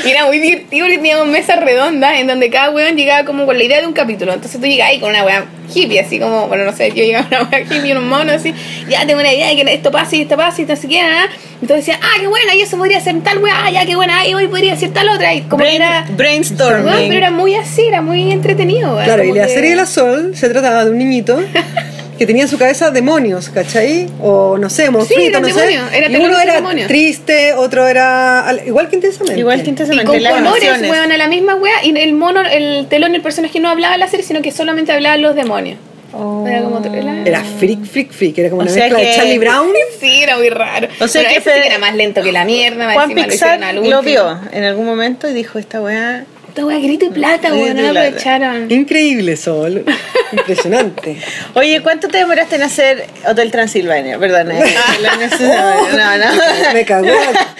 Y era muy divertido porque teníamos mesas redondas en donde cada weón llegaba como con la idea de un capítulo. Entonces tú llegabas ahí con una weá hippie, así como, bueno, no sé, yo llegaba con una weá hippie y un mono así. Ya tengo una idea de que esto pasa y esto pasa y esto así que nada. Entonces decía, ah, qué buena, y eso podría ser tal weá, ah, ya, qué buena, y hoy podría ser tal otra. Y como que
Brain-
era.
brainstorming.
Weón, pero era muy así, era muy entretenido. weón,
Claro, y
como
la
que-
serie de la Sol se trataba de un niñito que tenía en su cabeza demonios, ¿cachai? O no sé, monstruitos,
eran
no sé.
demonios, era
Y
terror
uno
de
era
demonios.
triste, otro era. al- Igual que intensamente.
Igual que
Y
intensamente,
con
las
colores,
emociones.
weón, a la misma wea. Y el mono, el telón, el personaje no hablaba la serie, sino que solamente hablaban los demonios.
Oh.
Era como. era-
Era freak, freak, freak. Era como
O
una
sea
mezcla de
que-
Charlie Brown.
Sí, era muy raro.
O sea
Pero
que
ese sí
Fer-
que era más lento que la mierda. más
Juan
encima
Pixar
hicieron al
lo,
último.
vio en algún momento y dijo, esta weá...
Esta wea grito y plata,
Grito
weón. No
y
la
plata.
aprovecharon.
Increíble, Sol. Impresionante.
Oye, ¿cuánto te demoraste en hacer Hotel Transilvania? Perdón, eh, la necesidad- no, no.
Me cagó.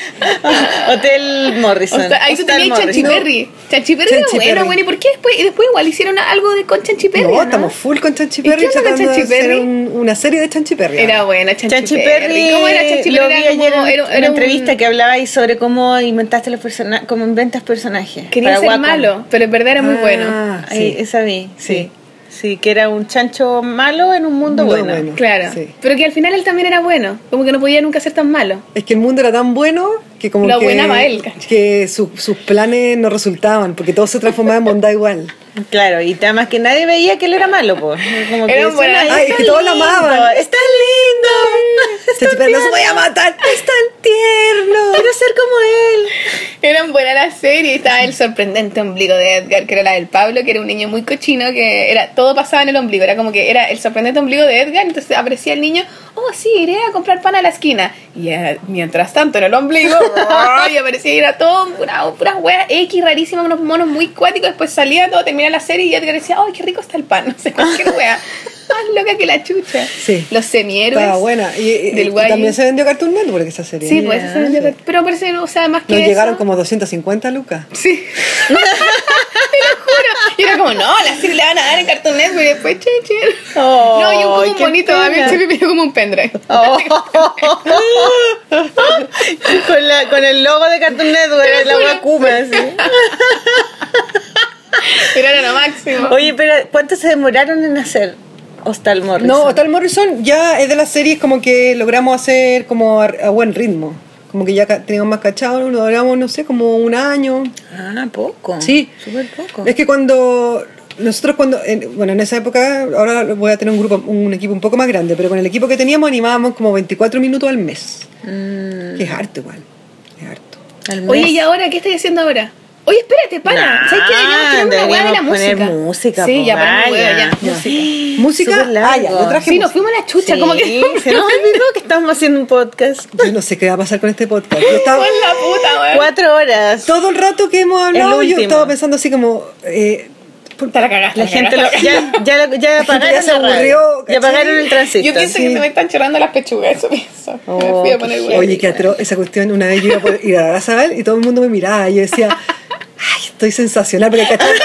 Hotel
O
Morrison.
sea, ahí tú
Hostal
tenías
Morrison.
Chanchiperri. Chanchiperri era
Chanchiperri.
bueno, bueno. ¿Y por qué después? Y después igual hicieron algo de, con Chanchiperri.
No,
¿no?
estamos full con Chanchi
¿Y qué
Perry
onda con
tratando de
Chanchi
hacer
Perry?
un- una serie de Chanchi Perry.
Era buena Chanchiperri.
Chanchiperri,
¿Cómo era
lo
Chanchiperri?
vi
Era como-
ayer en
era-
una
era un-
entrevista que hablabais sobre cómo inventaste los personajes, cómo inventas personajes.
Quería
para
ser
Wacom.
malo, pero en verdad era muy
Ah,
bueno.
Ahí,
sí.
esa vi,
Sí.
sí. sí. que era un chancho malo en un mundo
Mundo
bueno.
bueno.
Claro.
Sí.
Pero que al final él también era bueno. Como que no podía nunca ser tan malo.
Es que el mundo era tan bueno que como
Lo
que,
buenaba él, ¿cachai?
que su- sus planes no resultaban porque todo se transformaba en bondad igual.
Claro, y además que nadie veía que él era malo, pues. Como que
Era un
decían,
buen-
Ay,
está
que todos lo
lindo,
amaban.
¡Está lindo!
Chanchi Perry, los voy a matar, es tan tierno.
Quiero ser como
Eran buena la serie. Estaba el sorprendente ombligo de Edgar, que era la del Pablo, que era un niño muy cochino, que era todo pasaba en el ombligo. Era como que era el sorprendente ombligo de Edgar, entonces aparecía el niño, oh sí, iré a comprar pan a la esquina. Y eh, mientras tanto en el ombligo, y aparecía y era todo pura- puras weas X rarísimas, unos monos muy cuáticos, después salía todo, terminaba la serie y Edgar decía, ay, qué rico está el pan, no sé, cualquier wea. Más loca que la chucha.
Sí.
Los semieros.
Estaba buena. Y, y-
del
y
guay.
también se vendió Cartoon Network esa serie.
Sí, pues esa es la- Pero parece, o sea, más que
Nos llegaron
eso-
como 250 lucas.
Sí. Te lo juro. Y era como, no, la serie le van a dar en Cartoon Network y después, che, che.
Oh,
no, yo como un
qué
bonito, a mí
pena.
se me pidió como un pendrive.
él. con, la- con el logo de Cartoon Network, la Wakuma, así.
Pero era lo máximo.
Oye, pero ¿cuánto se demoraron en hacer Hostal Morrison?
No, Hotel Morrison ya es de las series como que logramos hacer como a, a buen ritmo. Como que ya ca- teníamos más cachado, lo logramos, no sé, como un año.
Ah, poco.
Sí.
Súper poco.
Es que cuando nosotros cuando en- bueno, en esa época ahora voy a tener un grupo un equipo un poco más grande, pero con el equipo que teníamos animábamos como 24 minutos al mes. Que es harto igual. Es harto.
Al
Oye,
mes.
¿y ahora qué estás haciendo ahora? Oye, espérate, pana.
Nah,
¿Sabes qué? Yo tengo una weá de la
deberíamos poner
música.
música,
Sí,
po,
ya, para
vaya.
ya.
Ya. Sí.
Música,
Súper largo.
ah, ya, yo traje
Sí,
música.
nos fuimos a la chucha, como que.
se nos olvidó que estamos haciendo un podcast.
Yo no sé qué va a pasar con este podcast. Yo estaba-
Con la puta, weón.
Cuatro horas.
todo el rato que hemos hablado
El
yo
último.
estaba pensando así como eh,
Puta, la cagaste.
La gente lo, ya, ya, lo- ya apagaron
Ya se
la radio.
aburrió,
Ya apagaron
¿cachai?
el tránsito.
Yo pienso que
sí.
se me están chorando las pechugas, eso pienso. me
Oh,
fui a
qué
poner
heavy.
weá.
Oye, qué atroz esa cuestión. Una vez yo iba por ir a Razabal y todo el mundo me miraba y yo decía, ay, estoy sensacional, porque ¿cachai?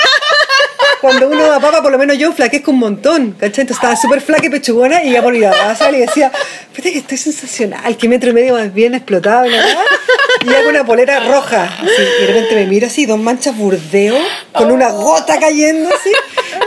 Cuando uno da papa, por lo menos yo flaquezco un montón, ¿cachai? Entonces estaba súper flaca y pechugona y iba por ir a Razabal y decía, fíjate que estoy sensacional, que metro y medio más bien explotado, ¿verdad? Y hago una polera roja, así, y de repente me mira así, dos manchas burdeo, con una gota cayendo así,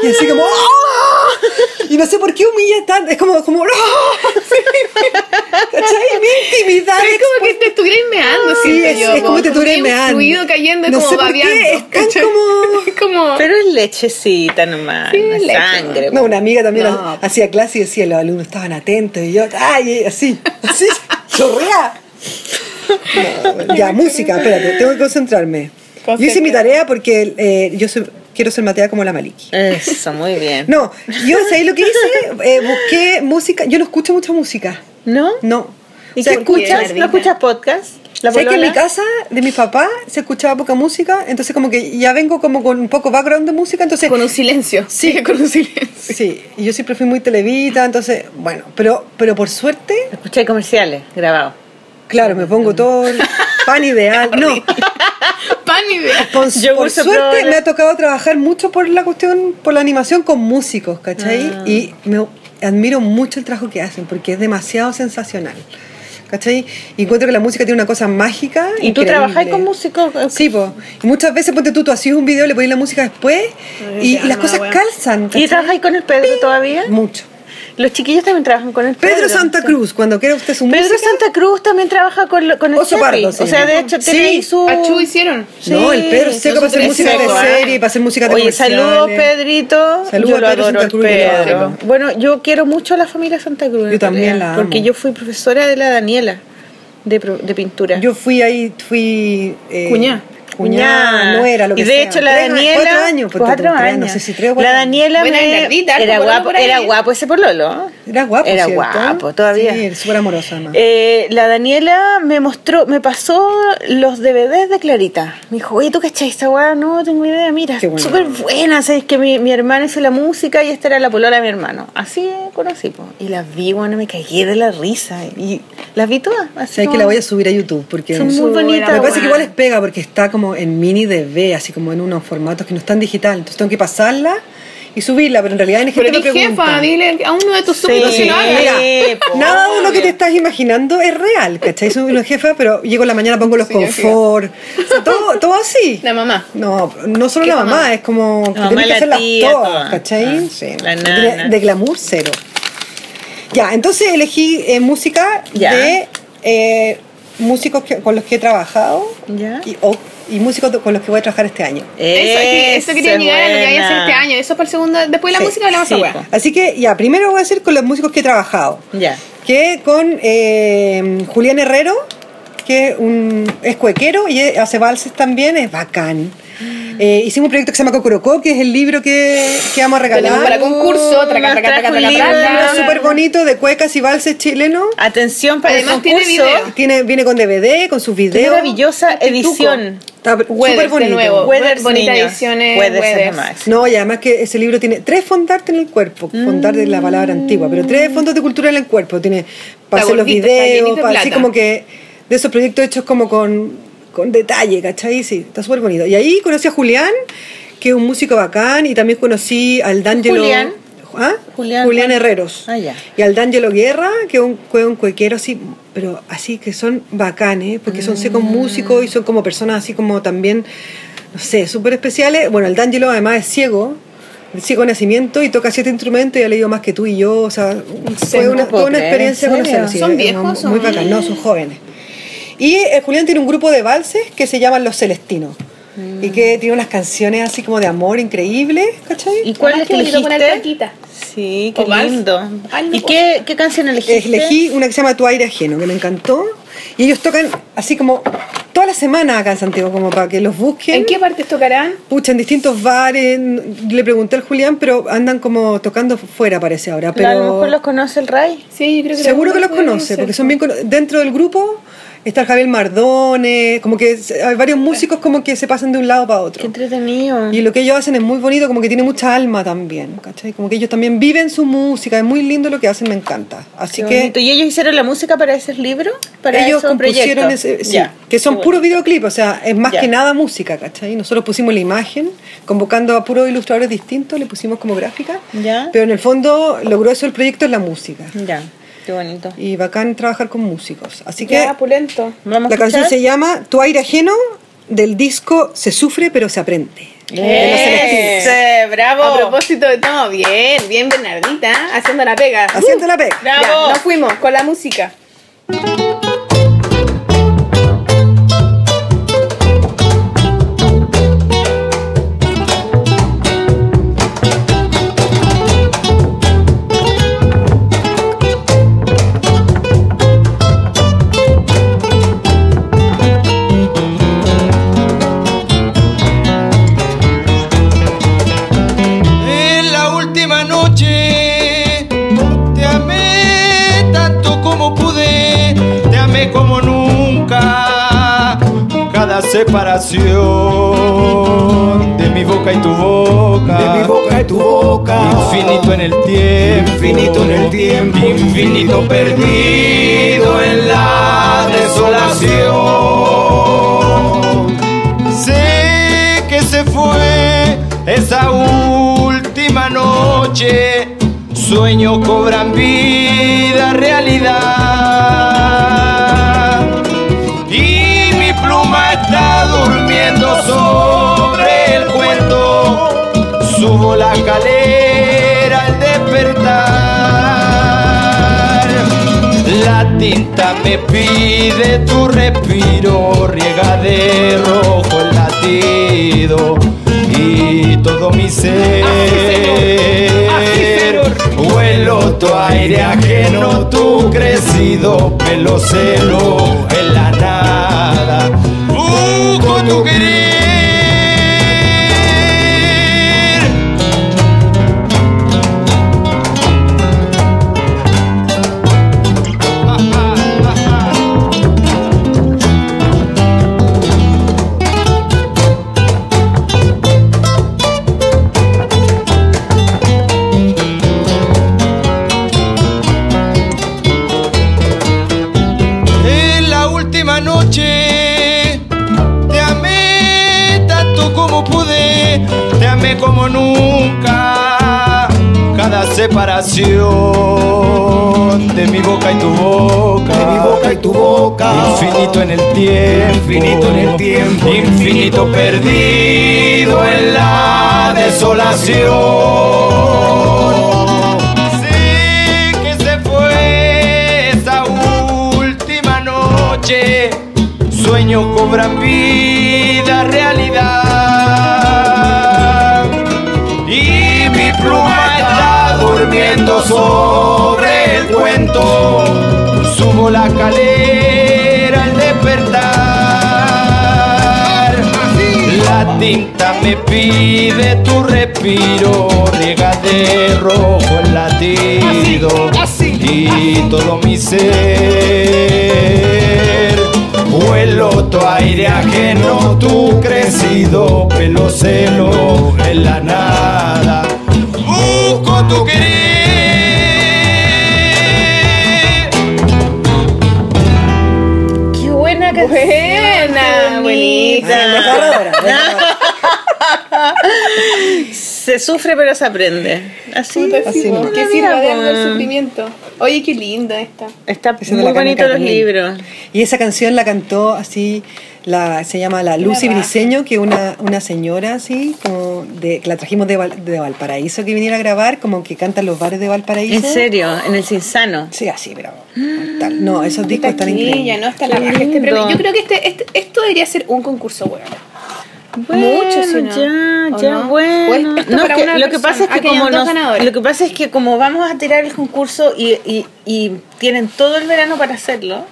y así como, ¡ah! Y no sé por qué humilla tanto, es como, como, ¡ah! ¿Cachai? Mi intimidad
Es como que te estuvieras meando,
Sí,
siento
es,
yo.
es como te
tuviera
estuvieras meando.
fluido cayendo y
No
como
sé por qué,
babeando.
es tan
¿cachai?
como-
Es como...
Pero es lechecita nomás.
Sí,
no es
leche.
sangre.
No, una amiga también
Eh, No,
ha- hacía clase y decía, los alumnos estaban atentos y yo, ay, así, así, chorrea. No, bueno, ya, música, espérate, tengo que concentrarme. Yo hice mi tarea porque eh, yo soy- quiero ser mateada como la Maliki.
Eso, muy bien.
No, yo, ¿sabéis lo que hice? Eh, busqué música, yo no escucho mucha música,
¿No?
no.
¿Y
O sea,
qué escuchas?
Jardina.
¿No escuchas podcast? ¿La
sé que en
polola?
mi casa de mi papá se escuchaba poca música, entonces como que ya vengo como con un poco background de música, entonces
Con un silencio. Sí, con un silencio.
Sí, y yo siempre fui muy televita, entonces, bueno, pero, pero por suerte,
Escuché comerciales grabados.
claro, me pongo todo, el pan ideal, no,
Pan y de...
por,
Yogur
por suerte
Soprano.
me ha tocado trabajar mucho por la cuestión, por la animación con músicos,
Ah.
¿cachai? Y me admiro mucho el trabajo que hacen, porque es demasiado sensacional. ¿cachai? Y encuentro que la música tiene una cosa mágica.
¿Y tú
increíble.
trabajáis con músicos?
Sí, po. Y muchas veces, ponte tú, tú haces un video, le pones la música después
Ay,
y,
ya,
y las
no,
cosas
weón.
calzan.
¿Y trabajáis con el Pedro todavía?
Mucho.
Los chiquillos también trabajan con el Pedro.
Pedro Santa Cruz, cuando quiera usted su
Pedro
música.
Santa Cruz también trabaja con, lo- con el
Oso
Chepi.
Pardo,
O
sí.
sea, de hecho,
Sí.
tiene ahí su...
Achú hicieron.
no,
Sí,
el Pedro seco para hacer
es
música
seco,
de
ah.
serie, para hacer música de
Oye, saludos
comerciales.
Pedrito.
Saludos
yo
a
lo
Pedro
adoro,
Santa Cruz,
el
yo lo
Pedro.
adoro.
Bueno, yo quiero mucho a la familia Santa Cruz. en
Yo también
realidad,
la
Porque
amo.
yo fui profesora de la Daniela de, pro- de pintura.
Yo fui ahí, fui. Eh,
Cuñá.
Cuñá, no era lo que
Y de
sea.
hecho la
Tres-
Daniela...
Cuatro años, pues,
cuatro
tres,
años.
No sé si tres o cuatro.
La Daniela
Buena
me-
nerdita, harto
era,
pololo
guapo,
por ahí.
era guapo ese pololo.
Era guapo,
Era
¿cierto?
guapo, todavía.
Sí, era súper amorosa, además.
Eh, la Daniela me mostró, me pasó los DVDs de Clarita. Me dijo, oye, ¿tú cachai esta weá? No tengo idea, mira,
Qué buena.
súper buena. ¿Sabes que mi, mi hermana hizo la música y esta era la polola de mi hermano? Así conocí, po. Y las vi, bueno, me cagué de la risa. Y las vi todas. Así
Sabes que
como-
la voy a subir a YouTube porque
Son
me
muy bonitas.
Me
parece que igual
buena.
es pega porque está como en mini DV, así como en unos formatos que no están digital. Entonces tengo que pasarla y subirla, pero en realidad hay gente
Pero
que
mi
pregunta.
jefa, dile a uno de tus súbditos que lo haga.
Mira,
po,
nada de lo que
obvio.
te estás imaginando es real, ¿cachai? Soy una jefa, pero llego en la mañana, pongo los confort, o sea, todo, todo así.
La mamá.
No, no solo la mamá, es como que
La
tienes
mamá,
que
la
hacerlas
tía,
todas,
todas.
¿cachai?
Ah,
sí.
la
De-
nana.
De glamour cero. Ya, entonces elegí eh, música
Ya.
de eh, músicos que- con los que he trabajado
¿Ya?
y, o- y músicos con los que voy a trabajar este año.
Eso, que- eso quería
es
llegar a lo que vaya a hacer
buena.
este año. Eso es para el segundo. Después de la
Sí,
música hablamos
sí,
de esa
po.
weá.
Así que ya, primero voy a hacer con los músicos que he trabajado.
este
Ya.
que con eh, Julián Herrero, que un, es cuequero y hace valses también, es bacán.
Mm.
Eh, hicimos un proyecto que se llama Cocorocó, que es el libro que, que vamos a
Tenemos para
regalar.
concurso, traca,
Nos
traca, traca,
trajo un
traca,
libro de
traca.
Es súper bonito de cuecas y valses chilenos.
Atención para
Además
el
tiene
concurso.
video.
Tiene, viene con DVD, con sus
Qué
videos.
maravillosa edición.
Está
Weathers,
súper
de nuevo.
bonito.
Weathers,
Bonita
niños.
edición es
Weathers es
Weathers.
lo máximo.
No, y además que ese libro tiene tres fondarte en el cuerpo,
Mm.
fondarte es la palabra antigua, pero tres fondos de cultura en el cuerpo. Tiene para
Está
hacer los
gordito, está llenito
videos,
de
para, así
plata.
como que de esos proyectos hechos como con, con detalle, ¿cachai? Sí, está súper bonito. Y ahí conocí a Julián, que es un músico bacán, y también conocí al D'Angelo.
Julián.
¿Ah?
Julián.
Herreros.
Ah, ya.
Y al D'Angelo Guerra, que es un, que es un cuequero así, pero así que son bacanes, porque son secos
Mm.
músicos y son como personas así como también, no sé, súper especiales. Bueno, el D'Angelo además es ciego, de ciego de nacimiento y toca siete instrumentos y ha leído más que tú y yo, o sea, fue
no
una,
puedo
toda una
creer,
experiencia
¿en serio?
conocerlo. sí,
¿Son
es
viejos?
Muy,
¿Son-
muy bacán, no, son jóvenes. Y eh, Julián tiene un grupo de valses que se llaman Los Celestinos.
Mm.
Y que tiene unas canciones así como de amor increíbles, ¿cachai?
¿Y cuál
Además,
es que
qué bonito con
elegiste?
alpaquita.
Sí, qué
¿O vals?
lindo.
Algo.
¿Y qué, qué canción
Eh,
elegiste?
Eh, Elegí una que se llama Tu aire ajeno, que me encantó. Y ellos tocan así como toda la semana acá en Santiago, como para que los busquen.
¿En qué partes tocarán?
Pucha, en distintos bares. en- Le pregunté al Julián, pero andan como tocando fuera, parece ahora.
Pero... A lo
Pero
mejor los conoce el Ray.
Sí, yo creo que
seguro que los
pueden
conoce,
ser.
porque son bien cono- Dentro del grupo está el Javier Mardone, como que se- hay varios músicos como que se pasan de un lado para
Qué
otro.
entretenido.
Y lo que ellos hacen es muy bonito, como que tiene mucha alma también, ¿cachai? Como que ellos también viven su música, es muy lindo lo que hacen, me encanta. Así
Qué
que...
bonito. ¿Y ellos hicieron la música para esos libros? Para
ellos
esos
compusieron
proyectos?
ese- sí,
Ya.
que son
Qué
puros videoclips, o sea, es más
Ya.
que nada música, ¿cachai? Nosotros pusimos la imagen, convocando a puros ilustradores distintos, le pusimos como gráfica,
Ya.
pero en el fondo lo grueso del proyecto es la música.
bonito. Ya, qué bonito.
Y bacán trabajar con músicos. Así que
Ya, pulento.
¿Vamos a
la canción
escuchar?
se llama Tu aire ajeno del disco Se sufre pero se aprende.
Eh,
De los Celestinos.
¡Ese! eh, ¡Bravo!
A propósito de todo, bien, bien Bernardita, haciendo la pega.
Uh.
Uh,
Haciendo la pega.
Ya,
¡Bravo!
nos fuimos con la música.
En la última noche te amé tanto como pude, te amé como nunca. Cada separación de mi boca y tu boca,
De mi boca y tu boca.
infinito en el tiempo,
Infinito en el tiempo.
infinito perdido en la desolación. Sé que se fue esa última noche. Sueños cobran vida, realidad. pluma está durmiendo sobre el cuento. Subo la calera al despertar. La tinta me pide tu respiro, riega de rojo el latido y todo mi ser. Huelo tu aire ajeno, tu crecido pelo celo en la nada. Busco tu querer. En la última noche te amé tanto como pude, te amé como nunca. Cada separación de mi boca y tu boca,
De mi boca y tu boca.
infinito en el tiempo,
Infinito en el tiempo.
infinito perdido en la desolación. Sé que se fue esa última noche. Sueños cobran vida, realidad. Y mi pluma está durmiendo sobre el cuento. Subo la calera al despertar. La tinta me pide tu respiro, riega de rojo el latido y todo mi ser. Vuelo tu aire ajeno, tu crecido pelo celo en la nada. Busco tu querer.
Qué buena canción.
Buena,
Mejor
bonita.
ahora, mejor ahora.
Se sufre pero se aprende. Así.
Puta, sí,
Así
po.
no.
que
Una
sirva
vida,
de
po.
algo el sufrimiento. Oye, qué linda esta.
Está
Esa es
muy
la caneca
bonito los
también.
libros.
Y esa canción la cantó así, la, se llama La Lucy
raja.
Briseño, que una, una señora así, como de, que la trajimos de, Val- de Valparaíso, que viniera a grabar, como que canta en los bares de Valparaíso.
En serio, en el Cinsano.
Sí, así, pero tal. No, esos discos están
Taquilla,
increíbles.
no está la
Qué
raja este
lindo.
premio. Yo creo que este, este- esto debería ser un concurso bueno. Mucho,
Mucho,
si no.
ya,
¿O
ya,
no? ¿O es
bueno.
esto
No,
para
que
una
lo que
persona?
pasa es
Ah,
que
que
como
hayan dos
nos-
ganadores.
lo que pasa es que como vamos a tirar el concurso y, y- y tienen todo el verano para hacerlo,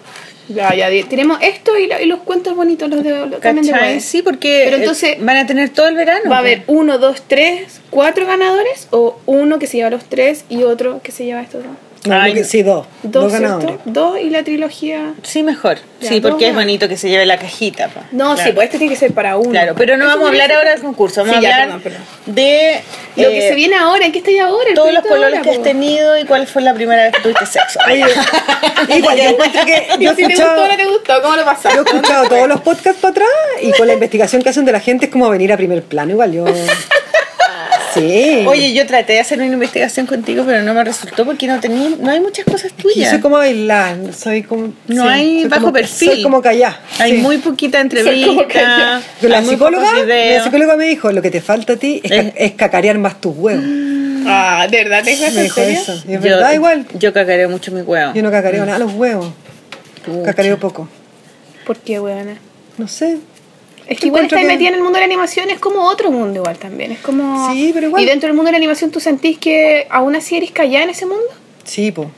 Ya, ya, di- tenemos esto y, la- y los cuentos bonitos, los de los también de
¿cachai?
Guay.
Sí, porque
Pero
eh,
entonces-
van a tener todo el verano. pues.
¿Va a haber uno, dos, tres, cuatro ganadores o uno que se lleva los tres y otro que se lleva estos dos?
No,
Ay,
creo que- sí, dos.
Dos,
Dos,
¿cierto?
ganadores.
Dos y la trilogía.
Sí, mejor.
Ya,
sí,
todo
porque es
bueno.
bonito que se lleve la cajita. pa.
No,
Claro.
sí, pues este tiene que ser para uno.
Claro, pero no
Eso
vamos a
tiene
hablar
que ser-
ahora del concurso, vamos
Sí,
a
ya,
hablar
perdón, perdón.
de
Lo que
eh,
se viene ahora, ¿en qué estáis ahora? El
todos los
proyecto de
colores
ahora,
que has
po.
tenido y cuál fue la primera vez que tuviste sexo.
Oye, igual, yo encuentro que
Y
yo he
si te
escuchado-
gustó o no te gustó, ¿cómo lo pasaste?
Yo he escuchado todos los podcasts para atrás y con la investigación que hacen de la gente es como venir a primer plano, igual yo. Sí.
Oye, yo traté de hacer una investigación contigo, pero no me resultó porque no tenía, no hay muchas cosas
yo
tuyas.
soy como bailar, soy como.
No
sí,
hay
soy
bajo
como-
perfil.
Soy como callá.
hay
sí.
muy poquita
Soy como que
entrevista.
ya.
Pero La
hay muy
psicóloga,
pocos videos. Eh.
la psicóloga me dijo, lo que te falta a ti es, ca-
Es-
es cacarear más tus huevos.
Ah, ¿de verdad te dijo eso
Me
en
dijo
serio?
eso. Y es verdad igual.
Yo cacareo mucho mi huevo.
Yo no cacareo nada los huevos.
Mm. Pucha.
Cacareo poco.
¿Por qué, weona?
No sé.
Es que igual
encuentro
estar
que-
metida en el mundo de la animación es como otro mundo igual también. Es como...
Sí, pero igual-
¿Y dentro del mundo de la animación tú sentís que aún así eres callada en ese mundo?
Sí, po.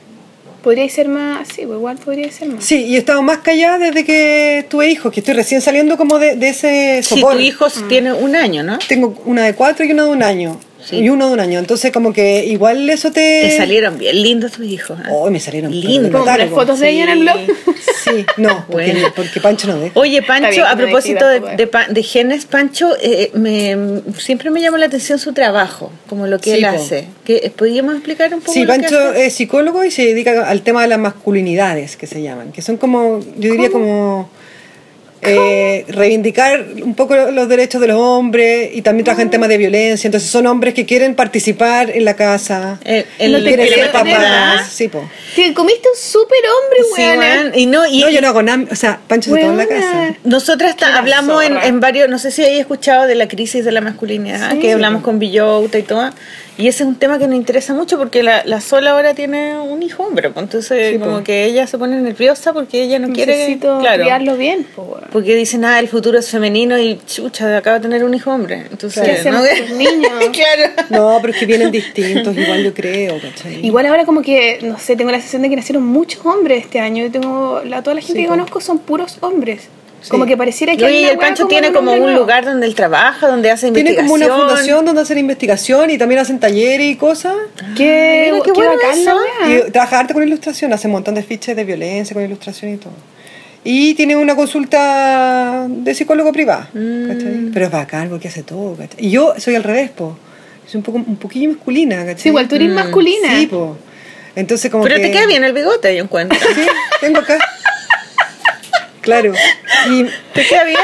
Podría ser más... Sí, pues igual podría ser más.
Sí, y he estado más callada desde que tuve hijos, que estoy recién saliendo como de, de ese
Si
sopor.
tu hijo tiene un año, ¿no?
Tengo una de cuatro y una de un año. Y uno de un año. Entonces, como que igual eso te.
Te salieron bien lindos tus hijos. ¿eh?
Oh, me salieron pero
Lindo.
de
Como las
catálogo.
fotos de ella en el
Sí.
blog.
Sí, no, porque,
Bueno.
porque Pancho no deja.
Oye, Pancho,
bien que
a
no
propósito
decidas
de,
todo
de pa- de genes, Pancho, eh, me, siempre me llama la atención su trabajo, como lo que
Sí,
él
po.
hace. ¿Qué, eh, ¿Podríamos explicar un poco?
Sí,
lo que
Pancho eh,
hace?
es psicólogo y se dedica al tema de las masculinidades que se llaman, que son como, yo diría como eh, reivindicar un poco los derechos de los hombres y también
Mm.
trabaja en temas de violencia. Entonces son hombres que quieren participar en la casa.
El- el-
que quieren
el-
ser
el-
papás. Sí, po.
Te comiste un super hombre,
Sí, weón. Y no, y,
No, yo no hago nada. O sea, Pancho se todo en la casa.
Nosotras ta-
Qué
hablamos en,
zorra.
en varios, no sé si hayas escuchado de la crisis de la masculinidad, que hablamos con Villota y todo, y ese es un tema que nos interesa mucho porque la, la Sola ahora tiene un hijo hombre, pues, entonces
Sí,
como
po.
que ella se pone nerviosa porque ella no
Necesito
quiere claro,
criarlo bien, po, weón.
porque dice, nada, el futuro es femenino y chucha, acaba de tener un hijo hombre, entonces...
¿Qué hacemos
¿no?
con los niños?
claro.
No, pero es que vienen distintos, igual yo creo, ¿cachai?
Igual ahora como que, no sé, tengo la sensación de que nacieron muchos hombres este año. Yo tengo, la, toda la gente que conozco son puros hombres. Como que pareciera que...
No,
hay
y
una
el
weá
Pancho
como
tiene
un
como
hombre
un
nuevo.
lugar donde él trabaja, donde hace
Tiene
investigación.
como una fundación donde hacen investigación y también hacen talleres y cosas.
Qué,
Mira, qué
qué,
bueno
bacán la
eso.
weá.
Y trabaja harto con ilustración, hace un montón de fiches de violencia con ilustración y todo. Y tiene una consulta de psicólogo privado.
Mm.
¿cachai? Pero es bacán porque hace todo. ¿cachai? Y yo soy al revés, po. Soy un, poco, un poquillo masculina, ¿cachai?
Sí, igual tú eres masculina.
Sí, po. Entonces, como
Pero
que-
te queda bien el bigote, yo encuentro.
Sí, tengo acá. claro. Y,
te queda bien.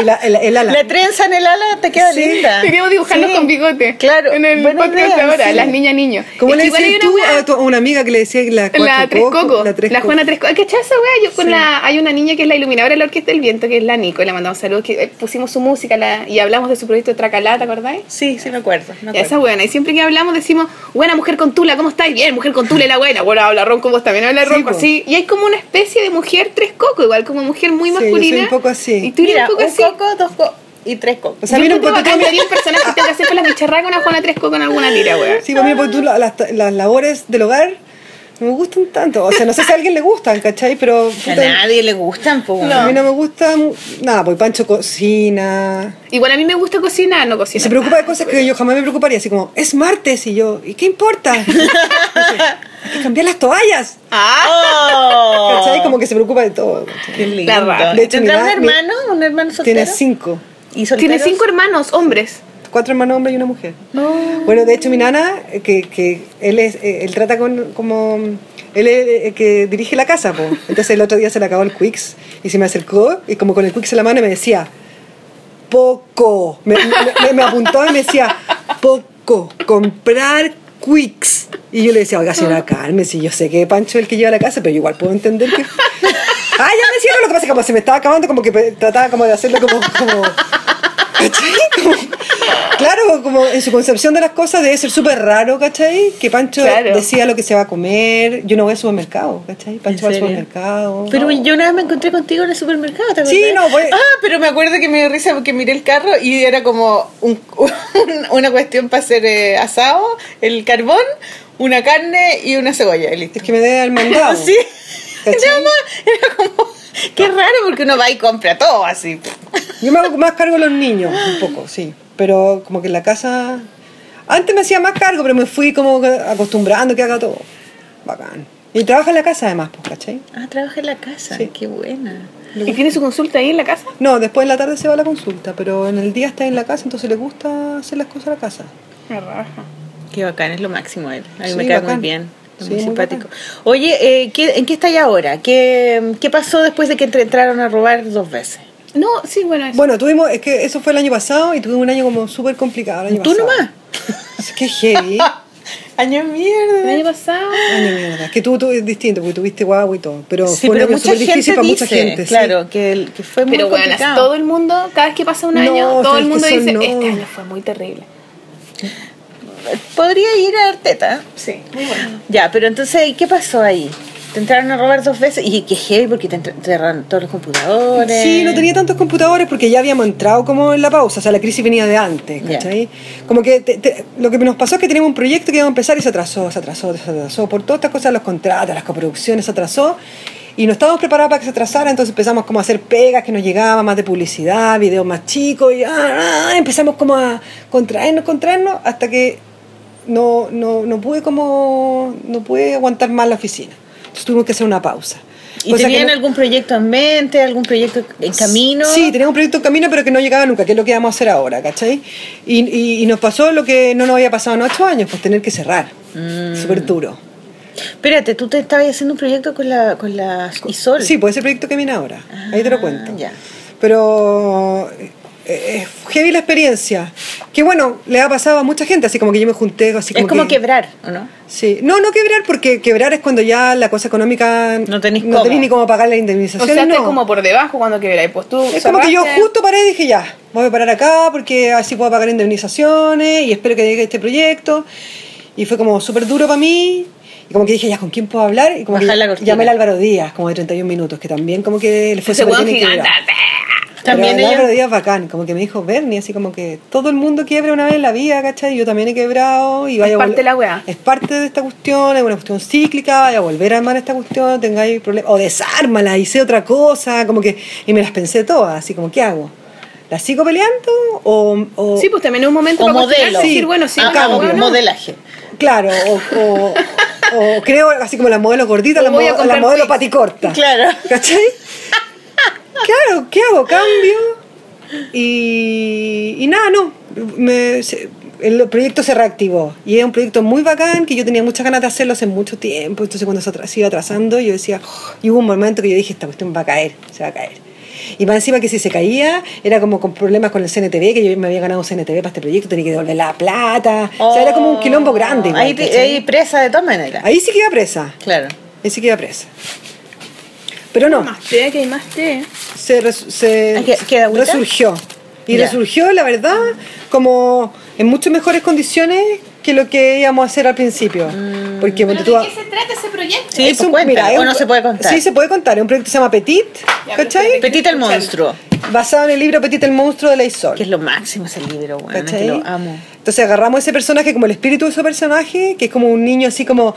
y la, el, el ala.
La trenza en el ala te queda
Sí.
linda.
Te quedo dibujando
Sí.
con bigote.
Claro,
En el
buena
podcast
idea,
ahora,
sí.
las niñas niños.
¿Cómo
Es
le
que igual hay
decías
una
tú
weá-
a, tu- a una amiga que le decía la cuatro
La Tres
cocos?
Coco, la,
tres cocos.
Juana Tres Coco. ¿Qué chaza, weá? Yo con
Sí.
la, hay una niña que es la iluminadora de la Orquesta del Viento, que es la Nico, y le mandamos saludos, que eh, pusimos su música la- y hablamos de su proyecto Tracalá, ¿te acordáis?
Sí, sí, me acuerdo. me
Ya,
acuerdo.
esa buena, y siempre que hablamos decimos, buena mujer con tula, ¿cómo estáis? Bien, mujer con tula, la buena, bueno, habla ronco, vos también habla
Sí,
ronco,
po.
sí. Y hay como una especie de mujer tres coco, igual como mujer muy
Sí, yo soy
masculina.
un poco así.
Y tú eres
Mira,
un poco así.
coco, dos cocos y tres
O
cocos.
sea,
Yo
mira,
encuentro
ponte tú,
bacán que
mira-
haría un personaje que tengo que hacer con la bicharraca, una Juana tres coco en alguna lira, weón.
Sí, pues mira, porque tú la- las, las labores del hogar no me gustan tanto. O sea, no sé si a alguien le gustan, ¿cachai? Pero
A
puta,
nadie le gustan, po.
a mí no me gusta mu- nada, pues Pancho cocina.
Igual a mí me gusta cocinar, no
Y
cocinar.
se preocupa de cosas que yo jamás me preocuparía, así como, es martes y yo, ¿y qué importa? Así, Hay que cambiar las toallas.
Ah,
Oh,
Ah. ¿Cachai? Como que se preocupa de todo. ¿cachai?
Qué lindo.
La rata.
De hecho,
¿Tendrá
mi
un
da- mi-
hermano? ¿Un hermano soltero?
Tiene cinco.
¿Y solteros?
tiene cinco hermanos, hombres.
cuatro hermanos hombres y una mujer. Bueno, de hecho mi nana, eh, que, que él es, eh, él trata con como él es eh, que dirige la casa, po. entonces el otro día se le acabó el Quicks y se me acercó y como con el Quicks en la mano me decía poco, me, me- me- me apuntaba y me decía poco, comprar Quicks y yo le decía oiga señora Carmen, si yo sé que Pancho es el que lleva la casa, pero yo igual puedo entender que ah ya me cierro lo que pasa es que como se me estaba acabando como que pe- trataba como de hacerlo como, como ¿Cachai? Como- claro, como en su concepción de las cosas debe ser súper raro, ¿cachai? Que Pancho
Claro.
decía lo que se va a comer. Yo no voy al supermercado, ¿cachai? Pancho va al
serio?
supermercado.
Pero yo una vez me encontré contigo en el supermercado, ¿te acuerdas?
Sí, no, voy-
Ah, pero me acuerdo que me dio risa porque miré el carro y era como un- un- una cuestión para hacer eh, asado, el carbón, una carne y una cebolla, y listo.
Es que me debe haber mandado.
Sí.
¿Cachai?
Nada más, era como... Qué raro porque uno va y compra todo así.
Yo me hago más cargo de los niños, un poco, sí. Pero como que en la casa... Antes me hacía más cargo, pero me fui como acostumbrando que haga todo. Bacán. Y trabaja en la casa además, pues, ¿cachai?
Ah, trabaja en la casa.
Sí.
Qué buena.
¿Y tiene su consulta ahí en la casa?
No, después en la tarde se va a la consulta, pero en el día está en la casa, entonces le gusta hacer las cosas a la casa.
Me raja.
Qué bacán, es lo máximo él. A mí
Sí,
me cae muy
bacán.
bien. es
Sí,
muy
muy
simpático. Oye, eh, ¿qué- ¿en qué está ya ahora? ¿Qué, ¿Qué pasó después de que te entraron a robar dos veces?
No, sí, bueno, eso.
Bueno, tuvimos, es que eso fue el año pasado y tuvimos un año como súper complicado. El año
¿Tú
pasado.
nomás?
Es que heavy.
Año mierda.
El año pasado.
Año mierda. Es que tú, tú es distinto, porque tuviste guagua y todo. Pero
Sí,
fue un
pero
año
mucha
súper
gente
difícil
dice,
para mucha gente. sí.
claro, que, el- que fue muy
Pero bueno,
complicado.
todo el mundo, cada vez que pasa un
No,
año, todo
sabes
el mundo
que eso
dice,
no.
este año fue muy terrible.
Podría ir a Arteta.
Sí, muy bueno.
Ya, pero entonces, ¿y ¿qué pasó ahí? Te entraron a robar dos veces y qué heavy porque te entr- enterraron todos los computadores.
Sí, no tenía tantos computadores porque ya habíamos entrado como en la pausa, o sea, la crisis venía de antes, ¿cachai? Como que te- te- lo que nos pasó es que teníamos un proyecto que iba a empezar y se atrasó, se atrasó, se atrasó, por todas estas cosas, los contratos, las coproducciones, se atrasó. Y no estábamos preparados para que se atrasara, entonces empezamos como a hacer pegas que nos llegaban, más de publicidad, videos más chicos, y ah, ah, empezamos como a contraernos, contraernos, hasta que no, no, no pude como, no pude aguantar más la oficina. Entonces tuvimos que hacer una pausa.
¿Y
Cosa que
tenían
no-
algún proyecto en mente, algún proyecto en camino?
Sí, teníamos un proyecto en camino, pero que no llegaba nunca, que es lo que vamos a hacer ahora, ¿cachai?
Mm.
Y, y- y nos pasó lo que no nos había pasado en ocho años, pues tener que cerrar. Súper duro.
Espérate, tú te estabas haciendo un proyecto con la, con la Isol.
Sí, pues ese proyecto que viene ahora. Ahí te
Ah,
lo cuento.
ya.
Pero eh, eh, heavy la experiencia. Que bueno, le ha pasado a mucha gente, así como que yo me junté así como
es como quebrar, ¿o no?
Sí. No, no quebrar, porque quebrar es cuando ya la cosa económica
No tenés
no
cómo.
ni cómo pagar la
O
indemnización.
sea,
no.
estás como por debajo cuando quebráis. Pues tú
Es como que yo
cerraste.
justo paré y dije, ya, voy a parar acá porque así puedo pagar indemnizaciones y espero que llegue este proyecto. Y fue como súper duro para mí. Y como que dije, ya, ¿con quién puedo hablar? Y como que
Bajar la cortina.
llamé al Álvaro Díaz, como de 31 minutos, que también como que le fue
Ese
súper
weón
bien y
gigante.
quebró. Pero
También
el Álvaro
ellos.
Díaz bacán, como que me dijo Bernie, así como que todo el mundo quiebra una vez en la vida, ¿cachai? Yo también he quebrado y vaya a
parte
vol-
de la weá.
Es parte de esta cuestión, es una cuestión cíclica, vaya a volver a armar esta cuestión, tengáis problemas. O desármala, hice otra cosa, como que. Y me las pensé todas, así como, ¿qué hago? ¿La sigo peleando? O, o-
Sí, pues también es un momento
O
para
modelo.
cuestionarse y decir, bueno, sí,
Ah,
bueno,
o
cambio.
bueno,
modelaje.
Claro, o, o, o creo, así como la modelo gordita,
O
la,
voy
mo-
a
la
comprar
modelo
pizza.
paticorta.
Claro.
¿Cachai? claro, ¿qué hago? Cambio. Y, y nada, no. me- se- el proyecto se reactivó. Y era un proyecto muy bacán que yo tenía muchas ganas de hacerlo hace mucho tiempo. Entonces, cuando se, atra- se iba atrasando, yo decía. "Oh", y hubo un momento que yo dije: Esta cuestión va a caer, se va a caer. Y más encima que si se caía, era como con problemas con el CNTV, que yo me había ganado un CNTV para este proyecto, tenía que devolver la plata. o sea, era como un quilombo grande. igual,
ahí, te-
¿cachai?
ahí presa de todas maneras.
Ahí sí queda presa.
Claro.
Ahí sí queda presa. Pero no,
Ah, Más té, que hay más té.
se, res- se
Ah, ¿que- queda agüita?
resurgió. Y
Ya.
resurgió, la verdad, como en mucho mejores condiciones que lo que íbamos a hacer al principio. Porque ponte tú a-
trata ese proyecto?
Mm. Sí,
es
pues
un-
cuenta,
mira, es
o
un-
no se puede contar.
Sí, se puede contar. Es un proyecto que se llama Petit,
pero
¿cachai?
espérate.
Petita el monstruo,
Basado en el libro Petit el monstruo de la Isol.
que es lo máximo ese libro, bueno,
¿Cachai?
que lo amo.
Entonces agarramos ese personaje como el espíritu de ese personaje, que es como un niño así como...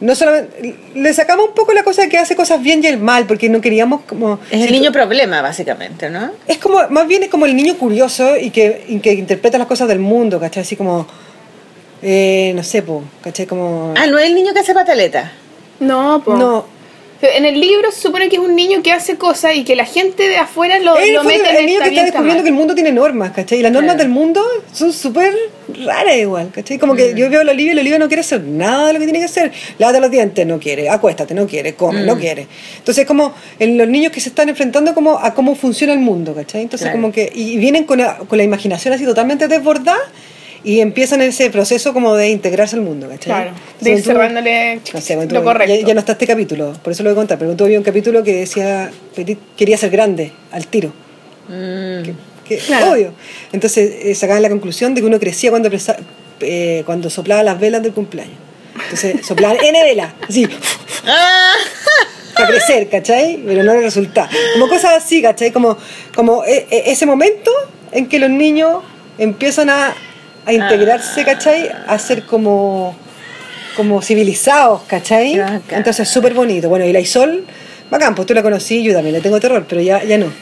No solamente, le sacamos un poco la cosa de que hace cosas bien y el mal, porque no queríamos como...
Es el niño problema, básicamente, ¿no?
Es como, más bien es como el niño curioso y que, y que interpreta las cosas del mundo, ¿cachai? Así como, eh, no sé, po, ¿cachai? Como...
Ah, no es el niño que hace pataleta.
No, pues.
no,
En el libro se supone que es un niñño que hace cosas y que la gente de afuera lo,
Él
lo
fue
mete
el,
en
niño
esta
que está
bien, mal.
descubriendo que el mundo tiene normas, ¿cachai? Y las normas
Claro.
del mundo son súper raras igual, ¿cachai? Como
Mm.
que yo veo a la Olivia y la Olivia no quiere hacer nada de lo que tiene que hacer. Lávate los dientes, no quiere. Acuéstate, no quiere. Come,
Mm.
no quiere. Entonces, como en los niños que se están enfrentando como a cómo funciona el mundo, ¿cachai? Entonces,
Claro.
como que... Y vienen con la, con la imaginación así totalmente desbordada y empiezan ese proceso como de integrarse al mundo, ¿cachai?
Claro, de
Entonces,
ir
tú-
cerrándole
no sé, bueno,
lo
tú-
correcto.
Ya, ya no está este capítulo, por eso lo voy a contar. Pero tú había un capítulo que decía Petit quería ser grande, al tiro.
Mm.
Que,
Claro.
Obvio. Entonces eh, sacaban la conclusión de que uno crecía cuando, presa- eh, cuando soplaba las velas del cumpleaños. Entonces soplaban N velas, así,
¡Ah!
para crecer, ¿cachai? Pero no le resultaba. Como cosas así, ¿cachai? Como, como eh, eh, ese momento en que los niños empiezan a, a
Ah.
integrarse, ¿cachai? A ser como, como civilizados, ¿cachai?
Qué bacán.
Entonces, súper bonito. Bueno, y la Isol, bacán, pues tú la conocí, yo también le tengo terror, pero ya, ya no.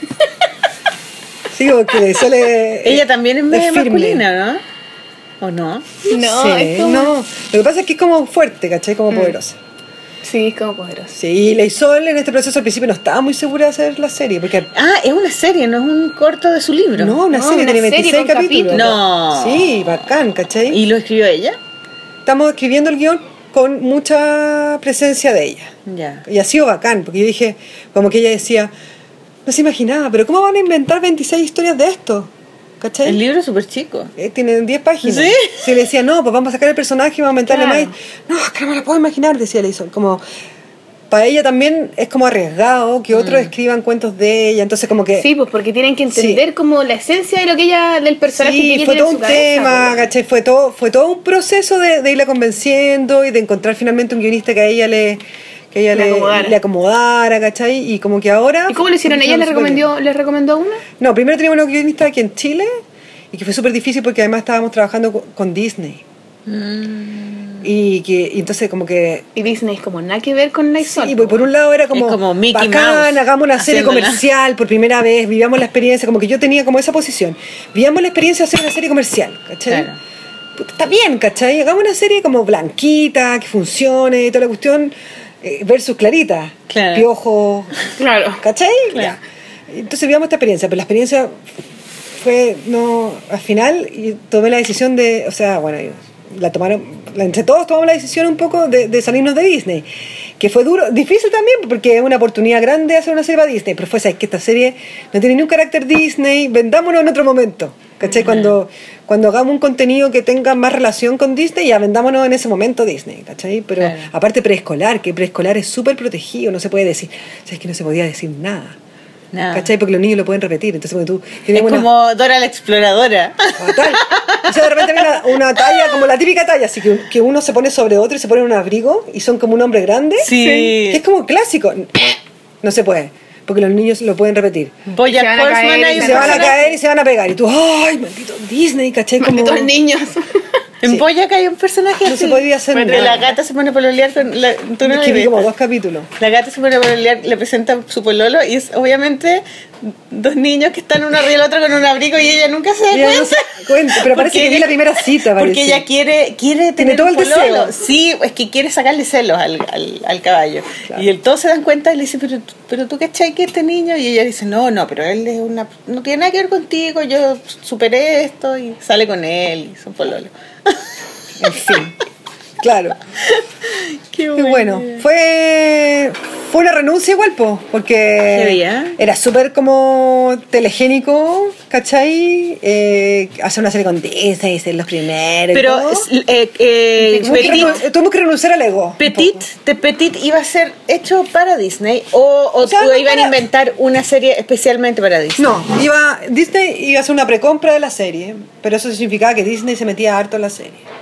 Sí, porque la Isol es-
Ella también es medio
firme.
masculina, ¿no? ¿O no?
No,
Sí,
es como-
no. Lo que pasa es que es como fuerte, ¿cachai? Como
Mm.
poderosa.
Sí, es como poderoso.
Sí, y la Isol en este proceso al principio no estaba muy segura de hacer la serie, porque
Ah, es una serie, no es un corto de su libro.
No, una
No,
serie
una
tiene
serie
26
con
capítulos.
capítulos. No.
Sí, bacán, ¿cachai?
¿Y lo escribió ella?
estamos escribiendo el guión con mucha presencia de ella.
Ya.
Y ha sido bacán, porque yo dije, como que ella decía, no se imaginaba, pero ¿cómo van a inventar 26 historias de esto? ¿Cachai?
El libro es súper chico.
Eh, tienen 10 páginas.
¿Sí?
Si le decía, no, pues vamos a sacar el personaje y vamos a aumentarle
Claro.
más. No, es que no me lo puedo imaginar, decía Leisol. Como, para ella también es como arriesgado que
Mm.
otros escriban cuentos de ella. Entonces, como que.
Sí, pues porque tienen que entender como la esencia de lo que ella, del personaje que
Sí,
ella
fue
tiene en
todo un
su cabeza,
tema,
pues.
¿cachai? Fue todo, fue todo un proceso de, de irla convenciendo y de encontrar finalmente un guionista que a ella le, que a ella
Le
le,
acomodara.
le acomodara, ¿cachai? Y como que ahora...
¿Y cómo lo hicieron? ¿Ella le recomendó, le recomendó una?
No, primero teníamos un guionista aquí en Chile y que fue súper difícil porque además estábamos trabajando co- con Disney.
Mm.
Y que y entonces como que...
Y Disney es como nada que ver con la Isol.
Y pues, por por un lado era como,
Es como Mickey
bacán,
Mouse
hagamos una serie
haciéndola.
comercial por primera vez, vivamos la experiencia, como que yo tenía como esa posición, vivamos la experiencia de hacer una serie comercial, ¿cachai?
Claro.
Puta, Está bien, ¿cachai? Hagamos una serie como blanquita, que funcione, y toda la cuestión, eh, versus clarita,
Claro.
piojo,
Claro.
¿cachai?
Claro.
Ya. Entonces vivamos esta experiencia, pero la experiencia fue, no, al final y tomé la decisión de, o sea, bueno, yo- la tomaron, la- entre todos tomamos la decisión un poco de, de salirnos de Disney. Que fue duro, difícil también, porque es una oportunidad grande hacer una serie para Disney. Pero fue, ¿sabes que Esta serie no tiene ni un carácter Disney, vendámonos en otro momento.
Mm.
¿Cachai? Cuando, cuando hagamos un contenido que tenga más relación con Disney, ya vendámonos en ese momento Disney, ¿cachai? Pero
Claro.
aparte preescolar, que preescolar es súper protegido, no se puede decir, ¿sabes que No se podía decir nada.
Nada.
¿Cachai? Porque los niños lo pueden repetir. Entonces, cuando tú
Ah. Es
tienes una-
como Dora la exploradora.
Fatal. O sea, de repente viene una, una talla, como la típica talla, así que, que uno se pone sobre otro y se pone un abrigo y son como un hombre grande.
Sí.
Que es como clásico. No se puede, porque los niños lo pueden repetir.
Boya
Se van a caer
Horseman
y
hay
Y
una
se van a
persona-
caer y se van a pegar. Y tú, ¡ay, maldito Disney! ¿Cachai? Como,
Malditos niños.
En
Sí.
Boyac hay un personaje
No
así.
se podía hacer
Donde
nada.
la gata se pone a pololear con la, tú no
Es
la
que vi
ves.
como dos capítulos.
La gata se pone a pololear, le presenta su pololo y es obviamente dos niños que están uno arriba del otro con un abrigo y ella nunca se da
Ella no
cuenta.
se da cuenta, pero parece
Porque
que vi
ella-
la primera cita,
Porque
parece.
ella quiere, quiere tener
todo
un
el
pololo.
deseo.
Sí, es que quiere sacarle celos al, al, al caballo.
Claro.
Y el, todos se dan cuenta y le dice, pero, pero tú cachai que este niño. Y ella dice, no, no, pero él es una, no tiene nada que ver contigo, yo superé esto y sale con él y son pololo.
En fin. Claro.
Qué
Y bueno, fue, fue una renuncia igual, po,
Heavy,
porque
¿eh?
era súper como telegénico, ¿cachai? Eh, hacer una serie con Disney, ser los primeros. y
Pero
todo.
eh, eh,
Tuvimos que
Petit,
renun- tuvimos que renunciar al ego. un
Petit,
poco.
de Petit iba a ser hecho para Disney o, o,
O sea,
o
no
iban a
para-
inventar una serie especialmente para Disney. Ah,
No, iba, Disney iba a hacer una precompra de la serie, pero eso significaba que Disney se metía harto en la serie.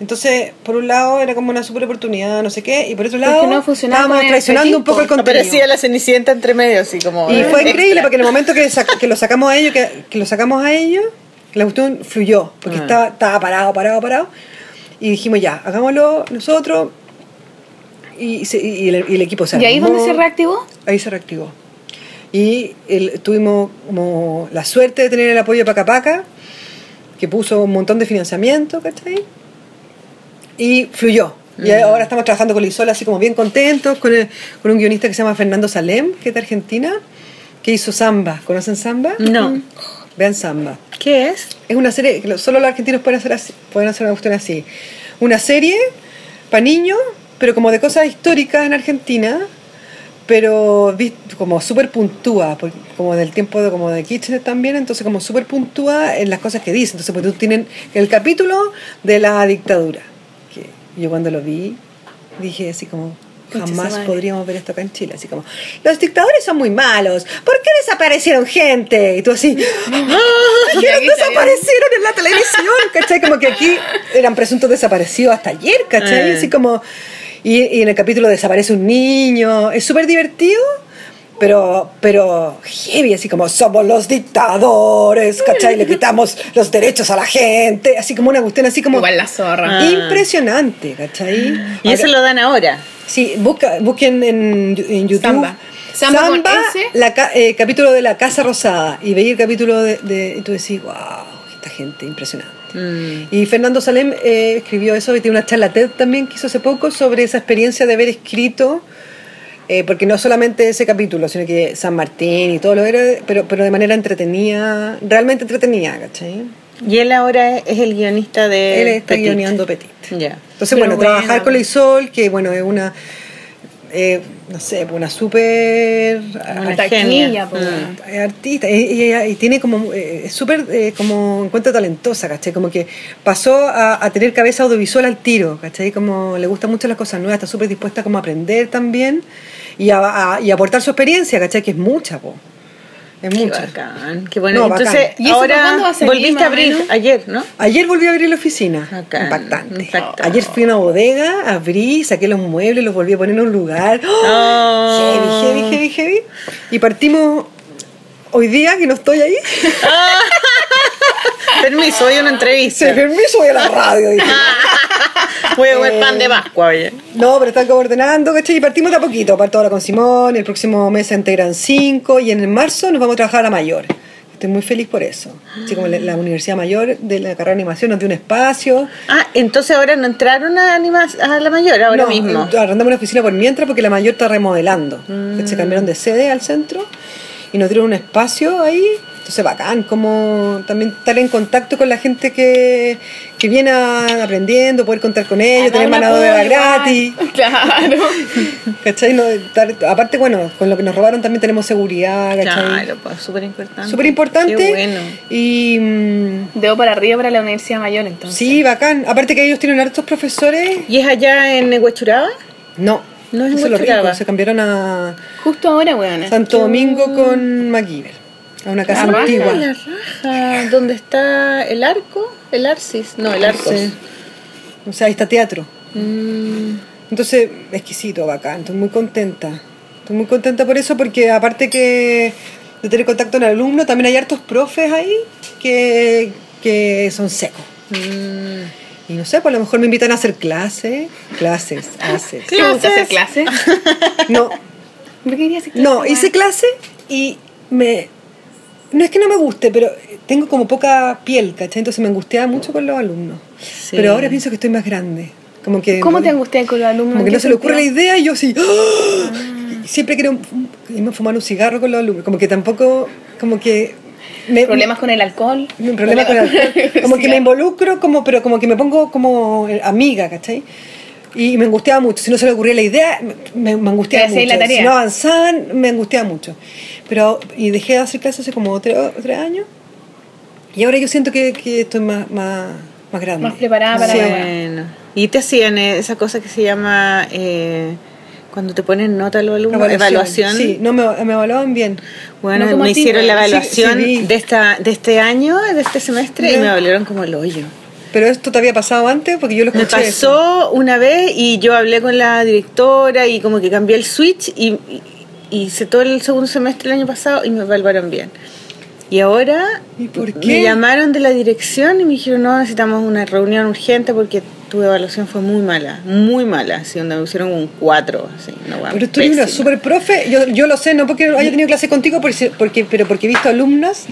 Entonces, por un lado era como una super oportunidad, no sé qué, y por otro
Porque
lado
no funcionaba
estábamos
con el
traicionando un
Petit,
poco el
po.
contenido.
Aparecía la Cenicienta entre medio, así como. eh,
Y fue
extra.
increíble porque en el momento que, sac- que lo sacamos a ellos, que, que lo sacamos a ellos, la cuestión fluyó,
Mm.
porque estaba, estaba parado, parado, parado. Y dijimos ya, hagámoslo nosotros. Y, se- y el, y el equipo se
¿Y ahí es
armó.
donde se reactivó?
Ahí se reactivó. Y el- tuvimos como la suerte de tener el apoyo de Paca Paca, que puso un montón de financiamiento, ¿cachai? Y fluyó. Y ahora estamos trabajando con Lizola así como bien contentos, con, el- con un guionista que se llama Fernando Salem, que es de Argentina, que hizo Samba. ¿Conocen Samba?
No.
Vean Samba.
¿Qué es?
Es una serie que lo- solo los argentinos pueden hacer, así, pueden hacer una cuestión así. Una serie para niños, pero como de cosas históricas en Argentina, pero vis- como súper puntúa, por- como del tiempo de, como de Kitchener también, entonces como súper puntúa en las cosas que dicen. Entonces, pues tú tienen el capítulo de la dictadura. Que yo cuando lo vi, dije así como...
Concha su
Jamás
madre.
podríamos ver esto acá en Chile, así como, los dictadores son muy malos, ¿por qué desaparecieron gente? Y tú así, "¡Ah,
Y
Dijeron
aquí está bien.
desaparecieron en la televisión, ¿cachai? Como que aquí eran presuntos desaparecidos hasta ayer, ¿cachai?
Eh.
Así como. Y, y en el capítulo desaparece un niño. Es súper divertido, pero, pero heavy, así como somos los dictadores, ¿cachai? Le quitamos los derechos a la gente. Así como una cuestión así como.
Igual la zorra.
Ah.
Impresionante, ¿cachai?
Y eso
Ahora-
lo dan ahora.
Sí, busca, busquen en, en YouTube.
Samba. Samba con S.
la ca- eh, capítulo de la Casa Rosada. Y veis el capítulo de, de- Y tú decís, wow, esta gente, impresionante.
Mm.
Y Fernando Salem eh, escribió eso y tiene una charla TED también que hizo hace poco sobre esa experiencia de haber escrito. eh, porque no solamente ese capítulo, sino que San Martín y todo lo era, pero, pero de manera entretenida, realmente entretenida, ¿cachai?
Y él ahora es el guionista
Eh,
de.
Él está
Petit.
guioneando Petit.
Ya.
Entonces, bueno, trabajar con la Isol, que bueno, es una, eh, no sé, una súper
Ah,
Una
ar-
genia.
Taquilla, po.
Mm.
eh, artista, y, y- y tiene como, eh, es súper, eh, como, encuentro talentosa, ¿cachai? Como que pasó a, a tener cabeza audiovisual al tiro, ¿cachai? Como le gustan mucho las cosas nuevas, está súper dispuesta como a aprender también y a, a- y a aportar su experiencia, ¿cachai? Que es mucha, po. Es
Qué
mucha.
bacán. Qué bueno.
No,
Entonces,
bacán.
¿Y eso para
ahora
cuándo va a salir,
volviste
más
a
o
abrir
menos?
ayer, ¿no?
Ayer volví a abrir la oficina.
Bacán,
impactante.
impactante.
Ayer fui a una bodega, abrí, saqué los muebles, los volví a poner en un lugar.
Oh.
Heavy, heavy, heavy, heavy. Y partimos hoy día, que no estoy ahí.
Permiso, voy a una
Se
entrevista.
permiso voy a la radio. dije.
Voy a
Eh,
comer pan de Pascua, oye.
No, pero están como ordenando, ¿cachai? Y partimos de a poquito. Parto ahora con Simón, el próximo mes se integran cinco y en el marzo nos vamos a trabajar a la mayor. Estoy muy feliz por eso. Así como la, la Universidad Mayor de la carrera de animación nos dio un espacio.
Ah, entonces ahora no entraron a, anima- a la mayor, ahora
No,
mismo.
eh, Arrendamos una oficina por mientras porque la mayor
Mm.
está remodelando. Se cambiaron de sede al centro y nos dieron un espacio ahí Entonces, bacán, como también estar en contacto con la gente que, que viene a- aprendiendo, poder contar con ellos, tener
una
manadora
pulga.
gratis.
Claro.
¿Cachai? No, estar- aparte, bueno, con lo que nos robaron también tenemos seguridad, ¿cachai?
Claro, pues, súper importante.
Súper importante.
Qué bueno.
Y. mm,
Debo para arriba para la Universidad Mayor, entonces.
Sí, bacán. Aparte que ellos tienen hartos profesores.
¿Y es allá en Huechuraba?
No,
No es en
eso lo
Huachuraba.
rico, Se cambiaron a
Justo ahora, weona.
Santo Domingo con McGiver, a una casa
Ah,
antigua.
La raja, ¿dónde está el arco? El Arcis, no, el arco.
Sí. O sea, ahí está teatro.
Mm,
Entonces, exquisito, bacán. Estoy muy contenta. Estoy muy contenta por eso porque aparte que de tener contacto con el alumno, también hay hartos profes ahí que, que son secos.
Mm.
Y no sé, pues a lo mejor me invitan a hacer clases. Clases, haces.
¿Te gusta hacer clases?
No,
¿Por qué querías hacer clases?
No, hice clase y me... No es que no me guste, pero tengo como poca piel, ¿cachai? Entonces me angustiaba
Oh.
mucho con los alumnos. Pero ahora pienso que estoy más grande. Como que,
¿Cómo te angustian con los alumnos?
Como que
¿En
no
qué
se le ocurre la
sentido?
idea y yo así... ¡ah! Y Siempre quiero irme a fumar un cigarro con los alumnos. Como que tampoco... Como que... me-
¿Problemas con el alcohol?
mi problema con el alcohol. Como que me involucro, como, pero como que me pongo como eh, amiga, ¿cachai? Y me angustiaba mucho. Si no se le ocurría la idea, me, me angustiaba
Te hacía
mucho.
la tarea.
Si no avanzaban, me angustiaba mucho. Pero, y dejé de hacer clases hace como tres, tres años. Y ahora yo siento que, que estoy más, más, más grande.
Más preparada para
Sí.
la weá.
Bueno. ¿Y te hacían eh, esa cosa que se llama eh, cuando te ponen nota a los alumnos? Evaluación.
Sí, no, me, me evaluaban bien.
Bueno,
No como
me
a ti,
hicieron la
bueno.
evaluación
Sí, sí, vi.
de esta de este año, de este semestre, y
Ya.
me evaluaron como el hoyo.
Pero esto te había pasado antes porque yo lo
Me
escuché.
pasó una vez y yo hablé con la directora y como que cambié el switch y, y- y hice todo el segundo semestre del año pasado y me evaluaron bien. Y ahora
¿Y por
me
qué?
llamaron de la dirección y me dijeron, no, necesitamos una reunión urgente porque tu evaluación fue muy mala, muy mala, así donde me pusieron un 4, así, una hueá
Pero tú eres una
pésima.
super profe, yo, yo lo sé, no porque haya tenido clase contigo, porque, porque- pero porque he visto alumnas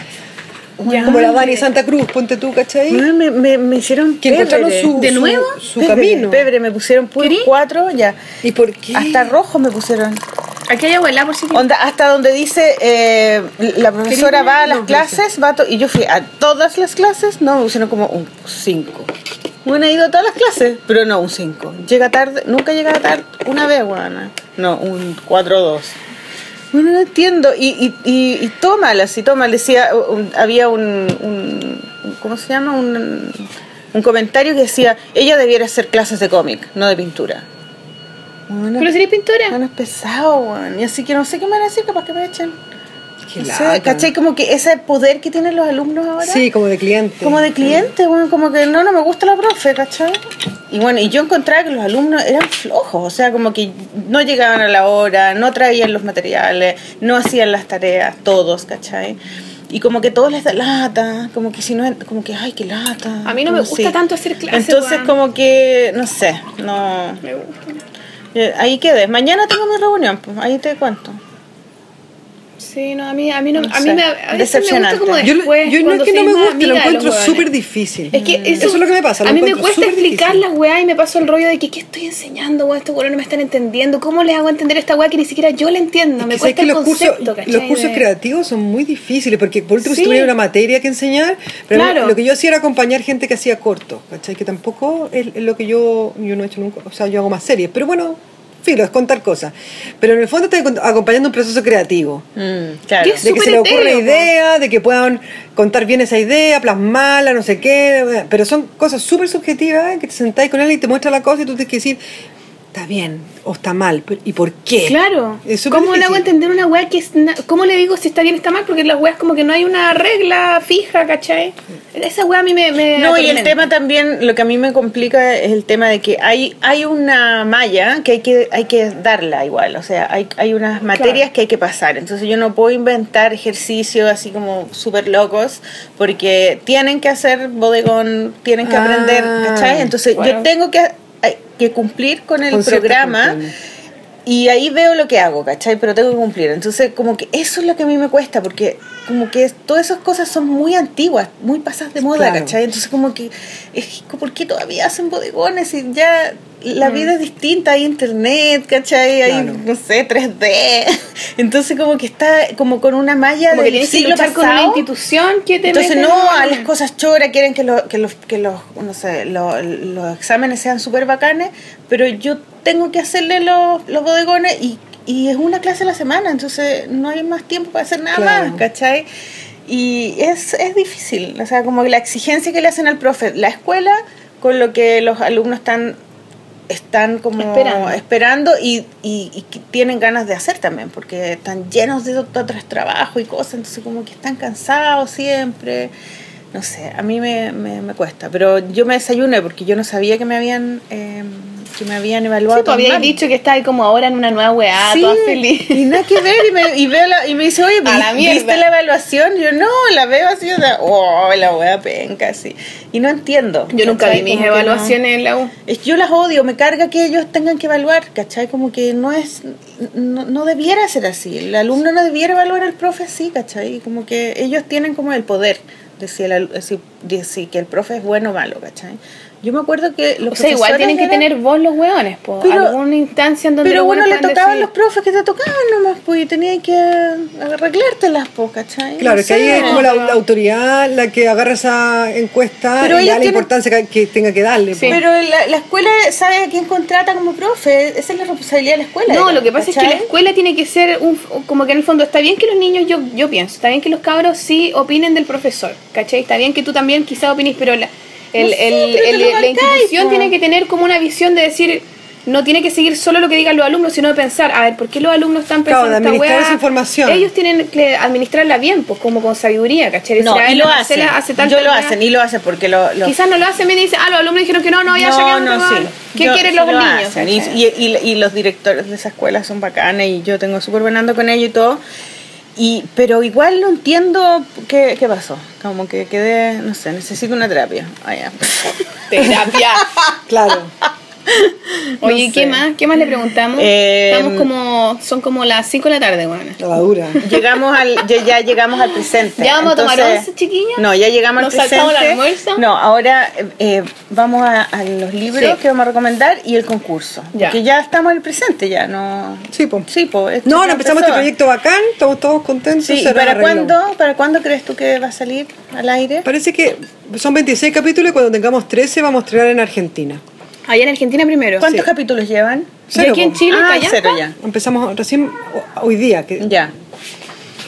Ya.
como la Dani Santa Cruz, ponte tú, ¿cachai?
Bueno, Me, me- me hicieron
Que encontraron
pebre.
su- ¿De su- nuevo? su
Pebre,
camino.
pebre, me pusieron puro
¿Querí?
4, ya.
¿Y por qué?
Hasta rojo me pusieron.
Aquí hay abuela, por si quieres.
Onda, hasta donde dice eh, la profesora va a las clases, va a to- y yo fui a todas las clases, no, me pusieron como un 5. Bueno, he ido a todas las clases, pero no un 5. Llega tarde, nunca llega tarde, una vez, guana. No, un 4 o 2. Bueno, no entiendo. Y, y, y, y todo mal, así, todo mal. Decía, un- había un, un- un- ¿Cómo se llama? Un, un comentario que decía: ella debiera hacer clases de cómic, no de pintura. Bueno,
¿Pero sería pintora?
bueno, es pesado, weón. Y así que no sé qué me van a decir, capaz que me echen.
Qué
No sé,
lata.
¿Cachai? Como que ese poder que tienen los alumnos ahora.
Sí, como de cliente.
Como de cliente, weón. Como que no, no me gusta la profe, ¿cachai? Y bueno, y yo encontraba que los alumnos eran flojos. O sea, como que no llegaban a la hora, no traían los materiales, no hacían las tareas, todos, ¿cachai? Y como que todos les da lata, como que si no, como que, ay, qué lata.
A mí no me gusta tanto hacer clases,
Entonces,
weón.
como que, no sé, no.
Me gusta.
Eh, Ahí quedes. Mañana tengo mi reunión, pues, ahí te cuento.
Sí, no, a mí, a mí, no,
No
a mí
sé.
me, a veces me gusta
Decepcionante.
como
Yo, lo-
después.
yo no es
cuando
que no
soy
me
más
guste, lo
amiga de los
encuentro
huevones.
súper difícil. Mm.
Es que eso,
es lo que me pasa, lo
A mí me
encuentro
cuesta
súper
explicar
difícil.
las weas y me paso el rollo de que qué estoy enseñando, weón, estos weones no me están entendiendo. ¿Cómo les hago entender esta wea que ni siquiera yo la entiendo? Me
Que sabes
cuesta
que
el
los
concepto,
cursos,
¿cachai?
los cursos
De-
creativos son muy difíciles porque por último
Sí.
si tuviera una materia que enseñar pero
Claro.
lo que yo hacía era acompañar gente que hacía corto ¿cachai? que tampoco es es lo que yo yo no he hecho nunca o sea yo hago más series pero bueno filo es contar cosas pero en el fondo estás acon- acompañando un proceso creativo
Mm, claro.
¿Qué es?
de que se
Súper
le ocurre
etéreo, po.
idea, de que puedan contar bien esa idea, plasmarla, no sé qué, pero son cosas súper subjetivas que te sentáis con él y te muestra la cosa y tú tienes que decir, está bien o está mal, pero- ¿y por qué?
Claro.
Es súper
¿Cómo le hago
difícil.
entender una wea que es. na- ¿Cómo le digo si está bien o está mal? Porque en las weas como que no hay una regla fija, ¿cachai? Esa wea a mí me. me
No, y el
atormenta.
tema también, lo que a mí me complica es el tema de que hay, hay una malla que hay, que hay que darla igual, o sea, hay, hay unas materias que hay que pasar, entonces yo no puedo inventar ejercicios así como súper locos, porque tienen que hacer bodegón, tienen que
Ah,
aprender, ¿cachai? Entonces yo
bueno.
tengo que, hay que cumplir con el
Con ciertas
programa.
cuestiones.
Y ahí veo lo que hago, ¿cachai? Pero tengo que cumplir. Entonces, como que eso es lo que a mí me cuesta, porque como que es- todas esas cosas son muy antiguas, muy pasadas de moda,
Claro.
¿cachai? Entonces, como que, es que, ¿por qué todavía hacen bodegones? Y ya la
Mm.
vida es distinta, hay internet, ¿cachai? Hay,
Claro.
no sé, 3D. Entonces como que está como con una malla
Como que
del
tienes que
siglo
luchar con una
pasado.
institución que te
Entonces no,
mete la
a
mano.
las cosas choras quieren que, lo- que los, que los, no sé, lo- los exámenes sean súper bacanes, pero yo tengo que hacerle los, los bodegones y, y es una clase a la semana, entonces no hay más tiempo para hacer nada
Claro.
más, ¿cachai? Y es, es difícil, o sea, como que la exigencia que le hacen al profe, la escuela, con lo que los alumnos están están como
Esperando.
esperando, y, y- y que tienen ganas de hacer también, porque están llenos de ot- otros trabajos y cosas, entonces como que están cansados siempre. No sé, a mí me, me- me cuesta, pero yo me desayuné porque yo no sabía que me habían, eh, que me habían evaluado.
Sí, tú
tan
pues, habías
mal.
dicho que estás ahí como ahora en una nueva weá,
Sí,
toda feliz.
Y nada que ver, y me, y veo la- y me dice, oye,
A la
¿vi- ¿viste
mierda.
la evaluación? Y yo, no, la veo así, o sea, oh, la wea penca, así. Y no entiendo.
Yo nunca
¿cachai?
vi mis
Como que no-
evaluaciones en la U.
es que yo las odio, me carga que ellos tengan que evaluar, ¿cachai? Como que no es, no, no debiera ser así, el alumno no debiera evaluar al profe así, ¿cachai? Como que ellos tienen como el poder de si, el, alu- de si, de si que el profe es bueno o malo, ¿cachai? Yo me acuerdo que los
O sea, igual
profesores
tienen que
eran-
tener vos los weones, po.
Pero-
Alguna instancia en donde
Pero
los
bueno, le
weones puedan
tocaban
decir.
los profes que te tocaban nomás, pues, y tenías que arreglártelas, po, ¿cachai?
Claro,
No
que ahí
sé.
es como la, la autoridad la que agarra esa encuesta y
Pero
da
ellos
la
tienen-
importancia que, que tenga que darle.
Sí.
po.
Pero la, la escuela sabe a quién contrata como profe, esa es la responsabilidad de la escuela.
No,
era,
lo que pasa es que
¿cachai?
la escuela tiene que ser un, como que en el fondo está bien que los niños, yo, yo pienso, está bien que los cabros sí opinen del profesor, ¿cachai? Está bien que tú también quizá opines, pero la, el-
No sé,
el-
pero te
el-
lo
la
bancáis,
institución
po.
tiene que tener como una visión de decir, no tiene que seguir solo lo que digan los alumnos, sino de pensar, a ver, ¿por qué los alumnos están
Claro,
pensando
de
esta
administrar
weá?
esa información.
Ellos tienen que administrarla bien, pues como con sabiduría, ¿cachai? Decir,
No,
a ver,
y lo
la
hacen.
Marcela hace tal
yo
tal
lo
weá.
hacen, y lo hacen porque lo. lo-
Quizás no lo hacen bien y dicen, ah, los alumnos dijeron que no, no, ya llegaron.
no, sí.
¿Qué
Yo-
quieren
sí
los
lo
niños? Eh.
hacen. Y,
¿cachai?
y- y- y los directores de esa escuela son bacanes y yo tengo súper buenando con ellos y todo. Y, pero igual no entiendo qué, qué pasó. Como que quedé, no sé, necesito una terapia. Ah, ya.
Terapia.
Claro.
Oye,
No
¿qué
sé.
más? ¿Qué más le preguntamos?
Eh,
Estamos como, son como las 5 de la tarde, bueno.
La dura.
Llegamos al, ya, ya llegamos al presente.
¿Ya vamos a tomar
Entonces-
once, chiquillas?
No, ya llegamos
¿Nos
al presente.
saltamos el almuerzo?
No, ahora eh, eh, vamos a, a los libros
Sí.
que vamos a recomendar y el concurso.
Ya.
Porque ya estamos en el presente, ya no.
Sí, po.
Sí, po, esto
No,
ya
ahora empezamos
empezó.
este proyecto bacán, estamos todos contentos.
Sí, ¿y
será
¿para
arreglo.
cuándo, ¿para cuándo crees tú que va a salir al aire?
Parece que son 26 capítulos y cuando tengamos 13 vamos a estrenar en Argentina.
Allá en Argentina primero.
¿Cuántos capítulos llevan?
¿Y aquí en
po.
Chile?
ah,
Callampa?
cero ya.
Empezamos recién hoy día. Que,
Ya.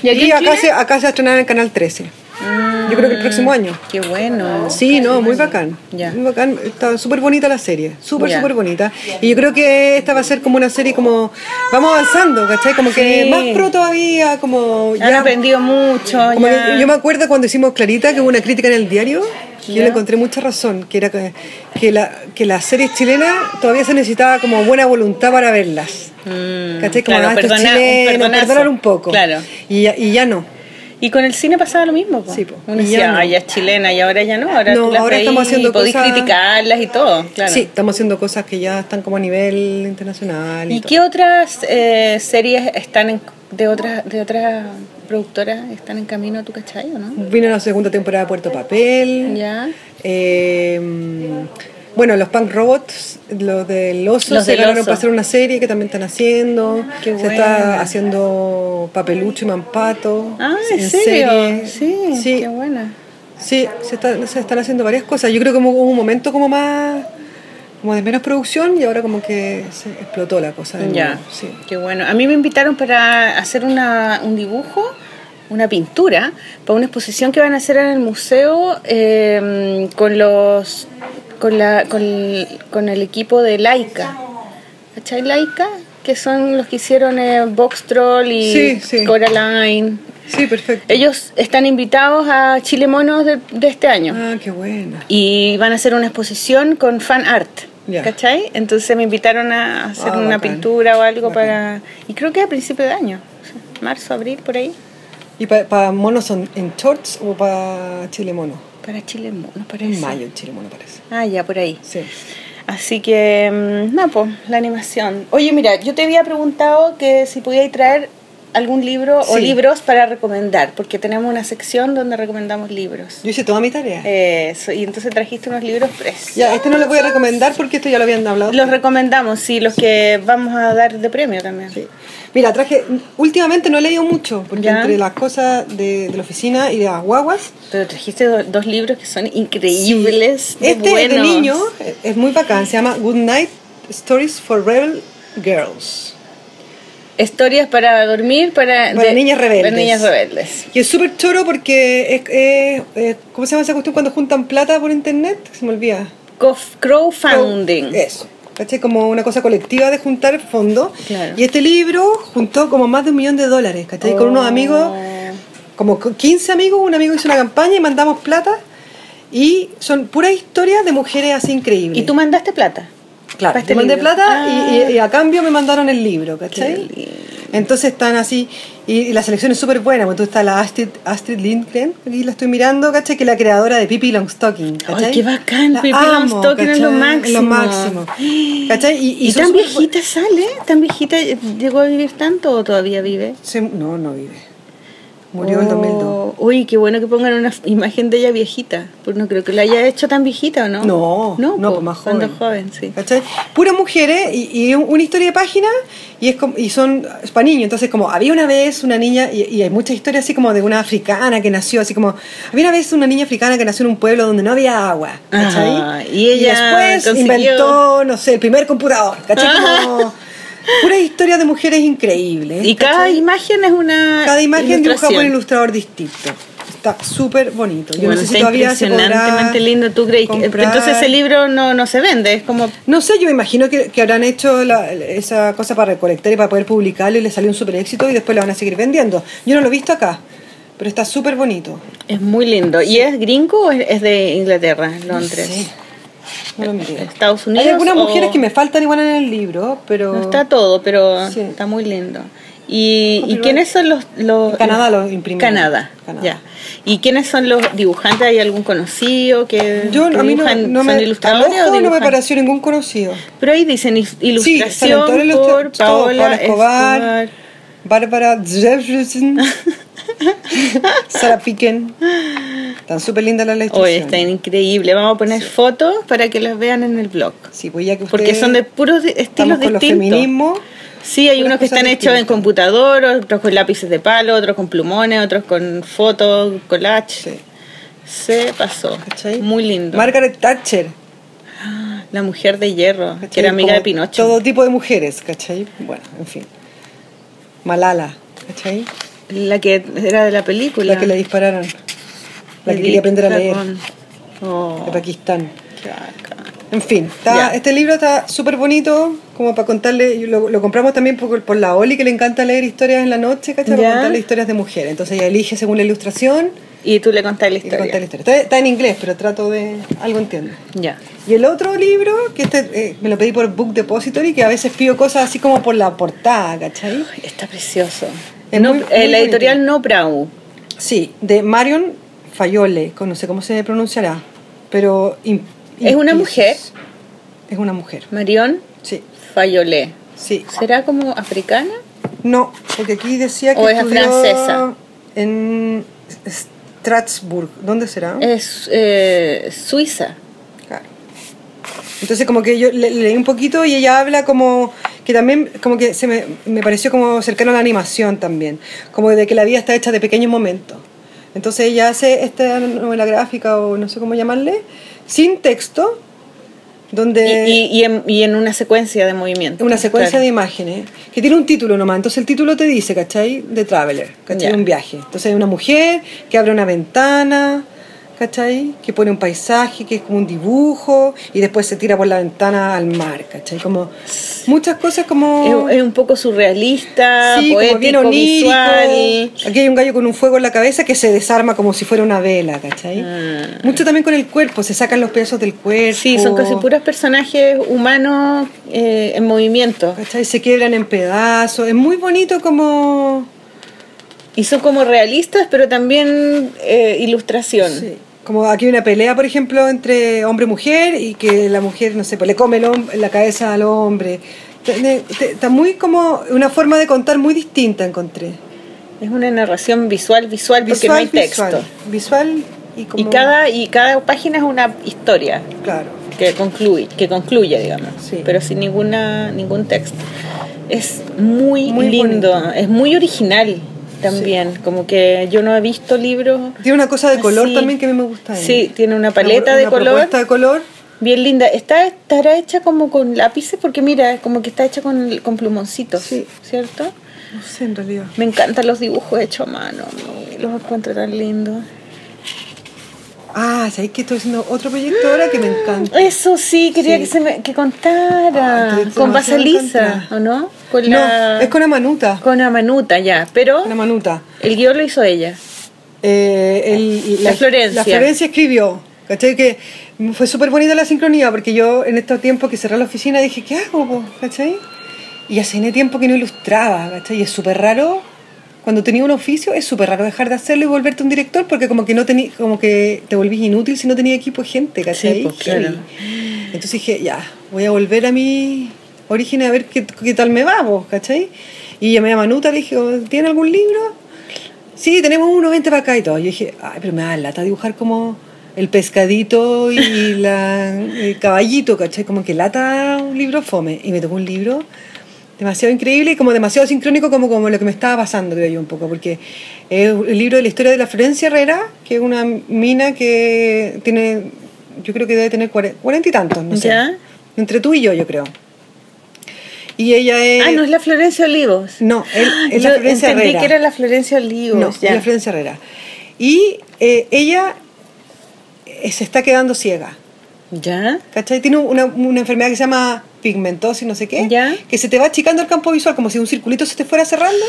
¿Y aquí
y
en
acá
Chile?
se, acá se va a estrenar en el Canal 13.
Ah.
Yo creo que el próximo año.
Qué bueno.
Sí, no, muy bacán.
Ya.
Muy bacán. Está súper bonita la serie. Súper,
Ya.
súper bonita. Y yo creo que esta va a ser como una serie como. Vamos avanzando, ¿cachai? Como que
Sí.
más pro todavía, como.
Han aprendido mucho.
Como
ya.
que yo me acuerdo cuando hicimos Clarita, que hubo una crítica en el diario, que yo
Ya.
le encontré mucha razón, que era que, que la, que las series chilenas todavía se necesitaba como buena voluntad para verlas.
Mm,
¿Cachai? Como
claro,
ah, esto es
perdona- un
chileno,
perdonazo.
perdonar un poco.
Claro.
Y, ya- y ya no.
Y con el cine pasaba lo mismo, po.
Sí, po.
Uno
Y ya
decía,
no.
"Ay, ya es chilena y ahora ya no. Ahora
No,
tú las
ahora
veís
estamos haciendo
y podís
cosas-
criticarlas y todo, claro.
Sí, estamos haciendo cosas que ya están como a nivel internacional. Y,
¿Y
todo.
qué otras eh, series están en- de otras de otras productoras están en camino, tú cachai, o no?
Vino la segunda temporada de Puerto Papel.
Ya.
Eh, bueno, los punk robots, los del oso,
Los
se
del
ganaron
oso.
para hacer una serie que también están haciendo.
Qué
se
buena.
está haciendo Papelucho y Mampato.
Ah, ¿en,
en
serio?
serie.
Sí,
sí,
qué buena.
sí, se, está- se están haciendo varias cosas. Yo creo que hubo un momento como más, como de menos producción y ahora como que se explotó la cosa. de
Ya,
nuevo, sí.
qué bueno. A mí me invitaron para hacer una, un dibujo, una pintura, para una exposición que van a hacer en el museo eh, con los con, la, con, con el equipo de Laika. ¿Cachai Laika? Que son los que hicieron eh, Box Troll y
Sí, sí.
Coraline.
Sí, perfecto.
Ellos están invitados a Chile Monos de, de este año
Ah, qué buena.
y van a hacer una exposición con fan art.
Ya.
¿Cachai? Entonces me invitaron a hacer
Ah,
una
bacán.
pintura o algo
Bacán.
para... Y creo que a principio de año, o sea, marzo, abril, por ahí,
¿Y para monos son en shorts o para chile mono?
para Chile Mono, parece.
En mayo en chile mono parece.
Ah, ya, por ahí.
Sí.
Así que, mm, no, pues, la animación. Oye, mira, yo te había preguntado que si podíais traer algún libro o
Sí.
libros para recomendar, porque tenemos una sección donde recomendamos libros.
Yo hice toda mi tarea.
Eh, Eso, y entonces trajiste unos libros preciosos.
Ya, este no lo voy a recomendar porque esto ya lo habían hablado.
Los recomendamos, sí, los que vamos a dar de premio también.
Sí. Mira, traje. Últimamente no he leído mucho, porque
Ya.
entre las cosas de, de la oficina y de las guaguas.
Pero trajiste do- dos libros que son increíbles. de
Este de
buenos.
niño eh, es muy bacán, se llama Good Night Stories for Rebel Girls.
Historias para dormir, para,
Para niñas rebeldes.
Para niñas rebeldes.
Y es súper choro porque es, es- eh, ¿Cómo se llama esa cuestión cuando juntan plata por internet? Se me olvida.
Cof- Crowdfunding.
Eso. ¿Cachai? Como una cosa colectiva de juntar fondos.
Claro.
Y este libro juntó como más de un millón de dólares, ¿cachai? Con
Oh.
unos amigos, como co- 15 amigos, un amigo hizo una campaña y mandamos plata. Y son puras historias de mujeres así increíbles.
Y tú mandaste plata.
Claro,
para este
yo mandé
libro.
plata y,
Ah.
y- y a cambio me mandaron el libro, ¿cachai?
Qué lindo.
Entonces están así, y, y la selección es súper buena, porque tú está la Astrid, Astrid Lindgren, aquí la estoy mirando, ¿cachai? Que es la creadora de Pippi Longstocking, ¿cachai?
Ay, qué bacán,
La
Pippi
amo,
Longstocking es lo
¿cachai?
máximo.
Es lo máximo, ¿cachai? Y, y
Y,
son
tan
súper bu-
viejita sale, tan viejita, eh, ¿llegó a vivir tanto o todavía vive?
Se- no, no vive. Murió en el
Oh,
2002.
Uy, qué bueno que pongan una f- imagen de ella viejita. Pues no creo que la haya hecho tan viejita, ¿o no?
No, no,
po,
pues más joven.
cuando joven, sí.
¿Cachai? Puras mujeres y, y un- una historia de página y es como- y son para niños. Entonces, como había una vez una niña, y, y hay muchas historias así como de una africana que nació, así como había una vez una niña africana que nació en un pueblo donde no había agua. ¿cachai?
Ajá, Ah, y ella
después
consiguió- Ah.
inventó, no sé, el primer computador. ¿Cachai? Como puras historias de mujeres increíbles.
Y cada
Eh, ¿cachai?
imagen es una.
Cada imagen dibujada por un
ilustración.
ilustrador distinto. Está súper bonito. Yo
Bueno,
no sé si
está
todavía se podrá
impresionantemente lindo. ¿Tú crees que-
comprar.
Entonces ese libro no, no se vende, es como.
No sé, yo me imagino que, que habrán hecho la- esa cosa para recolectar y para poder publicarlo y le salió un super éxito y después la van a seguir vendiendo. Yo no lo he visto acá, pero está súper bonito.
Es muy lindo. ¿Y es gringo o es, es de Inglaterra, Londres?
sé. No lo miré.
Estados Unidos
Hay algunas
o-
mujeres que me faltan igual en el libro, pero...
No está todo, pero
Sí.
está muy lindo. ¿Y,
Ah,
¿y
pero
quiénes son los, los-
Canadá lo imprimieron.
Canadá,
Canadá.
ya. ¿Y quiénes son los dibujantes? ¿Hay algún conocido que
Yo, a mí no,
dibujan?
no
¿Son
me, al
ilustradores o
ojo no me
dibujan?
pareció ningún conocido.
Pero ahí dicen is-
Sí,
ilustración
San Antonio lo
por
está- todo,
Paola,
Paola Escobar,
Escobar.
Bárbara Jefferson, Sara Piquen. Están súper lindas las
Oye,
ilustraciones.
está increíble. Vamos a poner fotos para que las vean en el blog.
Sí, pues ya que
Porque
ustedes-
son de puros di- estilos
Estamos con los
distintos.
feminismos.
Sí, hay
Puras
unos que
cosas
están hechos en
distintas.
computador, otros con lápices de palo, otros con plumones, otros con fotos, collage.
Sí.
Se pasó.
¿Cachai?
Muy lindo.
Margaret Thatcher.
la mujer de hierro, que
¿cachai?
era amiga
Como
de Pinocho.
Todo tipo de mujeres, ¿cachai? Bueno, en fin. Malala, ¿cachai?
La que era de la película.
La que le dispararon. La
Le
que quería aprender a leer.
dispararon. Oh,
De Pakistán.
qué bacán.
En fin, está-
Ya.
este libro está súper bonito, como para contarle, y lo, lo compramos también por, por la Oli, que le encanta leer historias en la noche, ¿cachai?
Ya.
Para contarle historias de mujeres. Entonces ella elige según la ilustración
Y tú le contaste la
y le
historia.
cuenta la historia. Está, está en inglés, pero trato de... algo entiendo.
Ya.
Y el otro libro, que este eh, me lo pedí por Book Depository, que a veces pido cosas así como por la portada, ¿cachai?
Ay, Está precioso.
Es
No-
muy-
eh,
muy
la editorial
bonito.
No Brau.
Sí, de Marion Fayole, con- no sé cómo se pronunciará, pero... im-
¿Es una
impis-
mujer?
Es una mujer,
Marión
sí,
Fayolé.
sí.
¿Será como africana?
No, porque aquí decía que
¿O es
estudió
francesa?
en Strasbourg, ¿dónde será?
Es eh, suiza.
Claro. Entonces como que yo le, le leí un poquito y ella habla como que también como que se me, me pareció como cercano a la animación también, como de que la vida está hecha de pequeños momentos. Entonces ella hace esta novela gráfica o no sé cómo llamarle, sin texto,
Y,
donde
y- y en, y en una secuencia de movimiento.
Eh. una secuencia
Claro.
de imágenes que tiene un título nomás. Entonces el título te dice, ¿cachai? De Traveler, ¿cachai?
Ya.
Un viaje. Entonces hay una mujer que abre una ventana, ¿cachai? Que pone un paisaje, que es como un dibujo, y después se tira por la ventana al mar, ¿cachai? Como muchas cosas como...
Es, es un poco surrealista,
Sí, como bien
poético,
onírico.
visual.
Aquí hay un gallo con un fuego en la cabeza que se desarma como si fuera una vela, ¿cachai? Mucho también con el cuerpo, se sacan los pedazos del cuerpo.
Ah. Sí, son casi puros personajes humanos eh, en movimiento.
¿Cachai? Se quiebran en pedazos. Es muy bonito como...
Y son como realistas, pero también eh, ilustración.
Sí. Como aquí hay una pelea, por ejemplo, entre hombre y mujer y que la mujer, no sé, pues le come el hom- la cabeza al hombre Tiene- te- Está muy como una forma de contar muy distinta, encontré.
Es una narración visual, visual, porque no hay texto.
visual. Visual y como.
Y cada, y cada página es una historia
Claro.
que concluye, que concluye digamos,
Sí.
pero sin ninguna ningún texto. Es muy,
Muy
lindo,
bonito.
es muy original también, como que yo no he visto libros
Tiene una cosa de color
así.
también que a mí me gusta.
Ah, Sí, tiene una
Una
paleta
pro-
de
una
color
propuesta de color.
bien linda. Está estará hecha como con lápices porque mira, como que está hecha con, con plumoncitos,
Sí.
¿cierto?
No sé, en realidad.
Me encantan los dibujos hechos a mano, me- los encuentro tan lindos.
Ah, ¿sabéis que estoy haciendo otro proyecto ahora que me encanta?
Eso sí, quería
Sí.
que se me que contara
Ah, te- te
con
demasiado
Basaliza,
encantada.
¿o no? Con
No,
la
es con una manuta.
con Amanuta ya, pero
Una manuta.
el guión lo hizo ella.
Eh, el- y
La Florencia.
La Florencia escribió. ¿Cachai? Que fue súper bonita la sincronía porque yo en estos tiempos que cerré la oficina dije, ¿qué hago? po? ¿Cachai? Y hace N tiempo que no ilustraba, ¿cachai? Y es súper raro, cuando tenía un oficio, es súper raro dejar de hacerlo y volverte un director porque como que no tení, como que te volvís inútil si no tenías equipo de gente, ¿cachai?
Sí, pues, claro.
Heavy. Entonces dije, ya, voy a volver a mi origen a ver qué, qué tal me va, po, ¿cachai? Y llamé a Manuta, le dije, ¿tiene algún libro? Sí, tenemos uno, vente para acá y todo. Yo dije, ay, pero me da lata dibujar como el pescadito y la, el caballito, ¿cachai? Como que lata un libro fome. Y me tocó un libro demasiado increíble y como demasiado sincrónico como, como lo que me estaba pasando, creo yo, un poco. Porque es el libro de la historia de la Florencia Herrera, que es una mina que tiene, yo creo que debe tener cuare- cuarenta y tantos, no sé.
Ya.
Entre tú y yo, yo creo. Y ella es...
ah, no es la Florencia Olivos. Ah,
No, él- Eh, es la
Yo
Florencia
entendí
Herrera.
que era la Florencia Olivos.
No,
ya.
la Florencia Herrera. Y eh, ella eh, se está quedando ciega.
¿Ya?
¿Cachai? Tiene una, una enfermedad que se llama pigmentosis, no sé qué,
Ya.
que se te va achicando el campo visual, como si un circulito se te fuera cerrando.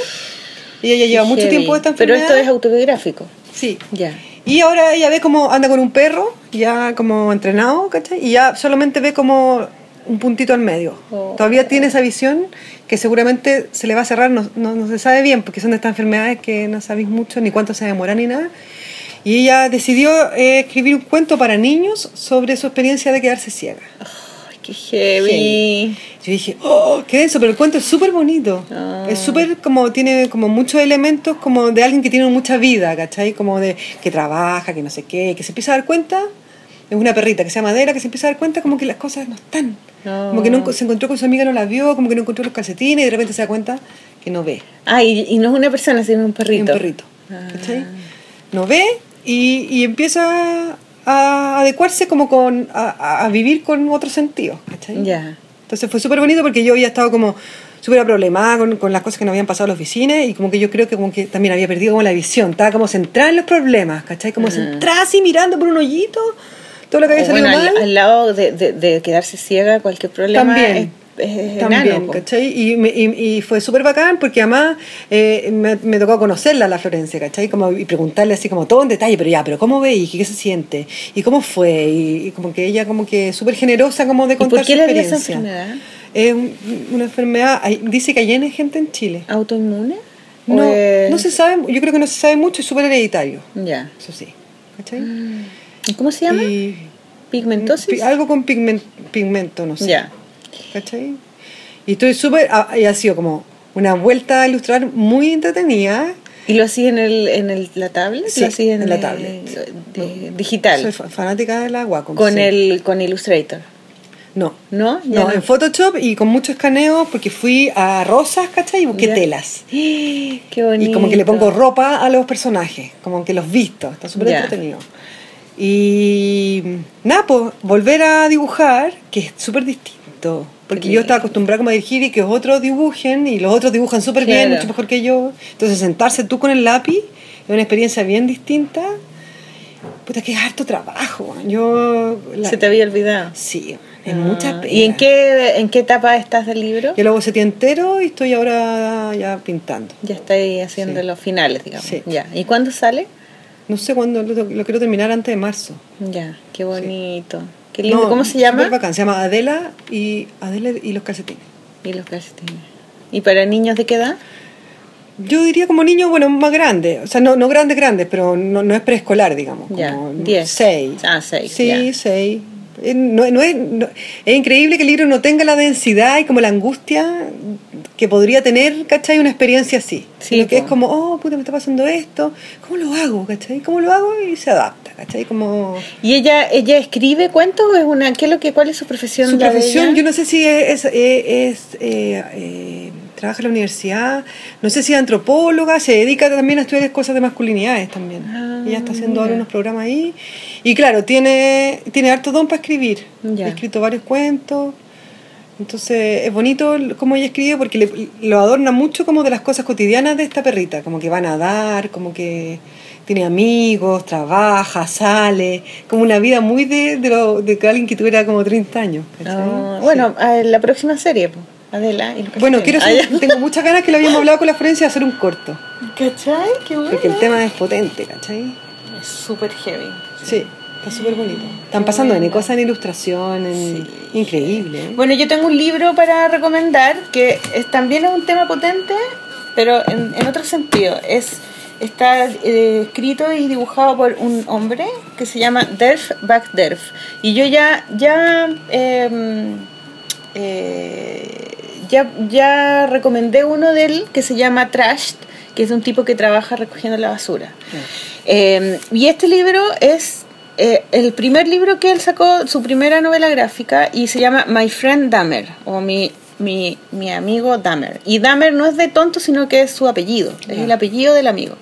Y ella lleva mucho
Heavy.
tiempo de esta
Pero
enfermedad.
esto es autobiográfico.
Sí.
Ya.
Y ahora ella ve cómo anda con un perro, ya como entrenado, ¿cachai? Y ya solamente ve como un puntito al medio.
Oh.
Todavía tiene esa visión que seguramente se le va a cerrar, no, no- no se sabe bien, porque son de estas enfermedades que no sabéis mucho ni cuánto se demoran ni nada. Y ella decidió eh, escribir un cuento para niños sobre su experiencia de quedarse ciega.
Ay, qué heavy.
Heavy. Yo dije, oh, qué denso, pero el cuento es súper bonito.
Ah.
Es súper como, tiene como muchos elementos como de alguien que tiene mucha vida, ¿cachai? Como de que trabaja, que no sé qué, que se empieza a dar cuenta, es una perrita que se llama Dera, que se empieza a dar cuenta como que las cosas no están.
No.
Como que no, enco- se encontró con su amiga, no la vio, como que no encontró los calcetines y de repente se da cuenta que no ve.
Ah, y, y no es una persona, sino un perrito. Ah.
Un perrito. ¿cachai? No ve y, y empieza a adecuarse como con, a, a- a vivir con otros sentidos, ¿cachai?
Ya.
Entonces fue súper bonito porque yo había estado como súper problemada con, con las cosas que nos habían pasado en la oficina y como que yo creo que como que también había perdido como la visión, estaba como centrada en los problemas, ¿cachai? Como centrada así mirando por un hoyito, todo lo que había
Ah. O Eh, bueno,
salido mal.
al, al lado de, de- de quedarse ciega, cualquier problema
También.
es, es
También,
enano, po.
¿cachai? Y, me- y- y fue súper bacán porque además eh, me, me tocó conocerla, la Florencia, ¿cachai? Como, y preguntarle así como todo en detalle, pero ya, pero ¿cómo ve? ¿Y qué, qué se siente? ¿Y cómo fue? Y, y como que ella como que súper generosa como de
por
contar
qué
su
le dio esa
experiencia.
enfermedad?
Es un- una enfermedad, hay- dice que hay N gente en Chile.
¿Autoinmune? ¿O
No,
es-
no se sabe, yo creo que no se sabe mucho, es súper hereditario,
Ya.
eso sí, ¿cachai?
¿Y ¿Cómo se llama?
Y-
¿Pigmentosis?
Eh, pi- algo con pigmen- pigmento, no sé.
Ya.
¿cachai? Y estoy súper, ah, y ha sido como una vuelta a ilustrar muy entretenida.
¿Y lo hacía en, el, en el, la tablet?
Sí,
lo hacía
en la
el-
tablet.
de- digital.
Soy fa- fanática de la Wacom.
con,
sí.
el, con Illustrator.
No.
¿No? Ya
No, en Photoshop y con mucho escaneo porque fui a Rosas, ¿cachai? Y busqué
Ya.
telas.
Qué bonito.
Y como que le pongo ropa a los personajes, como que los visto, está súper
Ya.
entretenido. Y nada, pues volver a dibujar, que es súper distinto. Porque yo estaba acostumbrada como a dirigir y que otros dibujen, y los otros dibujan súper bien,
Claro.
mucho mejor que yo. Entonces sentarse tú con el lápiz es una experiencia bien distinta. Puta, que es harto trabajo. Yo... la-
Se te había olvidado. Ah,
Sí, es mucha pena.
¿Y en qué, en qué etapa estás del libro?
Yo lo boceté entero y estoy ahora ya pintando.
Ya estoy haciendo
Sí.
los finales, digamos.
Sí.
Ya. ¿Y cuándo sale?
No sé cuándo, lo, lo quiero terminar antes de marzo.
Ya, qué bonito. Qué lindo.
No,
¿Cómo se
súper
llama?
bacán, Se llama Adela y, Adela y los calcetines.
Y los calcetines. ¿Y para niños de qué edad?
Yo diría como niño, bueno, más grande. O sea, no, no grandes, grandes, pero no, no es preescolar, digamos.
Ya,
como
diez.
Seis.
Ah, seis,
Sí,
ya.
seis. Eh, No, no es, no- es increíble que el libro no tenga la densidad y como la angustia que podría tener, ¿cachai? Una experiencia así.
Sí,
Sino que
po.
es como, oh, puta, me está pasando esto. ¿Cómo lo hago, cachai? ¿Cómo lo hago? Y se adapta, cachai? Como...
¿Y ella, ella escribe cuentos o es una, qué es lo que, cuál es su profesión?
Su
la de
profesión,
ella?
yo no sé si es, es, es, eh, eh, trabaja en la universidad, no sé si es antropóloga, se dedica también a estudiar cosas de masculinidades también.
Ah,
Ella está haciendo ahora
mira.
unos programas ahí. Y claro, tiene, tiene harto don para escribir.
Ya.
Ha escrito varios cuentos. Entonces es bonito el- cómo ella escribe porque le- lo adorna mucho como de las cosas cotidianas de esta perrita, como que va a nadar, como que tiene amigos, trabaja, sale, como una vida muy de, de, lo- de que alguien que tuviera como 30 años. ¿cachai?
Ah, bueno, a la próxima serie, po. Adela. y los
Bueno,
Castellanos.
quiero
Ah,
hacer- tengo muchas ganas que lo habíamos hablado con la Florencia de hacer un corto,
ya. ¿Cachai? Qué bueno.
porque el tema es potente, ¿cachai?
Es súper heavy.
Sí, está súper bonito. Están pasando en cosas en ilustración, en... increíble. ¿eh?
Bueno, yo tengo un libro para recomendar que es, también es un tema potente, pero en, en otro sentido. Es, está eh, escrito y dibujado por un hombre que se llama Derf Backderf. Y yo ya, ya, eh, eh, ya, ya recomendé uno de él que se llama Trash, que es de un tipo que trabaja recogiendo la basura. Eh, y este libro es eh, el primer libro que él sacó, su primera novela gráfica, y se llama My Friend Dahmer, o mi, mi, mi amigo Dahmer. Y Dahmer no es de tonto, sino que es su apellido, es el apellido del amigo.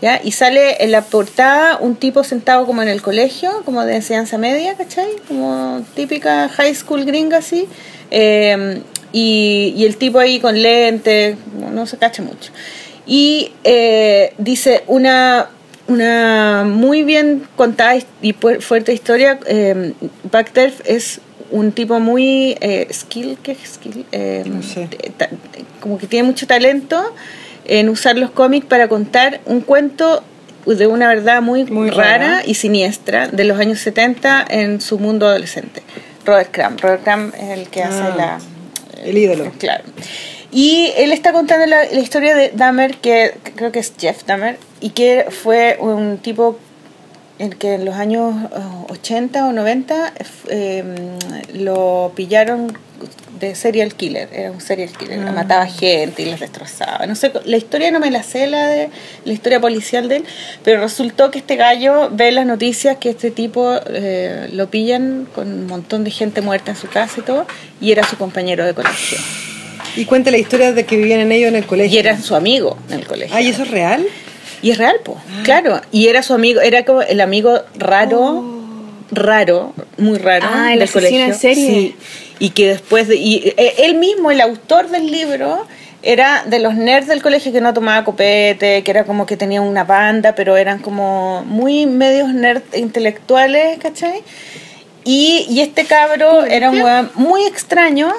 ¿Ya? Y sale en la portada un tipo sentado como en el colegio, como de enseñanza media, ¿cachai? Como típica high school gringa así. Eh, y, y el tipo ahí con lentes, no, no se cacha mucho. Y eh, dice una, una muy bien contada his- y pu- fuerte historia. Eh, Backterf es un tipo muy eh, skill, ¿qué es skill? Eh,
No sé.
t- ta- como que tiene mucho talento en usar los cómics para contar un cuento de una verdad muy,
Muy
rara
rara.
y siniestra de los años 70 en su mundo adolescente. Robert Crumb. Robert Crumb es el que hace
Ah,
la...
el ídolo.
Claro. Y él está contando la, la historia de Dahmer, que creo que es Jeff Dahmer, y que fue un tipo el que en los años oh, 80 o 90 eh, lo pillaron de serial killer, era un serial killer, mataba gente y los destrozaba. No sé, la historia no me la sé, la, de, la historia policial de él, pero resultó que este gallo ve las noticias que este tipo eh, lo pillan con un montón de gente muerta en su casa y todo, y era su compañero de colegio.
Y cuenta la historia de que vivían en ellos en el colegio.
Y era su amigo en el colegio.
Ay, ¿eso es real?
Y es real, po.
Ah.
Claro. Y era su amigo, era como el amigo raro, raro, muy raro.
Oh. Ah, el
del
asesino
colegio.
en serie.
Sí. Y que después, de, y eh, él mismo, el autor del libro, era de los nerds del colegio que no tomaba copete, que era como que tenía una banda, pero eran como muy medios nerd intelectuales, ¿cachai? Y, y este cabro era un weón muy extraño.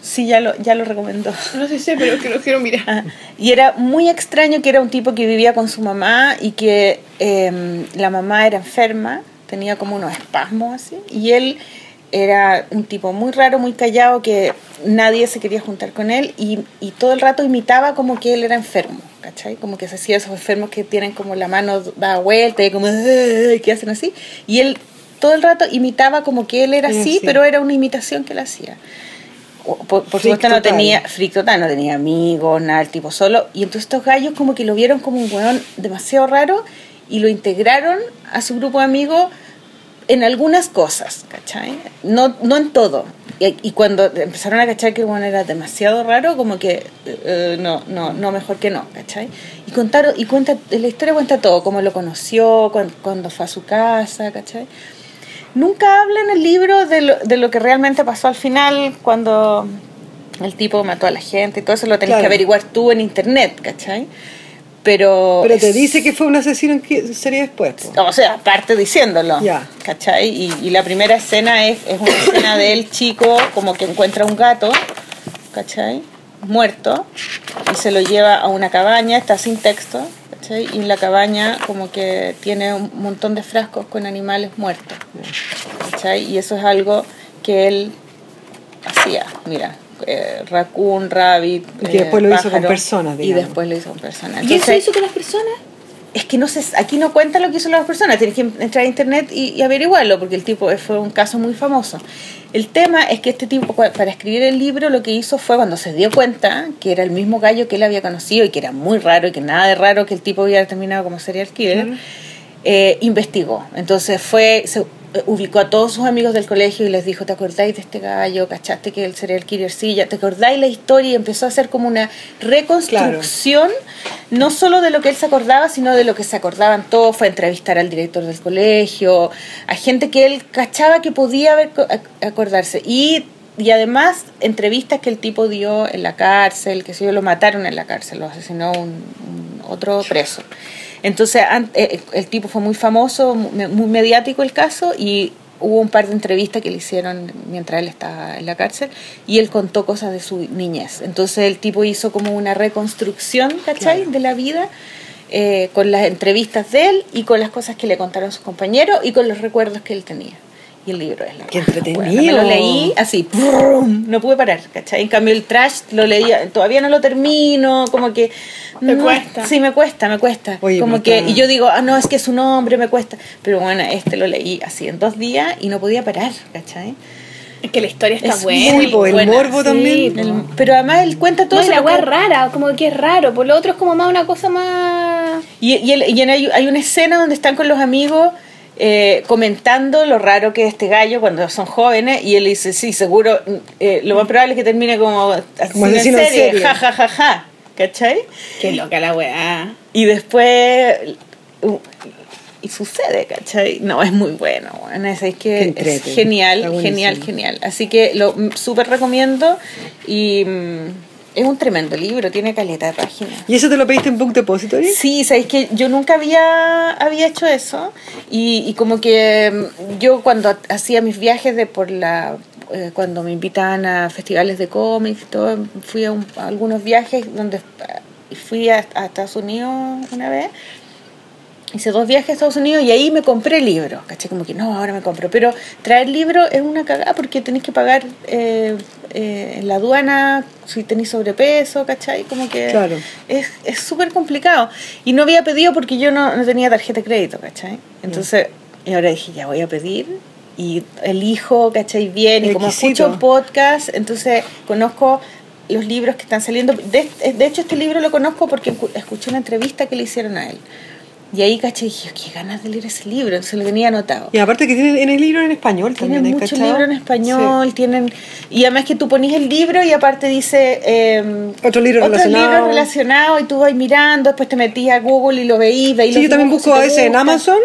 Sí, ya lo, ya lo recomendó.
No sé, sé, pero que lo quiero mirar.
Ah, y era muy extraño que era un tipo que vivía con su mamá y que eh, la mamá era enferma, tenía como unos espasmos así, y él era un tipo muy raro, muy callado, que nadie se quería juntar con él y, y todo el rato imitaba como que él era enfermo, ¿cachai? Como que se hacía esos enfermos que tienen como la mano da vuelta y como "Ugh", que hacen así, y él todo el rato imitaba como que él era
Era
así,
así.
pero era una imitación que él hacía. O- Por, por
Freak
supuesto no
total.
tenía, freak total, no tenía amigos, nada, el tipo solo. Y entonces estos gallos como que lo vieron como un weón demasiado raro y lo integraron a su grupo de amigos en algunas cosas, ¿cachai? No, no en todo. Y, y cuando empezaron a cachar que el weón era demasiado raro, como que eh, eh, no, no, no, mejor que no, ¿cachai? Y contaron, y cuenta, la historia cuenta todo, cómo lo conoció, cuan- cuando fue a su casa, ¿cachai? Nunca habla en el libro de lo, de lo que realmente pasó al final cuando el tipo mató a la gente y todo eso lo tenés
Claro.
que averiguar tú en internet, ¿cachai? Pero...
Pero te
es-
dice que fue un asesino en que sería después. po.
O sea, aparte diciéndolo,
Ya.
¿cachai? Y, y la primera escena es, es una escena de él chico como que encuentra un gato, ¿cachai? Muerto y se lo lleva a una cabaña, está sin texto, ¿cachai? Y en la cabaña como que tiene un montón de frascos con animales muertos. ¿cachai? Y eso es algo que él hacía, mira, eh, raccoon, rabbit,
Y que
eh,
después lo hizo con
pájaro,
personas,
Y
digamos.
después lo hizo con personas.
¿Y eso
Entonces,
hizo con las personas?
es que no sé, aquí no cuenta lo que hizo las personas, tienes que entrar a internet y, y averiguarlo, porque el tipo eh, fue un caso muy famoso. El tema es que este tipo, pa- para escribir el libro, lo que hizo fue cuando se dio cuenta que era el mismo gallo que él había conocido y que era muy raro y que nada de raro que el tipo hubiera terminado como serial killer, eh, investigó. Entonces fue, se eh, ubicó a todos sus amigos del colegio y les dijo, ¿te acordáis de este gallo? ¿Cachaste que el serial killer sí? ¿Ya ¿Te acordáis la historia? Y empezó a hacer como una reconstrucción, no solo de lo que él se acordaba, sino de lo que se acordaban todos. Fue a entrevistar al director del colegio, a gente que él cachaba que podía haber co- ac- acordarse. Y y además entrevistas que el tipo dio en la cárcel, que sé yo, lo mataron en la cárcel, lo asesinó un, un otro preso. Entonces an- eh, eh, el tipo fue muy famoso, mu- me- muy mediático el caso y hubo un par de entrevistas que le hicieron mientras él estaba en la cárcel y él contó cosas de su niñez. Entonces el tipo hizo como una reconstrucción, ¿cachai?, de la vida. eh, con las entrevistas de él y con las cosas que le contaron sus compañeros y con los recuerdos que él tenía. Y el libro es la
Qué
raja,
entretenido.
weona. Me lo leí así, ¡prum! no pude parar, ¿cachai? En cambio el trash lo leía, todavía no lo termino, como que...
Te
no,
cuesta.
Sí, me cuesta, me cuesta.
Oye,
como
pero
que,
está-
y yo digo, ah, no, es que es un hombre, me cuesta. Pero bueno, este lo leí así en dos días y no podía parar, ¿cachai?
Es que la historia está
Es
buena.
muy
Sí, po, el
buena,
morbo
sí,
también.
el- pero además él cuenta todo
Todo es
eso
la
lo que-
weá es rara, como que es raro. Por lo otro es como más una cosa más.
Y, y, el- y en- hay, hay una escena donde están con los amigos eh, comentando lo raro que es este gallo cuando son jóvenes y él dice, sí, seguro, mm, eh, lo más probable es que termine como asesino en
asesino en
serie,
serie.
ja, ja, ja, ja, ¿cachai?
Qué loca la weá.
Y después... uh, y sucede, ¿cachai? No, es muy bueno, bueno, es, es
Qué
que es
entrete. Está
genial,
buenísimo.
genial, genial. Así que lo mm, súper recomiendo y mm, es un tremendo libro, tiene caleta de páginas.
¿Y eso te lo pediste en Book Depository?
Sí, sabéis que yo nunca había, había hecho eso y, y como que mm, yo cuando ha- hacía mis viajes de por la eh, cuando me invitaban a festivales de cómics y todo, fui a, un- a algunos viajes donde eh, fui a, a Estados Unidos una vez Hice dos viajes a Estados Unidos y ahí me compré libros. Caché como que no, ahora me compro. Pero traer libros es una cagada porque tenés que pagar eh, eh, en la aduana si tenés sobrepeso, ¿cachai? Como que
Claro.
es es súper complicado. Y no había pedido porque yo no, no tenía tarjeta de crédito, ¿cachai? Entonces, y ahora dije, ya voy a pedir y elijo, ¿cachai? Bien. Y como
Exquisito.
escucho podcast, entonces conozco los libros que están saliendo. De, de hecho, este libro lo conozco porque escu- escuché una entrevista que le hicieron a él. Y ahí caché y dije, qué ganas de leer ese libro, entonces lo tenía anotado.
Y aparte que tienen en el libro en español
Tienen
también, ¿eh?
muchos
¿cachado?
libros en español, tienen y además que tú pones el libro y aparte dice eh,
Otro libro
otro
relacionado.
libro relacionado y tú vas mirando, después te metís a Google y lo veís, veís
Sí, yo
los
también
dibujos,
busco a
si te
veces en
gusta.
Amazon.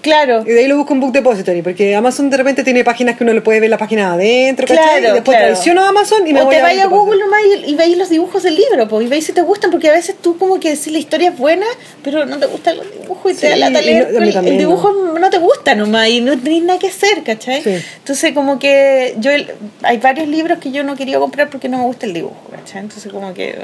Claro.
Y de ahí lo busco en Book Depository, porque Amazon de repente tiene páginas que uno le puede ver la página adentro, ¿cachai? Y después traiciono a Amazon y me
o
voy
te
a
vais a
Book
Google nomás y, y veis los dibujos del libro, po, y veis si te gustan, porque a veces tú como que decís la historia es buena, pero no te gustan los dibujos y te da
Sí,
lata
y
leer,
no- a mí
el- el,
también, no.
dibujo no. te gusta nomás y no tenés nada que hacer, ¿cachai?
Sí.
Entonces como que yo, el- hay varios libros que yo no quería comprar porque no me gusta el dibujo, ¿cachai? Entonces como que...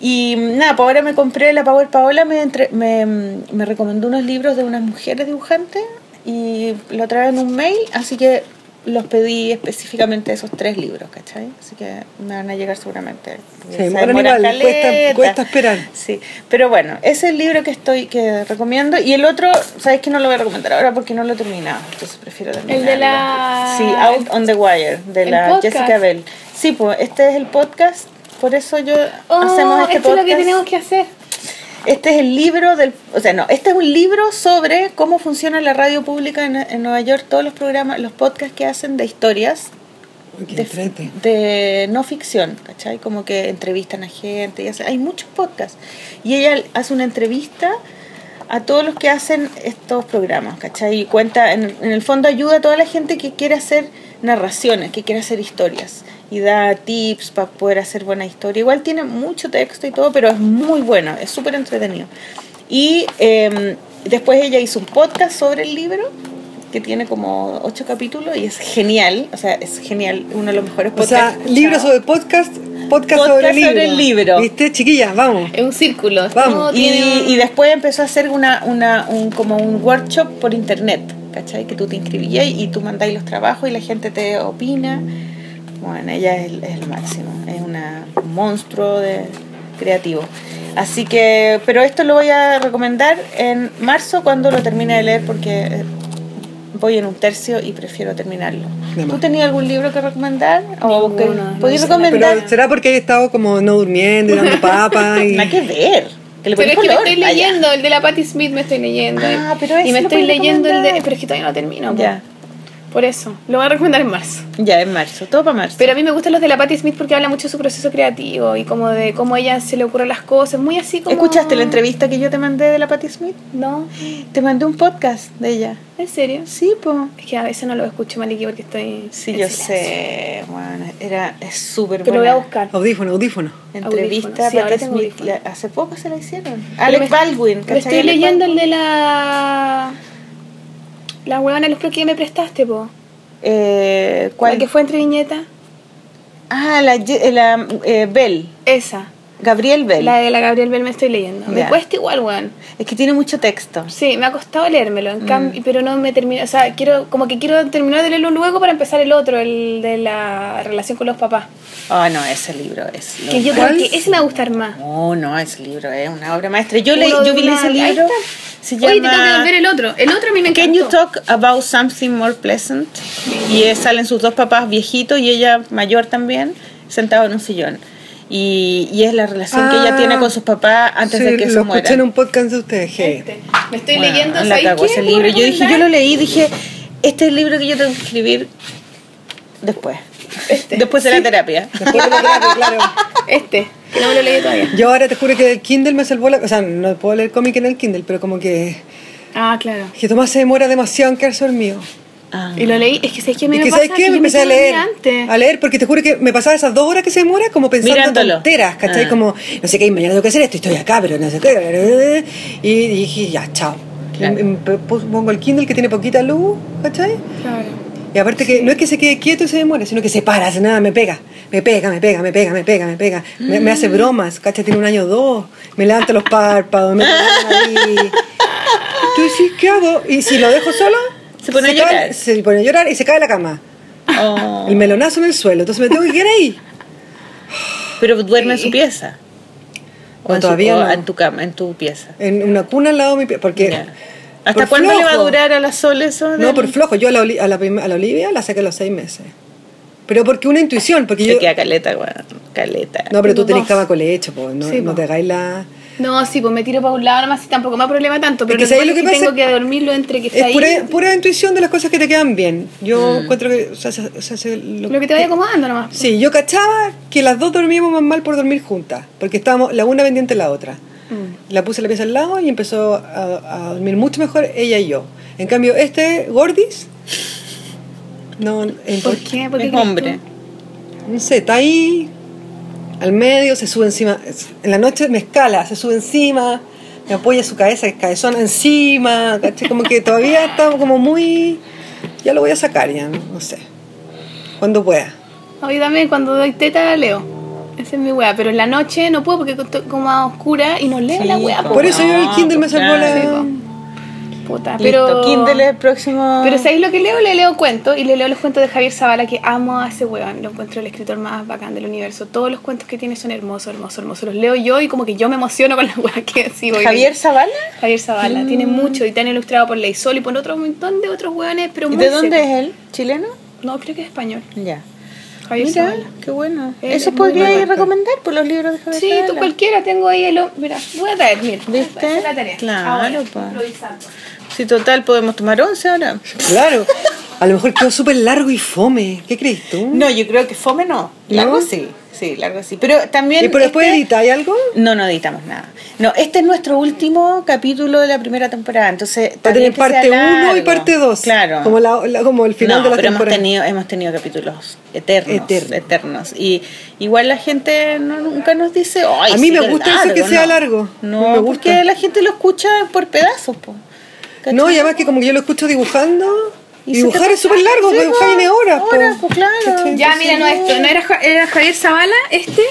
Y nada, pues ahora me compré la Power Paola, me, entre- me, me recomendó unos libros de unas mujeres dibujantes y lo trae en un mail, así que los pedí específicamente esos tres libros, ¿cachai? Así que me van a llegar seguramente. porque
Se
se
demoran
demora
igual, cuesta-
caleta.
cuesta esperar.
Sí, pero bueno, ese es el libro que estoy que recomiendo y el otro, sabes que no lo voy a recomendar ahora porque no lo he terminado, entonces prefiero terminarlo.
de la-
Sí, Out on the Wire de
el
la
podcast.
Jessica Bell. Sí, pues este es el podcast, por eso yo
Oh,
hacemos este podcast.
esto es lo que tenemos que hacer.
Este es el libro del, o sea, no, este es un libro sobre cómo funciona la radio pública en, en Nueva York, todos los programas, los podcasts que hacen de historias
Uy, qué entrete.
de, de no ficción, ¿cachai? Como que entrevistan a gente, y hace- hay muchos podcasts. Y ella hace una entrevista a todos los que hacen estos programas, ¿cachai? Y cuenta, en, en el fondo ayuda a toda la gente que quiere hacer narraciones, que quiere hacer historias. Y da tips para poder hacer buena historia. Igual tiene mucho texto y todo, pero es muy bueno, es súper entretenido. Y em, después ella hizo un podcast sobre el libro que tiene como ocho capítulos y es genial, o sea, es genial, uno de los mejores
O sea,
podcasts.
libro sobre podcast, podcast, sobre
Podcast
libro.
sobre libro.
¿Viste, chiquillas? Vamos.
Es un círculo. es
Vamos.
como
y,
tiene un-
y después empezó a hacer una, una, un, como un workshop por internet, ¿cachai? Que tú te inscribías y tú mandáis los trabajos y la gente te opina. Bueno, ella es, el- es el máximo, es una, un monstruo de, creativo. Así que, pero esto lo voy a recomendar en marzo cuando lo termine de leer porque eh, voy en un tercio y prefiero terminarlo.
De más.
¿Tú tenías algún libro que recomendar? ¿O que
Ninguno, no este-
podías
sé,
recomendar?
Pero será porque he estado como no durmiendo y dando papa y.
Nada que ver. Que le
Pero
ponés
es que me
color.
estoy
Ah, ya.
leyendo, el de la Patti Smith me estoy leyendo.
Ah, pero ese
y me
lo
estoy
puedes
leyendo el de.
recomendar.
Pero es que todavía no termino. po.
Ya,
Por eso. Lo voy a recomendar en marzo.
ya en marzo, todo para marzo.
Pero a mí me gustan los de la Patti Smith porque habla mucho de su proceso creativo y como de cómo a ella se le ocurren las cosas. Muy así como.
¿Escuchaste la entrevista que yo te mandé de la Patti Smith?
No,
Te mandé un podcast de ella.
en serio.
Sí, po.
Es que a veces no lo escucho, Maliki, porque estoy.
Sí,
en
yo
silencio.
sé. Bueno, era es súper buena.
Pero lo voy a buscar.
Audífono, audífono.
Entrevista
Audífonos. Sí,
a
ahora
Patti
tengo
Smith.
audífonos.
La- hace poco se la hicieron.
Pero
Alec
me-
Baldwin.
Me
¿cachai?
estoy
Alec
leyendo el
Baldwin.
de la. La huevona los que me prestaste, po.
Eh,
¿Cuál?
¿Cuál?
La que fue entre viñeta.
Ah, la, Ye- eh, la eh, Bell.
Esa.
Gabriel Bell.
La de la Gabriel Bell me estoy leyendo.
Ya.
Me cuesta igual, weón.
Es que tiene mucho texto.
Sí, me ha costado leérmelo, en cambio, pero no me termino. O sea, quiero, como que quiero terminar de leerlo luego para empezar el otro, el de la relación con los papás.
Oh, no, ese libro es. lo
Que yo
¿Cuál?
creo que ese me va a gustar más.
No, no, ese libro es una obra maestra. Yo, leí,
Uno de
yo vi
una-
ese
ahí
libro.
está.
Se
Oye, te tengo que
llama
ver el otro. El otro a mí me
Can
encantó.
You Talk About Something More Pleasant? Y eh, salen sus dos papás viejitos y ella mayor también, sentados en un sillón. Y, y es la relación que ella
Ah,
tiene con sus papás antes
Sí,
de que
lo
se
escuché en
mueran.
un podcast de ustedes. hey.
Este. Me estoy
Bueno,
leyendo,
la
¿sabes
cagó
qué?
ese
¿Puedo
libro. Yo dije, yo lo
recomendar?
leí, dije, este es el libro que yo tengo que escribir después.
Este.
Después de la terapia.
Después de la terapia, claro.
Este, que no me lo leí todavía.
Yo ahora te juro que el Kindle me salvó la. O sea, no puedo leer cómic en el Kindle, pero como que.
Ah, claro.
Que Tomás se demora demasiado en quedarse dormido.
Ah.
Y lo leí, es que sabes que me
y
me
que,
pasa
¿sabes qué?
que
Me
yo
empecé a
quedo dormida
leer. Ah.
antes.
A leer, porque te juro que me pasaba esas dos horas que se demora como pensando
Mirándolo.
tonteras, ¿cachai?
Ah.
Como, no sé qué, mañana tengo que hacer esto, estoy acá, pero no sé qué. Y dije, ya, chao.
Claro.
Y me pus- Pongo el Kindle que tiene poquita luz, ¿cachai?
Claro.
Y aparte que no es que se quede quieto y se demore, sino que se para, hace nada, me pega, me pega, me pega, me pega, me pega, me pega, me, me hace bromas, cacha, tiene un año o dos, me levanta los párpados, me ahí. Tú decís, ¿qué hago? Y si lo dejo solo,
Se pone a
cae-
llorar.
se pone a llorar y se cae a la cama.
Oh.
El melonazo en el suelo, entonces me tengo que quedar ahí.
Pero duerme en su pieza. O,
No,
en, su-
todavía
o
no.
en tu cama, en tu pieza.
En una cuna al lado de mi pie, porque...
Ya. ¿Hasta
por
cuándo le va a
flojo.
durar a la Sol eso?
No,
del-
por flojo, yo a la, Oli- a la prim- a la Olivia la saqué a los seis meses. Pero porque una intuición, porque
Se
yo...
queda caleta, weón. Caleta.
No, pero tú
Dos.
tenés cama con leche, po, no,
Sí,
no
po.
te hagáis la...
No, sí, pues me tiro para un lado nomás y tampoco me da problema tanto, pero
que
lo que
¿sabes
pasa
lo
es
que
que
pasa?
tengo que dormirlo entre que está
Es
ahí.
pura, pura intuición de las cosas que te quedan bien. Yo encuentro que o sea, se- se hace lo,
Lo que te vaya acomodando nomás.
Sí, yo cachaba que las dos dormíamos más mal por dormir juntas, porque estábamos la una pendiente de la otra.
Mm.
La puse la pieza al lado y empezó a, a dormir mucho mejor ella y yo. En cambio, este Gordis, no, en-
¿Por qué? ¿Por qué
Es
crees
hombre.
tú?
no sé, está ahí, al medio, se sube encima. En la noche me escala, se sube encima, me apoya su cabeza, que cabezona encima, ¿cachai? Como que todavía está como muy. Ya lo voy a sacar, ya, no sé. Cuando pueda.
No, yo también cuando doy teta leo. Esa es mi wea, pero en la noche no puedo porque estoy como a oscura y no leo
Sí,
la wea,
po.
po.
Por eso yo el
no,
Kindle me
pues,
salvó
claro,
la.
Oh, sí, Puta,
Pero...
pero
Kindle es el próximo.
Pero ¿sabéis lo que leo? Le leo cuentos y le leo los cuentos de Javier Zavala que amo a ese weón. Lo encuentro el escritor más bacán del universo. Todos los cuentos que tiene son hermosos, hermosos, hermosos. Los leo yo y como que yo me emociono con las weas que sigo. y
Javier Mm. Zavala.
leo. Javier Zavala. Tiene mucho y tan ilustrado por Leisol y por otro montón de otros weones, pero
¿Y
muy
de dónde
secos.
es él? ¿Chileno?
No, creo que es español.
Ya.
Javier
Mira,
Zavala.
qué bueno.
Él
Eso
es muy
podría
bacán.
recomendar por los libros de Javier
Sí, tú
Zavala.
cualquiera, tengo ahí el... Mira, voy a traer, mira.
¿Viste?
Esa es la tarea.
Claro,
Ahora,
pa.
improvisando.
Sí, total, podemos tomar once ahora.
Claro. A lo mejor quedó súper largo y fome. ¿Qué crees tú?
No, yo creo que fome no. Largo
¿No?
sí. Sí, largo sí. Pero también.
¿Y por Eh, después
este-
editáis algo?
No, no editamos nada. No, este es nuestro último capítulo de la primera temporada. Entonces,
Va a tener
también que sea
parte 1 y
largo.
parte 2.
Claro.
Como, la- la- como el final
no,
de la
pero
temporada.
Hemos tenido, hemos tenido capítulos eternos,
Eterno.
eternos. Y igual la gente no- nunca nos dice, "Ay,
A mí
sí,
me
qué
gusta eso que sea largo.
No,
Me gusta.
porque la gente lo escucha por pedazos, po. ¿Cachai?
No, y además que como que yo lo escucho dibujando.
Y
Y
se
dibujar
te
es súper
pasa,
largo,
sí,
pues dibujar
po.
viene horas. po.
Horas, po, claro.
¿Cachai?
Ya, mira, no esto, no era, Ja- era Javier Zavala, este,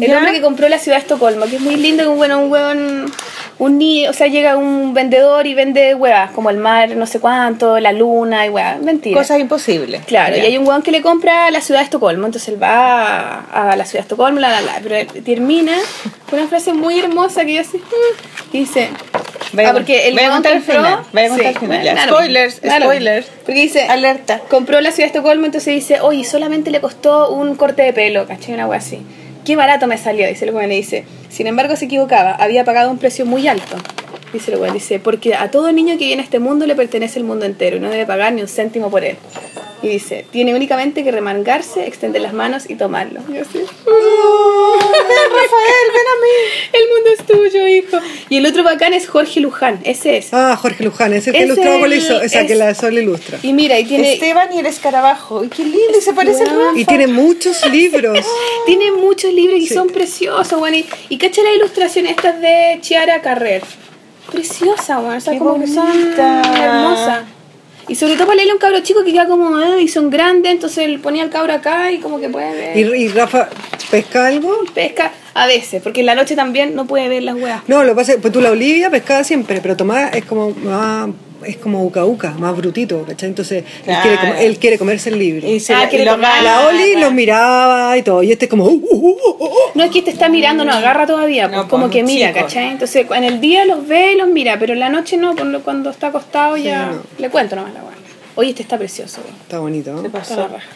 el
Ya.
hombre que compró la ciudad de Estocolmo, que es muy lindo, que un bueno, un hueón un niño, o sea, llega un vendedor y vende huevas, como el mar, no sé cuánto, la luna y huevas. Mentira.
Cosas imposibles.
Claro,
Ya.
y hay un weón que le compra a la ciudad de Estocolmo, entonces él va a, a la ciudad de Estocolmo, la, la, la, pero él termina con una frase muy hermosa que yo así, mm, y dice,
Voy a-
ah, porque el
voy a
weón
contar el
compró-
final, voy a contar el final, ya.
da lo mismo,
Spoilers,
da lo mismo.
spoilers.
Porque dice,
Alerta.
compró la ciudad de Estocolmo, entonces dice, oye, solamente le costó un corte de pelo, ¿cachai? Una wea así. Qué barato me salió, dice el weón, le dice. Sin embargo, se equivocaba, había pagado un precio muy alto. Dice el weón, dice, porque a todo niño que viene a este mundo le pertenece el mundo entero y no debe pagar ni un céntimo por él. Y dice, tiene únicamente que remangarse, extender las manos y tomarlo. Y yo así,
Rafael, ven a mí.
el mundo es tuyo, hijo. Y el otro bacán es Jorge Luján, ese es.
Ah, Jorge Luján, ese que
Ese
ilustrado por la
el-
Iso- esa que
es-
la Sol ilustra.
Y mira, y tiene...
Esteban y el escarabajo. Ay, qué lindo, y se parece al
Weón.
Rafa.
Y tiene muchos libros.
Tiene muchos libros y son preciosos, bueno, y, y cacha las ilustraciones estas de Chiara Carrer. Preciosa, bueno, o sea,
Qué
como que son
bonita.
hermosas. Y sobre todo para leerle a un cabro chico que queda como, "Ay, y son grandes, entonces él ponía al cabro acá y como que puede ver.
¿Y, y Rafa pesca algo?
pesca a veces, porque en la noche también no puede ver las weas.
No, lo que pasa es pues tú la Olivia pescaba siempre, pero Tomás es como más, es como uca uca, más brutito, ¿cachai? Entonces él,
Claro.
quiere com- él quiere comerse el libro.
Y se
Ah,
la-
quiere
y lo
tomar.
gana.
la Oli los miraba y todo, y este es como... "Uh, uh, uh, uh, uh".
No es que este está mirando, no agarra todavía,
No,
pues,
pues,
como
un
que mira,
chico.
¿cachai? Entonces cu- en el día los ve y los mira, pero en la noche no, por lo- cuando está acostado ya
no.
le cuento nomás la wea. Oye, este está precioso, weón.
Está bonito,
Se
¿no?
Está la
pasó.
raja.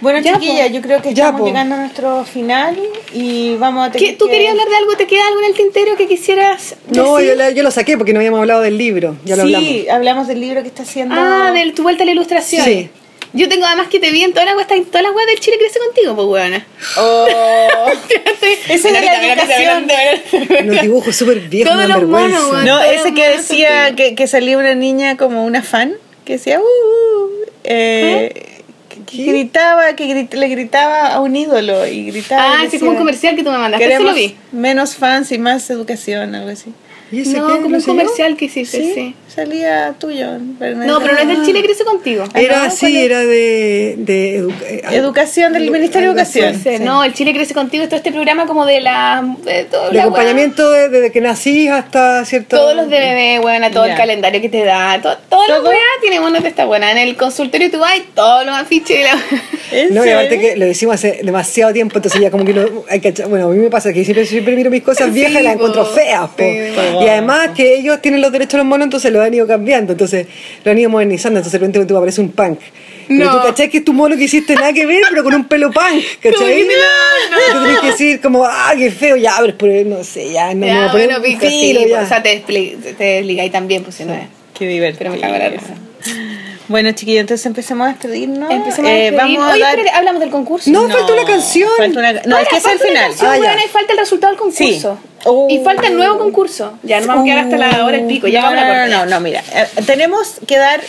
Bueno,
Ya,
chiquilla,
po.
yo creo que
Ya,
estamos
po.
llegando a nuestro final y vamos a tener
¿Qué- ¿Tú querías hablar de algo? ¿Te queda algo en el tintero que quisieras
No,
decir?
yo, la- yo lo saqué porque no habíamos hablado del libro, ya lo
sí,
hablamos.
del libro que está haciendo.
Ah, de tu vuelta a la ilustración.
Sí.
Yo tengo además que te vi en todas las weas, en todas las weas del Chile crece contigo, pues weona.
Oh.
Esa
Ese de la educación.
Los dibujos súper viejos,
Todos
me dan
los monos,
vergüenza.
weón.
No,
Todo
ese que
mal
decía
sentido.
que, que salía una niña como una fan, que decía, uh, uh, eh, que- que gritaba, que grit- le gritaba a un ídolo y gritaba. y
Ah, ese
decía,
es como un comercial que tú me mandaste, ese lo
Queremos
vi.
menos fans y más educación, algo así.
¿Y ese
No,
qué?
como un
sé yo.
comercial que hiciste, sí.
Salía tuyo.
No, pero no es del Chile crece contigo.
Ah,
Era
¿no? ¿Cuál
así,
es?
era de... de edu- eh, ah,
Educación del Ministerio
algo
de
así.
Educación.
Ese,
sí.
Pues, No, el Chile crece contigo, todo este programa como de la... De, todo
de acompañamiento de- desde que nací hasta cierto...
Todos los de bebé, weona, todo
Ya.
el calendario que te da, todo, todas las
Todo.
weas tienen uno de esta buena. En el consultorio tú vas y todos los afiches de la...
¿En
No, y aparte
serio?
que lo hicimos hace demasiado tiempo, entonces ya como que no... hay que- bueno, a mí me pasa que siempre, siempre miro mis cosas viejas y las
po.
encuentro feas, po.
po.
Y además que ellos tienen los derechos de los monos, entonces lo han ido cambiando, entonces lo han ido modernizando, entonces de repente tú aparece un punk. Pero
No.
tú cachás que es tu mono que hiciste nada que ver, pero con un pelo punk, ¿cachai?
Como que no, no.
Y tú tenés que decir como, ah, qué feo, ya, pero es por- no sé, ya, no,
Ya,
no, pero
bueno,
un
pico,
filo,
sí,
ya.
o sea, te, despli- te desligáis también, pues si no es.
Qué divertido.
Pero me cago en la risa.
Bueno, chiquillos, entonces empecemos a despedirnos.
Empecemos a
Eh,
despedir.
vamos a
Oye,
dar...
espérate, hablamos del concurso.
No, falta una canción.
falta una- No,
Ahora,
es que es el
falta una
final.
canción,
Ah, ya.
weona, y falta el resultado del concurso.
Sí. Oh.
Y falta el nuevo concurso. Ya no vamos a quedar hasta la hora el pico. Ya
no,
vamos a
no,
cortar.
no, no, no, mira. eh, tenemos que dar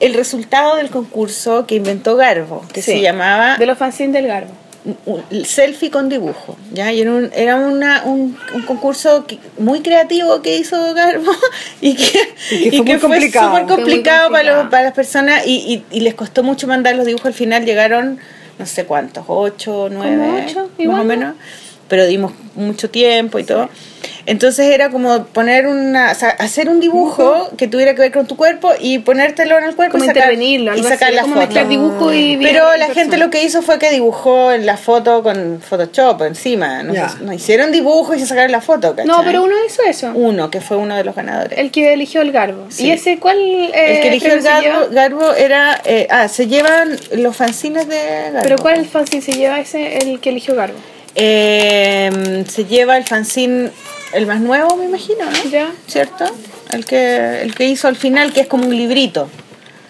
el resultado del concurso que inventó Garbo, que
Sí.
se llamaba
De los fanzines del Garbo.
un- un selfie con dibujo. ¿ya? Y era un, era una- un, un concurso que- muy creativo que hizo Garbo y que,
Y que fue muy complicado.
súper
Fue muy
complicado para, los-
complicado.
para las personas y, y- y les costó mucho mandar los dibujos. Al final llegaron, no sé cuántos, ocho, nueve,
ocho,
más
igual,
o
¿no?
menos. Pero dimos mucho tiempo y todo. Entonces era como poner una, o sea, hacer un dibujo que tuviera que ver con tu cuerpo y ponértelo en el cuerpo
Como
y sacar,
intervenirlo,
y
algo así,
sacar la
como
foto.
mezclar dibujo y
Pero
y
la gente
persona.
lo que hizo fue que dibujó en la foto con Photoshop encima. No,
Ya.
sé, no hicieron dibujos y se sacaron la foto, ¿cachai?
No, pero uno hizo eso.
Uno, que fue uno de los ganadores. El,
El que eligió el Garbo.
Sí.
¿Y ese cuál? eh,
que eligió el
premio se
Garbo,
lleva?
Garbo era... eh, ah, se llevan los fanzines de Garbo.
¿Pero cuál fanzine se lleva ese, el que eligió Garbo?
Eh, se lleva el fanzine, el más nuevo, me imagino, ¿no?
Ya.
¿Cierto? El que, el que hizo al final, que es como un librito.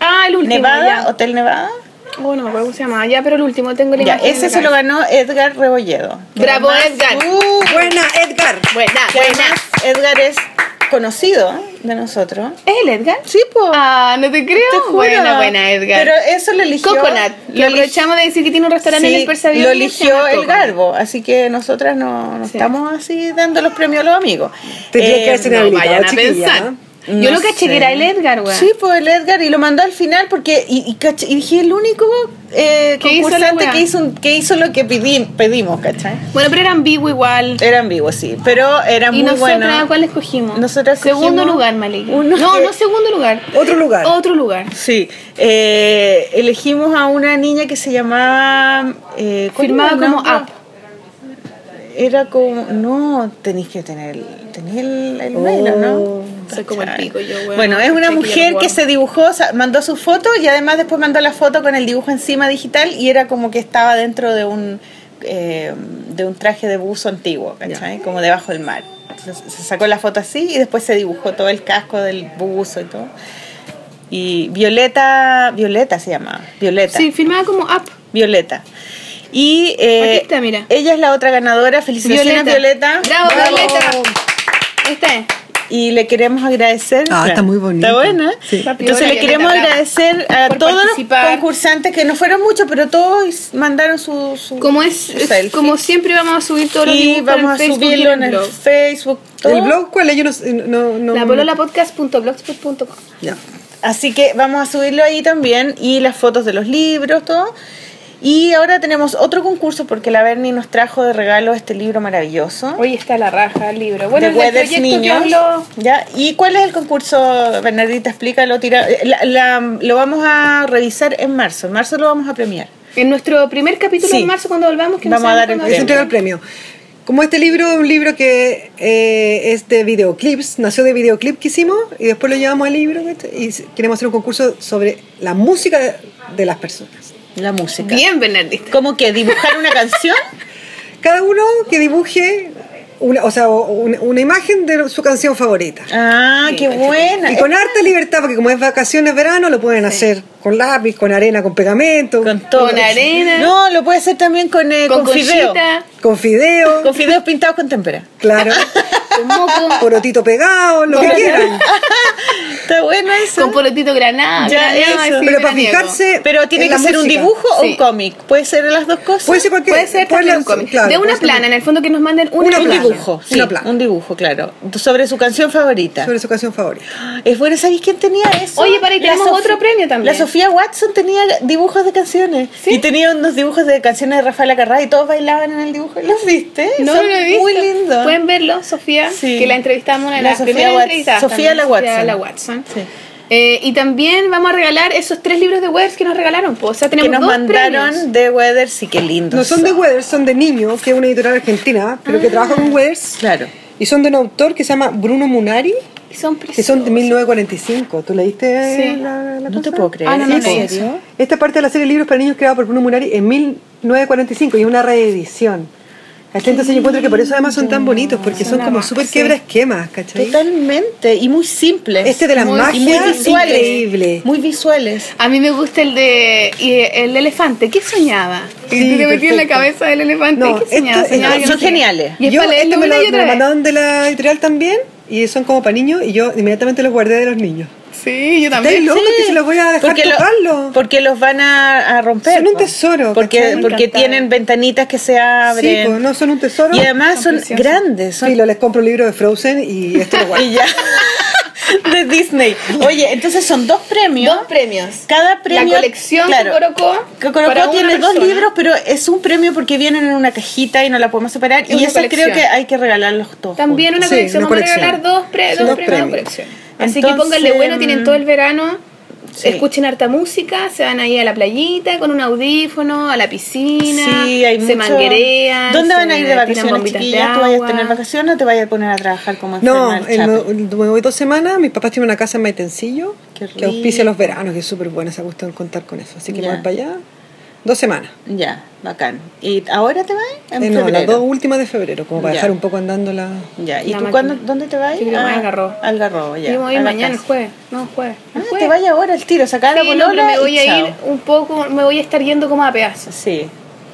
Ah, el último.
Nevada,
ya.
Hotel Nevada.
Oh, no me acuerdo cómo se llama. Ya, pero el último tengo la
Ya,
imagen en
ese
la
se lo
cabeza.
ganó Edgar Rebolledo. que
Bravo,
además-
Edgar.
¡Uh!
Buena, Edgar.
Buena,
Que además Edgar es conocido de nosotros.
¿Es el Edgar?
Sí, po.
Ah, no te creo.
Te juro.
Buena, buena, Edgar.
Pero eso lo eligió.
Coconut. Lo
lo eli-
aprovechamos de decir que tiene un restaurante
sí,
en el Perseguidor.
lo eligió el Garbo, así que nosotras no, no
Sí.
estamos así dando los premios a los amigos.
Tendría que
Eh,
hacer
no,
habilitado,
vayan a
chiquilla,
pensar.
¿no?
Yo
No
lo caché
sé.
que era el Edgar, weón.
Sí, pues el Edgar y lo mandó al final porque y, y caché- y dije el único eh,
Que hizo la
concursante
weá.
que hizo un- que hizo lo que pedí- pedimos, ¿cachai?
Bueno, pero era ambiguo igual.
Era ambiguo, sí, pero era
¿Y
muy
nosotras
bueno.
cuál escogimos?
Nosotras
Segundo
escogimos
lugar, Malik.
uno
no,
que-
no segundo lugar.
Otro lugar.
Otro lugar.
Sí, eh, elegimos a una niña que se llamaba eh, ¿cuál
Firmada
era el
como
nombre?
App.
Era como no tenéis que tener tenéis el, el mail, ¿o ¿no?
soy como el pico yo, weón.
Bueno, es una
Sé que yo
mujer
no
que
puedo.
se dibujó, o sea, mandó su foto y además después mandó la foto con el dibujo encima digital y era como que estaba dentro de un eh, de un traje de buzo antiguo, ¿cachai? Como debajo del mar. Entonces, Se sacó la foto así y después se dibujó todo el casco del buzo y todo. Y Violeta, Violeta se llamaba, Violeta.
Sí, firmada como App.
Violeta. Y eh,
Aquí está, mira.
ella es la otra ganadora. Felicitaciones, Violeta.
Bravo, Violeta. Esta es.
Y le queremos agradecer.
Ah, está muy bonito.
Está buena.
Sí.
Está piola,
Entonces le
Violeta,
queremos
bravo.
agradecer a
Por
todos
participar.
los concursantes que no fueron muchos, pero todos mandaron su. su-
Como es,
su
es-
selfie.
como siempre vamos a subir todos los
y
dibujos
vamos a
en Facebook y
subirlo en el
blog.
Facebook. todo.
¿El blog cuál es? Yo no sé, no, no-
La pololapodcast.blogspot.com.
Ya.
Así que vamos a subirlo ahí también y las fotos de los libros, todo. Y ahora tenemos otro concurso porque la Bernie nos trajo de regalo este libro maravilloso.
Hoy está la raja el libro. Bueno,
de
el del
Weathers
proyecto que
Niños.
hablo-
¿Ya? ¿Y cuál es el concurso, Bernardita? Explícalo. Tira, Eh, la- la- lo vamos a revisar en marzo. En marzo lo vamos a premiar.
En nuestro primer capítulo
Sí.
en marzo, cuando volvamos, que no
Vamos a
sabemos
dar el
cuándo
Ahí se
va
entrega el premio. Como este libro es un libro que eh, es de videoclips, nació de videoclip que hicimos y después lo llevamos al libro ¿cachai? y s- queremos hacer un concurso sobre la música de, de las personas.
La
ser.
música.
Bien, Bernardita.
¿Cómo que dibujar una canción?
Cada uno que dibuje una, o sea, o- una, una imagen de su canción favorita.
Ah, qué buena.
Y con harta libertad, porque como es vacaciones, verano, lo pueden hacer con lápiz, con arena, con pegamento,
Eh, Con todo.
Con arena.
No, lo puede hacer también con, eh, con,
Con
fideo.
conchita,
con fideo,
Con fideos pintados con témpera.
claro,
con moco,
porotito pegado, lo que quieran.
Está bueno eso.
con polotito granada.
Ya,
granada,
eso.
sí,
Pero para
veraniego.
fijarse.
Pero tiene
en
que
la
ser un
música.
dibujo o un
Sí.
cómic. Puede ser las dos cosas.
Puede ser cualquier.
Puede
puede
ser también un
lanzar-
cómic.
claro,
de
puede
una
ser
plana, en el fondo que nos manden una,
Una
un
plana.
dibujo, sí,
Una plana.
un dibujo, claro, sobre su canción favorita.
Sobre su canción favorita.
Es Eh, bueno, ¿sabéis quién tenía eso?
Oye, para, y
La
tenemos
Sof-
otro premio también.
La Sofía Watson tenía dibujos de canciones. Y tenía unos dibujos de canciones de Rafael Carrá y todos bailaban en el dibujo. ¿Los viste?
No,
Son
no lo he visto.
Muy lindo.
Pueden verlo, Sofía,
Sí.
que la entrevistamos en
La
la
Sofía
primera
Wat-
entrevista.
Sofía la Watson.
la Watson.
Sí.
Eh, y también vamos a regalar esos tres libros de webs que nos regalaron. po. O sea,
Que
tenemos
nos
dos
mandaron
premios.
de Weathers y qué lindo.
No son de Weathers, son de Niño, que es una editorial argentina, pero que trabaja
Ah,
con Weathers.
Claro.
Y son de un autor que se llama Bruno Munari,
Y son
que son de
preciosos.
1945. ¿Tú leíste
Sí.
la, la
No te
cosa?
puedo creer.
Ah, no, no,
¿En
no,
serio?
eso.
Esta parte de la serie de libros para niños creada por Bruno Munari en 1945 y una reedición. Hasta entonces yo encuentro que por eso además son tan bonitos, porque son
Son
como
abajo,
súper
sí.
quebra esquemas, ¿cachai?
Totalmente. Y muy simples.
Este de la
Muy-
magia
y muy
es
visuales.
increíble.
Muy visuales.
A mí me gusta el de y el elefante. ¿Qué soñaba?
Sí,
y te metí en la
perfecto.
cabeza del elefante.
No,
¿Qué soñaba?
esto-
Soñaba
esto-
que
son
no sé.
geniales.
Y es
yo,
para leerlo
este me lo,
una y
me lo
otra vez.
mandaron de la editorial también y son como para niños y yo inmediatamente los guardé de los niños.
Sí, yo
¿Estáis
también.
locos que se los voy a dejar
porque lo-
tocarlo?
porque los van a, a romper.
Son un
po.
tesoro,
Porque,
¿cachai?
porque
Encantada.
tienen ventanitas que se
sí,
abren.
pues, no son un tesoro.
y además son,
Son preciosos.
grandes. Son
Filo, les compro un libro de Frozen y esto lo guardo.
y ya. De Disney. Oye, entonces son dos premios.
Dos premios.
Cada premio.
La colección
claro,
Cocorocó.
Cocorocó
para una
tiene dos
persona.
libros, pero es un premio porque vienen en una cajita y no la podemos separar.
Es
y
una
eso creo
colección.
que hay que regalarlos todos.
También una
Sí,
colección.
una
Vamos a
colección.
regalar dos, pre- dos
Dos
premios, dos
premios.
colecciones. Así
Entonces,
que pónganle bueno,
mm,
tienen todo el verano.
sí.
Escuchen harta música, se van ahí a la playita con un audífono, a la piscina,
Sí, hay
se
mucho-
manguerean.
¿Dónde
se
van a ir de
tiran
vacaciones,
bombitas de
chiquillas? ¿Tú vayas a
agua.
tener vacaciones o te vayas a poner a trabajar como
No,
enferma al
el-
Chape?
el- me voy dos semanas. Mis papás tienen una casa en Maitencillo
Qué
que auspicia los veranos, que es súper buena esa cuestión contar con eso. Así que
Ya.
voy para allá. Dos semanas.
Ya, bacán. ¿Y ahora te vas? En
Eh, no, las
febrero.
dos últimas de febrero, como para
Ya.
dejar un poco andando la.
Ya, ¿y
La
tú
máquina.
cuándo, dónde te vas?
Sí, yo me voy a Algarrobo.
Al Garrobo, ya.
Yo me voy
a la
mañana, el
casa.
jueves. No, jueves.
Ah,
el jueves.
te vaya ahora el tiro, sacar la
Sí, no, pero
polola
me voy
y
a
chao.
ir un poco, me voy a estar yendo como a pedazos.
Sí,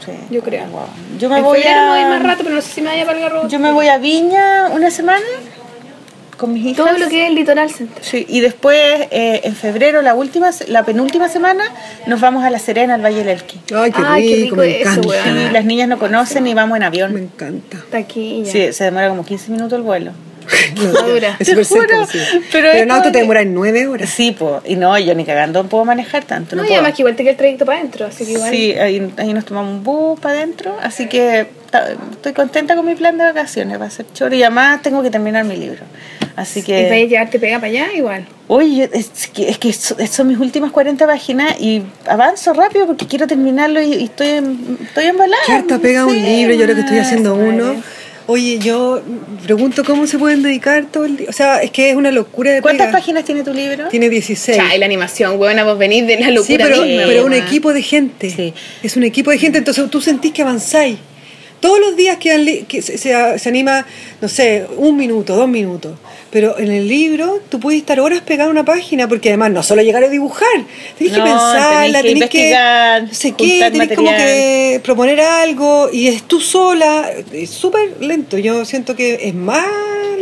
sí.
Yo creo.
Guau. Yo me
en
voy
febrero
a...
me voy más rato, pero no sé si me vaya para el garrobo.
Yo me voy a Viña una semana con mis hijas.
Todo lo que es el litoral central.
Sí, y después eh, en febrero, la última, se- la penúltima semana, nos vamos a La Serena, al Valle del Elqui.
Ay, qué rico,
Ay, qué rico
me
eso,
encanta.
weón.
Y las niñas no conocen y vamos en avión.
Me encanta.
Taquilla.
Sí, se demora como 15 minutos el vuelo.
Madura.
Es
Te
súper seco,
juro,
sí.
pero
Pero,
es
en auto
como
te
que-
demoras nueve horas.
Sí, po. Y no, yo ni cagando puedo manejar tanto. No,
No, y
puedo.
además que igual te queda el trayecto para adentro, así que igual.
Sí, ahí, ahí nos tomamos un bus para adentro, así que ta- estoy contenta con mi plan de vacaciones, va a ser choro y además tengo que terminar mi libro. Así
eh.
Y para
que,
llevarte pega para allá, igual.
oye, yo- es que, es que so- son mis últimas 40 páginas y avanzo rápido porque quiero terminarlo y, y estoy, en- estoy embalada.
Qué harta pega
Sí,
un libro, yo lo que estoy
madre.
haciendo uno. Oye, yo pregunto cómo se pueden dedicar todo el día. O sea, es que es una locura de
¿Cuántas
pega.
páginas tiene tu libro?
Tiene 16.
Cha, y la animación, huevona, vos venís de la locura
Sí, pero,
misma,
pero un
weona.
equipo de gente.
Sí.
Es un equipo de gente, entonces tú sentís que avanzáis. Todos los días quedan li- que se, se- se anima, no sé, un minuto, dos minutos. Pero en el libro tú puedes estar horas pegando una página, porque además no solo llegar a dibujar, tenés
No,
que pensarla,
tenés
tenés
que
que,
investigar,
no sé
juntar
qué, tenés como
material.
que proponer algo y es tú sola. Es súper lento, yo siento que es más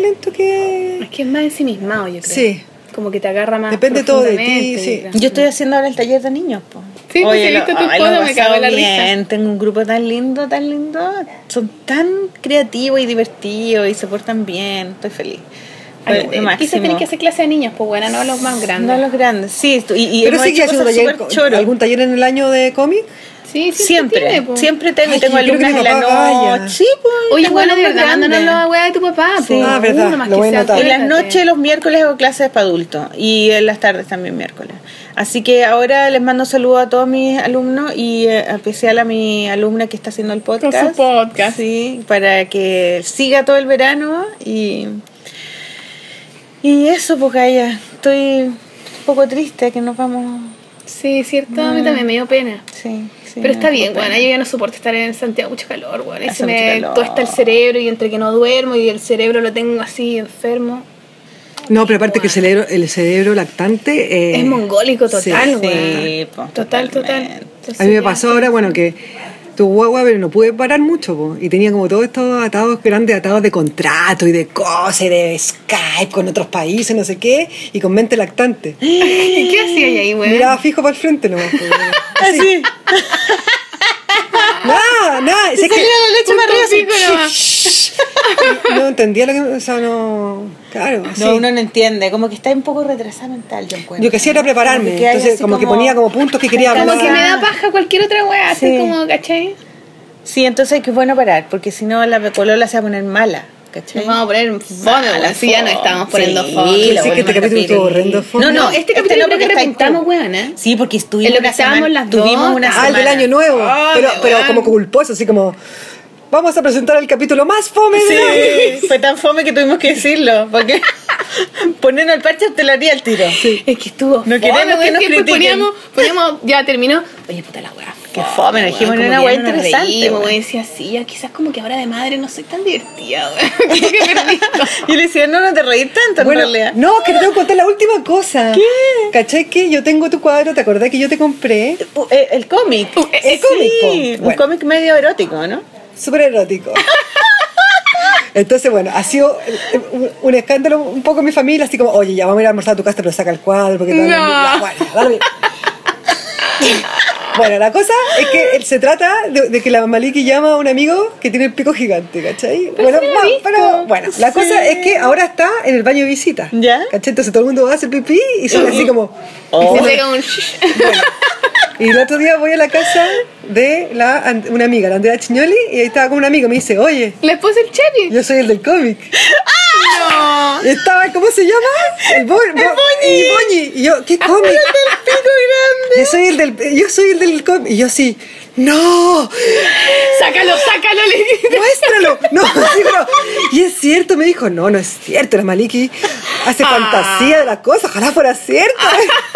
lento que...
Es que es más ensimismado, yo creo.
Sí.
Como que te agarra más.
Depende todo de ti,
profundamente,
sí.
yo creo.
Yo estoy haciendo ahora el taller de niños, po.
Sí, pues, he
lo-
visto tus
ay, lo
fotos,
he
me cago en la
pasado bien. Tengo un grupo tan lindo, tan lindo. Son tan creativos y divertidos y se portan bien. Estoy feliz. Fue
Ay,
lo
eh, Quizás
máximo.
tenés que hacer clase de niños, pues buena, no a los más grandes.
No a los grandes, sí. estu- Y, y
Pero
hemos
sí que
hecho
haces un
cosas
taller,
súper choro.
algún taller en el año de cómic.
Sí,
Siempre,
tiene, po.
siempre tengo,
Ay,
y tengo
yo creo que
alumnas en
mi
la
papá vaya.
noche. Sí, pues,
Oye,
tengo
bueno, de
alumnas
verdad, mándanos
grandes.
la weá de tu papá,
Sí.
po.
Ah, verdad,
Uno más
lo
que
voy a
sea,
anotar.
En las
acuérdate.
noches, los miércoles hago clases para adultos y en las tardes también miércoles. Así que ahora les mando saludos a todos mis alumnos y eh, en especial a mi alumna que está haciendo el podcast.
su podcast.
Sí, para que siga todo el verano y, y eso, pues Gaya, estoy un poco triste que nos vamos.
Sí, cierto,
Mm.
a mí también me dio pena.
Sí, sí,
Pero está
no,
bien,
no,
pues bueno, yo ya no soporto estar en Santiago, mucho calor, bueno, y
Hace
se me
mucho calor.
tuesta el cerebro y entre que no duermo y el cerebro lo tengo así enfermo.
No, pero aparte que el cerebro, el cerebro lactante... eh,
es mongólico total,
sí,
güey.
po,
total, total.
totalmente.
A mí me pasó ahora, bueno, que tu guagua, pero no pude parar mucho, po, y tenía como todos estos atados grandes, atados de contrato y de cosas, y de Skype con otros países, no sé qué, y con mente lactante.
¿Eh?
¿Y qué hacía ahí, güey?
Miraba fijo para el frente nomás. po, weón.
Así.
nada, nada. sé que-
Salía la leche para arriba, así.
no entendía lo que... O sea, no... Claro, así.
No, uno no entiende, como que está un poco retrasada mental, yo encuentro.
Yo que sí era prepararme,
Como que hay
entonces
así
como, que ponía como puntos que quería
Como
hablar.
que me da paja cualquier otra weá,
Sí.
así como, ¿cachai?
Sí, entonces que es bueno parar, porque si no la colola se va a poner mala, ¿cachai?
Nos vamos a poner fome,
Mala,
weón. Si ya no
fome.
estamos poniendo
Sí,
fome.
la
Quiere decir que este
buena
capítulo estuvo
Pirelli.
horrendo fome.
No, no,
No, este capítulo
no,
creo que
porque está en
repuntamos,
club.
weón, ¿eh?
Sí, porque estuvimos
En lo que
una
estábamos
semana-
las dos.
tuvimos una
Ah, el del
semana.
año nuevo.
Ay,
pero, pero
weón.
como culposo, así como. Vamos a presentar el capítulo más fome de hoy".
Sí, fue tan fome que tuvimos que decirlo, porque ponernos el parche te lo haría el tiro.
Es que estuvo
No
fome,
queremos que
weón,
nos
después
critiquen.
Poníamos, poníamos, ya terminó. Oye, puta la weá.
Qué fome, nos dijimos
Como
en una
que
hueá
ya no nos
interesante.
reímos,
weón.
weón, decía así, ya quizás como que ahora de madre no soy tan divertida, weón. Como que perdí todo.
Y le decía, no, no te reís tanto
Bueno,
en realidad.
no, que te tengo que contar la última cosa. ¿Qué? ¿Cachai que yo tengo tu cuadro? ¿Te acordás que yo te compré?
Uh, eh, El cómic.
el
Sí,
cómic, po.
Un
Bueno.
cómic medio erótico, ¿no?
Súper erótico. Entonces, bueno, ha sido eh, un- un escándalo un poco en mi familia, así como, oye, ya vamos a ir a almorzar a tu casa, pero saca el cuadro, porque todavía
No.
ya, bueno, dale. Bueno, la cosa es que él- se trata de, de que la Maliki llama a un amigo que tiene el pico gigante, ¿cachai? bueno,
sí lo he
ma-
visto.
pero, bueno, la cosa es que ahora está en el baño de visita.
Ya.
¿Cachai? Entonces todo el mundo va a hacer pipí y son así como... Oh.
Se pega un shh.
Y el otro día voy a la casa de la, And- una amiga, la Andrea Chignoli, y ahí estaba con un amigo, me dice, oye,
Les puse el cherry.
yo soy el del cómic. ¡Ah! No. Estaba, ¿cómo se llama? El, bo el Boñi. Y yo, ¿qué cómic? Yo soy el del, yo soy el del cómic. Y yo así, ¡no!
Sácalo, sácalo, le dije.
¡Muéstralo! No, sí, pero- Y es cierto, me dijo, no, no es cierto, la Maliki hace
Ah.
fantasía de la cosa, ojalá fuera cierto.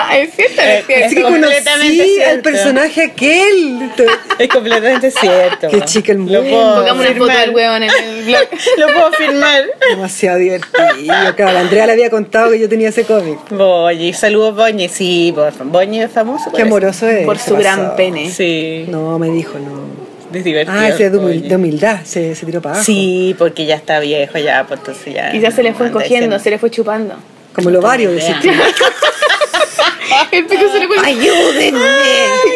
Ah, Es cierto, es
Así
cierto.
Eh, que
completamente
conocí al
cierto.
personaje aquel.
Es completamente cierto.
Qué chica el
Lo
mundo.
puedo
Pongamos una foto
firmar.
del weón en el blog.
Lo puedo firmar.
Demasiado divertido. Claro, la Andrea le había contado que yo tenía ese cómic.
Boñi, saludos Boñi. Sí, por favor, Boñi es famoso. por
Qué
eso.
amoroso es.
Por
se
su gran
pasó.
pene.
Sí,
No, me dijo, no.
es divertido.
Ah, ese de, humil-
Boñi.
de humildad, se, se tiró para abajo.
Sí, porque ya está viejo ya, pues entonces ya.
Quizás se le fue
anda
encogiendo,
diciendo-
se le fue chupando.
Como el ovario, decís tú.
El pico se le fue.
Ay,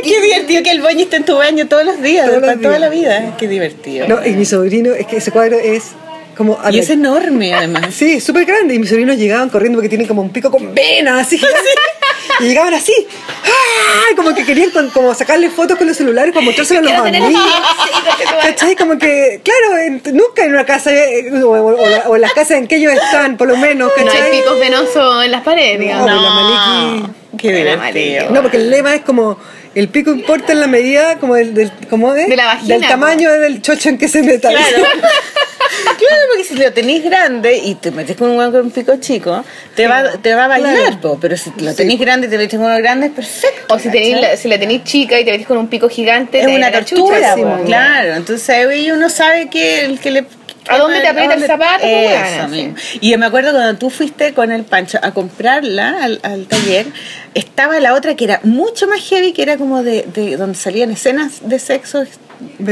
qué divertido que el Boñi esté en tu baño todos los días,
Todos los
para toda
días.
la vida. Qué divertido.
No, y mi sobrino, es que ese cuadro es Como
Y es enorme, además.
Sí, es súper grande. Y mis sobrinos llegaban corriendo porque tienen como un pico con venas así gigantes. Y llegaban así. ¡Ah! Como que querían con- como sacarle fotos con los celulares para mostrárselo a los
Quiero tener-
amigos.
Sí,
este
sí, sí, sí.
¿Cachai? Como que, claro, en- nunca en una casa, eh, o, o- o la- o en las casas en que ellos están, por lo menos,
No hay
¿cachai?
picos venosos en las paredes, digamos.
No. la Maliki.
Qué
La
divertido.
No, porque el lema es como el pico importa en la medida como del, del como de,
De la vagina,
del tamaño del chocho en que se meta.
Claro. Claro, porque si lo tenés grande y te metes con un hueón con un pico chico, te va, te va a bailar,
Claro.
po. pero si lo tenés grande y te lo echas con uno grande, es perfecto.
O si, tenéis la- si la tenéis chica y te metís con un pico gigante,
es
te
una
da la
tortura,
chucha, sí,
po,
mo.
claro. Entonces ahí uno sabe que el que le.
¿A dónde te aprieta el
dónde-
zapato, po,
Eso
weona?
mismo. Y yo me acuerdo cuando tú fuiste con el Pancho a comprarla al, al taller, estaba la otra que era mucho más heavy, que era como de, de donde salían escenas de sexo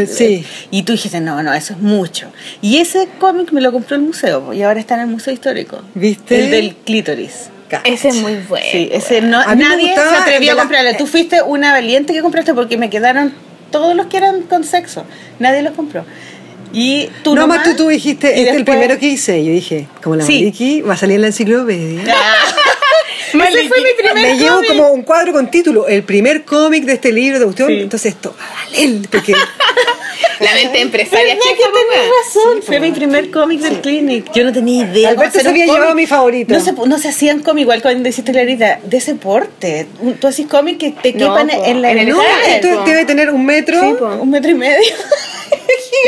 Sí.
y tú dijiste, no, no, eso es mucho. Y ese cómic me lo compró el museo po, y ahora está en el museo histórico.
¿Viste?
El del clítoris.
Ese es muy bueno.
sí, ese no,
A mí me
nadie se
gustaba el de
atrevió a
la- eh.
comprarlo. Tú fuiste una valiente que compraste porque me quedaron todos los que eran con sexo. Nadie los compró. Y tú
no,
nomás,
más tú, tú dijiste,
y
este es el
después-
primero que hice. Yo dije, como la
Sí.
Maliki va a salir en la enciclopedia.
Ah. ese fue mi primer
Me llevo
cómic.
como un cuadro con título, el primer cómic de este libro de cuestión.
Sí.
Entonces esto va a valer, porque
La mente empresaria
¿Verdad
jefa,
que
po,
tenés
weón.
razón? fue mi primer cómic del clinic. Yo no tenía idea.
Alberto
cómo hacer
se
un
había
cómic.
llevado mi favorito.
No se, no se hacían cómic, igual cuando hiciste la herida, de ese porte. Un- Tú haces cómic que te
No,
quepan
po,
en la
en el
nuca.
estómago.
esto
po.
debe tener un metro,
Sí, po.
Un metro y medio.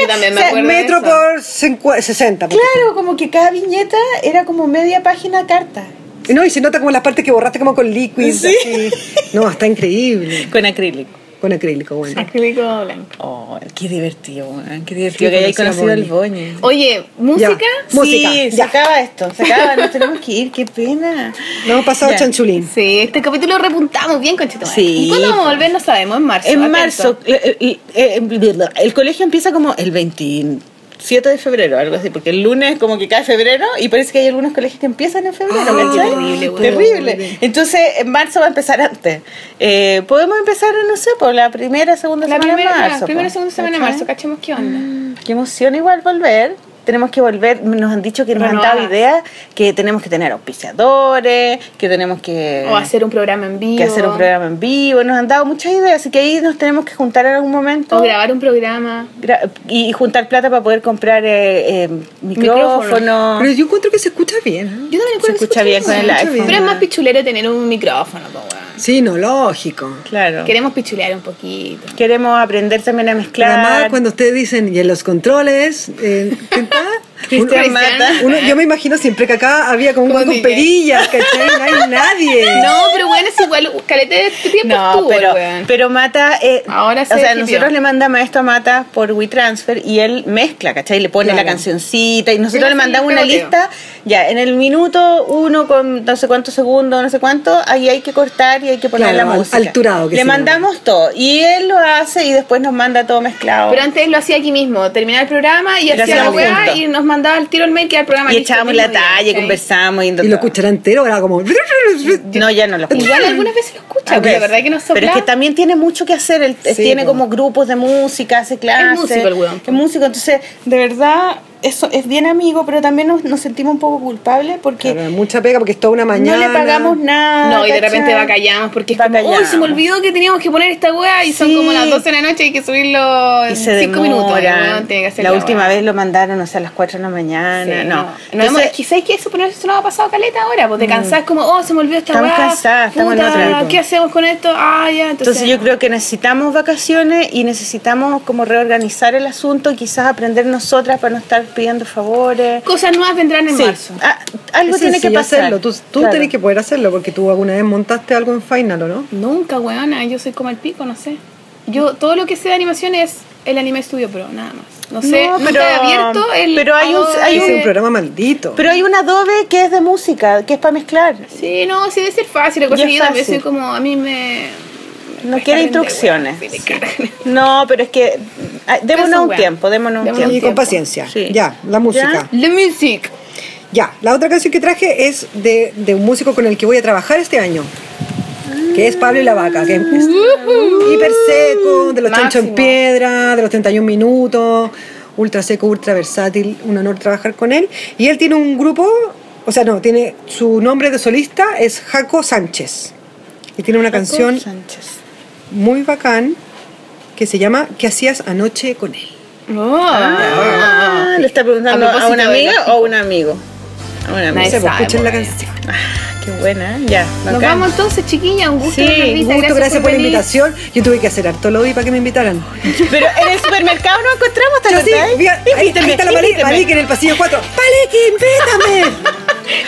Yo también
O
me
sea,
acuerdo. de
metro
eso.
por cincu- 60. por
Claro, como que cada viñeta era como media página carta.
ejemplo. No, y se nota como las partes que borraste como con liquid.
Sí.
así. No, está increíble.
Con acrílico.
Con acrílico, bueno.
Acrílico blanco.
Oh, qué divertido, weón, qué divertido
Sí,
que hayáis
conocí a
conocido al Boñe.
Oye, música.
Ya. Música,
sí, se
ya.
acaba esto, se acaba, nos tenemos que ir, qué pena.
No hemos pasado
Ya.
chanchulín.
Sí, este capítulo lo repuntamos bien, conchito.
Sí.
¿Cuándo vamos a volver? No sabemos, en marzo.
En
atento.
marzo, eh, eh, eh, eh, el colegio empieza como el 27 de febrero, algo así, porque el lunes como que cae febrero y parece que hay algunos colegios que empiezan en febrero,
Ah,
¿cachai?
terrible, güey.
Terrible. Entonces, en marzo va a empezar antes. Eh, podemos empezar, no sé, por la primera, segunda
La
semana
primera,
de
la
marzo.
primera
po,
segunda semana de
¿cachai?
marzo, cachemos qué onda.
Qué emoción igual volver. Tenemos que volver, nos han dicho que nos han dado
Renovadas.
ideas que tenemos que tener auspiciadores, que tenemos que
O hacer un programa en vivo.
Ah. que hacer un programa en vivo, nos han dado muchas ideas, así que ahí nos tenemos que juntar en algún momento
O grabar un programa.
gra- y y juntar plata para poder comprar eh, eh, micrófono.
Pero yo encuentro que se escucha bien. ¿eh?
Yo también
Se
creo que
escucha bien con el
escucha
iPhone.
bien.
Pero es más pichulero tener un micrófono, po, weón.
Sí, no, lógico.
Claro.
Queremos pichulear un poquito.
Queremos aprender también a
Además,
mezclar.
cuando ustedes dicen, y en los controles, eh, ¿qué tal?
Cristian
Uno-
Mata.
uno- yo me imagino siempre que acá había como un
Como
hueco con
DJ.
perillas, ¿cachai? No hay nadie.
No, pero bueno, es igual. Calete de este tiempo
No,
estuvo,
pero,
weón.
pero Mata, eh,
Ahora
o
se
sea,
escribió.
nosotros le mandamos esto a Mata por WeTransfer y él mezcla, ¿cachai? Le pone
Claro.
la cancioncita y
Él
nosotros
hace
le mandamos
el
una
pegoteo.
lista, ya, en el minuto uno con no sé cuántos segundos, no sé cuánto, ahí hay que cortar y hay que poner
Claro,
la
al-
música.
alturado que
le
se llama.
mandamos todo y él lo hace y después nos manda todo mezclado.
Pero antes lo hacía aquí mismo, terminaba el programa y
Y lo
hacía la
hacíamos
weá
juntos.
y nos mandaba el tiro el mail que era el programa.
y
listo,
echábamos
el
la
mismo día,
talla,
¿cachai?
conversábamos y,
Y lo escuchará entero, era como...
No, ya no lo escucho.
Igual algunas veces lo escucha,
A
pero la
veces.
verdad que no sopla.
Pero es que también tiene mucho que hacer. Él
Sí,
tiene
po.
como grupos de música, hace clases.
Es músico el weón, po.
Es músico. Entonces, de verdad, eso es bien amigo, pero también nos, nos sentimos un poco culpables porque
Claro, mucha pega porque es toda una
no
mañana.
le pagamos nada.
No, y de
¿cachai?
repente bacallamos porque es como,
Bacallamos.
uy, se me olvidó que teníamos que poner esta weá y son
Sí.
como las 12 de la noche y hay que subirlo en
Y se
5 minutos.
demora.
¿no? Tiene que hacer
la, última
weá.
vez lo mandaron, o sea, a las 4 de la mañana.
Sí,
no.
no
Entonces, Mm.
hemos- quizás que eso, pero eso nos ha pasado caleta ahora, porque te cansás como, oh, se me olvidó esta
Estamos
weá.
cansadas, estamos en
puta,
otra, po.
¿Qué hacemos con esto? Ah, ya, entonces.
Entonces yo creo que necesitamos vacaciones y necesitamos como reorganizar el asunto y quizás aprender nosotras para no estar pidiendo favores.
Cosas nuevas vendrán en
Sí,
marzo.
ah, algo
Es
tiene que
sencillo
pasar.
hacerlo. Tú, tú
Claro.
tenés que poder hacerlo porque tú alguna vez montaste algo en Final, ¿o no?
Nunca, weona, yo soy como el pico, no sé. Yo, todo lo que sé de animación es el Anime Studio Pro, nada más. No sé,
No,
nunca
pero-
he abierto el.
pero hay un-
Adobe.
hay
Ese es un programa maldito.
Pero hay un Adobe que es de música, que es para mezclar.
Sí, no, sí, debe ser fácil. La cosa
Y es
que yo también soy
fácil.
como, a mí me.
No
me
quiere
cargan de
instrucciones.
hueá, sí, me cargan.
No, pero es que ah,
Pero
démonos
son
un
weas.
tiempo, démonos un
Démonos
y
tiempo.
con
tiempo.
paciencia.
Sí.
Ya, la música.
The music.
Ya, la otra canción que traje es de, de un músico con el que voy a trabajar este año. Que es Pablo y la Vaca, que es hiper seco, de los
Máximo.
chanchos en piedra, de los 31 minutos, ultra seco, ultra versátil, un honor trabajar con él. Y él tiene un grupo, o sea, no, tiene su nombre de solista es Jaco Sánchez. Y tiene una canción
Sánchez.
muy bacán que se llama ¿Qué hacías anoche con él?
Oh.
Ah, le está preguntando
A
a,
propósito
una
de
amiga
la-
o a un amigo. A un
No
amigo.
sé, pues,
sabe,
escuchen la
bueno.
canción.
Ah, qué buena, ya.
Nos
bacán.
vamos entonces, chiquilla. Un gusto.
Sí,
Carlita,
Un gusto, gracias, por, la
venir.
invitación. Yo tuve que hacer harto lobby para que me invitaran.
Pero en el supermercado no encontramos, ¿te
Yo sí,
acordás?
vi- ahí, ahí
Invítame,
está la Maliki,
invítame.
Maliki en el pasillo 4. ¡Maliki, invítame!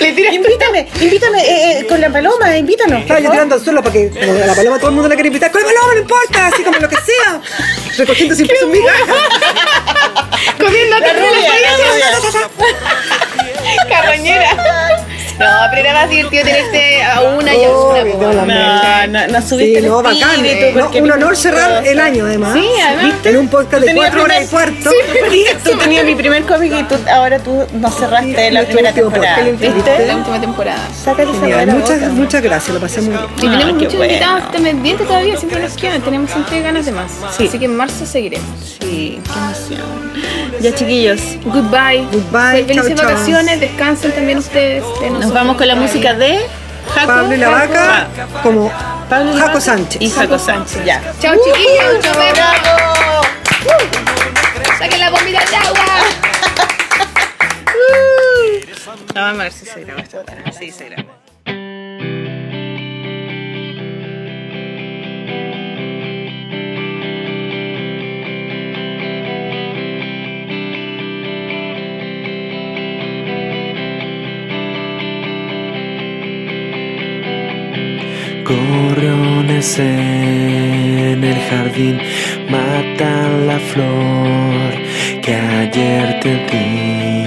Le tiras- invítame, invítame eh, eh, con la paloma, invítanos. por
Estaba yo
favor.
tirando al suelo para que como a la paloma todo el mundo la quiere invitar. ¡Con la paloma, no importa! Así como lo que sea. Recogiendo sin pesos mi
Comiendo
La rubia, la rubia.
carroñera. No, pero era más divertido tenerte a una y a una.
Obvio,
po.
tengo la-
No, no, no subiste
Sí, no,
el
bacán.
espíritu,
eh. No,
porque
un
no
honor
importa.
cerrar el año, además.
Sí, además.
¿Viste? En un podcast de
Tenía
4 horas y
primer-
cuarto.
Sí, tú tenías mi primer cómic y tú ahora tú no cerraste
Sí,
la
el
primera
último
temporada.
podcast, el último.
¿Viste?
La última temporada.
Sácate esa
Genial,
buena
Muchas,
boca.
muchas gracias, lo pasé muy bien.
Y
Ah,
tenemos
qué
muchos
bueno.
invitados pendientes todavía, siempre nos quedan, tenemos siempre ganas de más.
Sí.
Así que en marzo seguiremos.
Sí, qué emoción. Ya, chiquillos.
Goodbye.
Goodbye,
Felices
chao, chao.
vacaciones, descansen también ustedes.
Nos
de nosotros.
vamos con la música de Jaco.
Pablo y la
Jaco.
vaca, como
Pa- Pablo y la
Jaco
Vaca
Sánchez.
Y Jaco Sánchez, ya.
Chao chiquillos, nos vemos. Saquen la bombita de agua.
No, vamos a ver si se graba esta hora. Sí, se graba.
Corrones en el jardín matan la flor que ayer te di.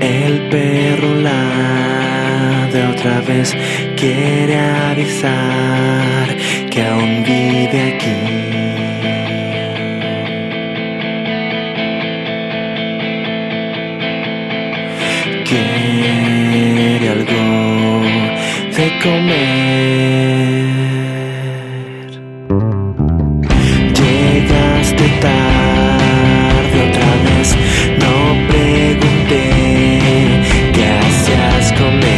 El perro ladra otra vez, quiere avisar que aún vive aquí. quiere algo de comer. Llegaste tarde otra vez, no pregunté qué hacías comer.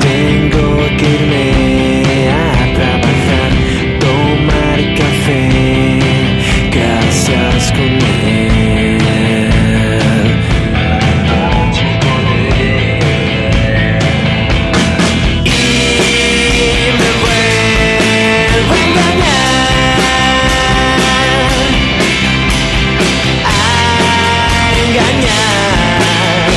Tengo que irme a trabajar, tomar café, gracias con él. Y me vuelvo a engañar, a engañar.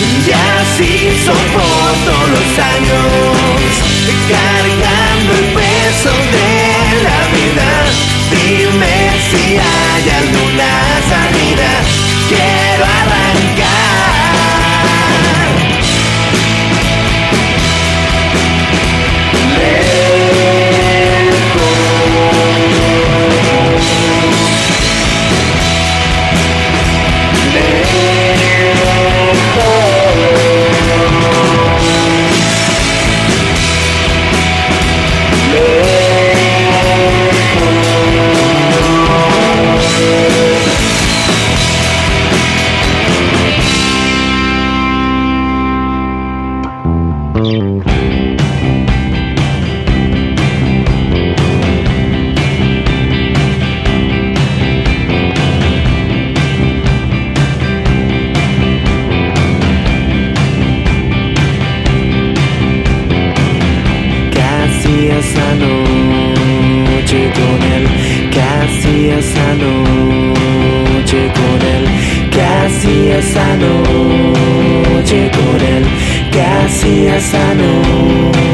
Y así soporto los años Cargando el peso de la vida Dime si hay alguna salida Quiero arrancar Casi esa noche con él, casi esa noche con él, casi esa noche con él, casi esa noche.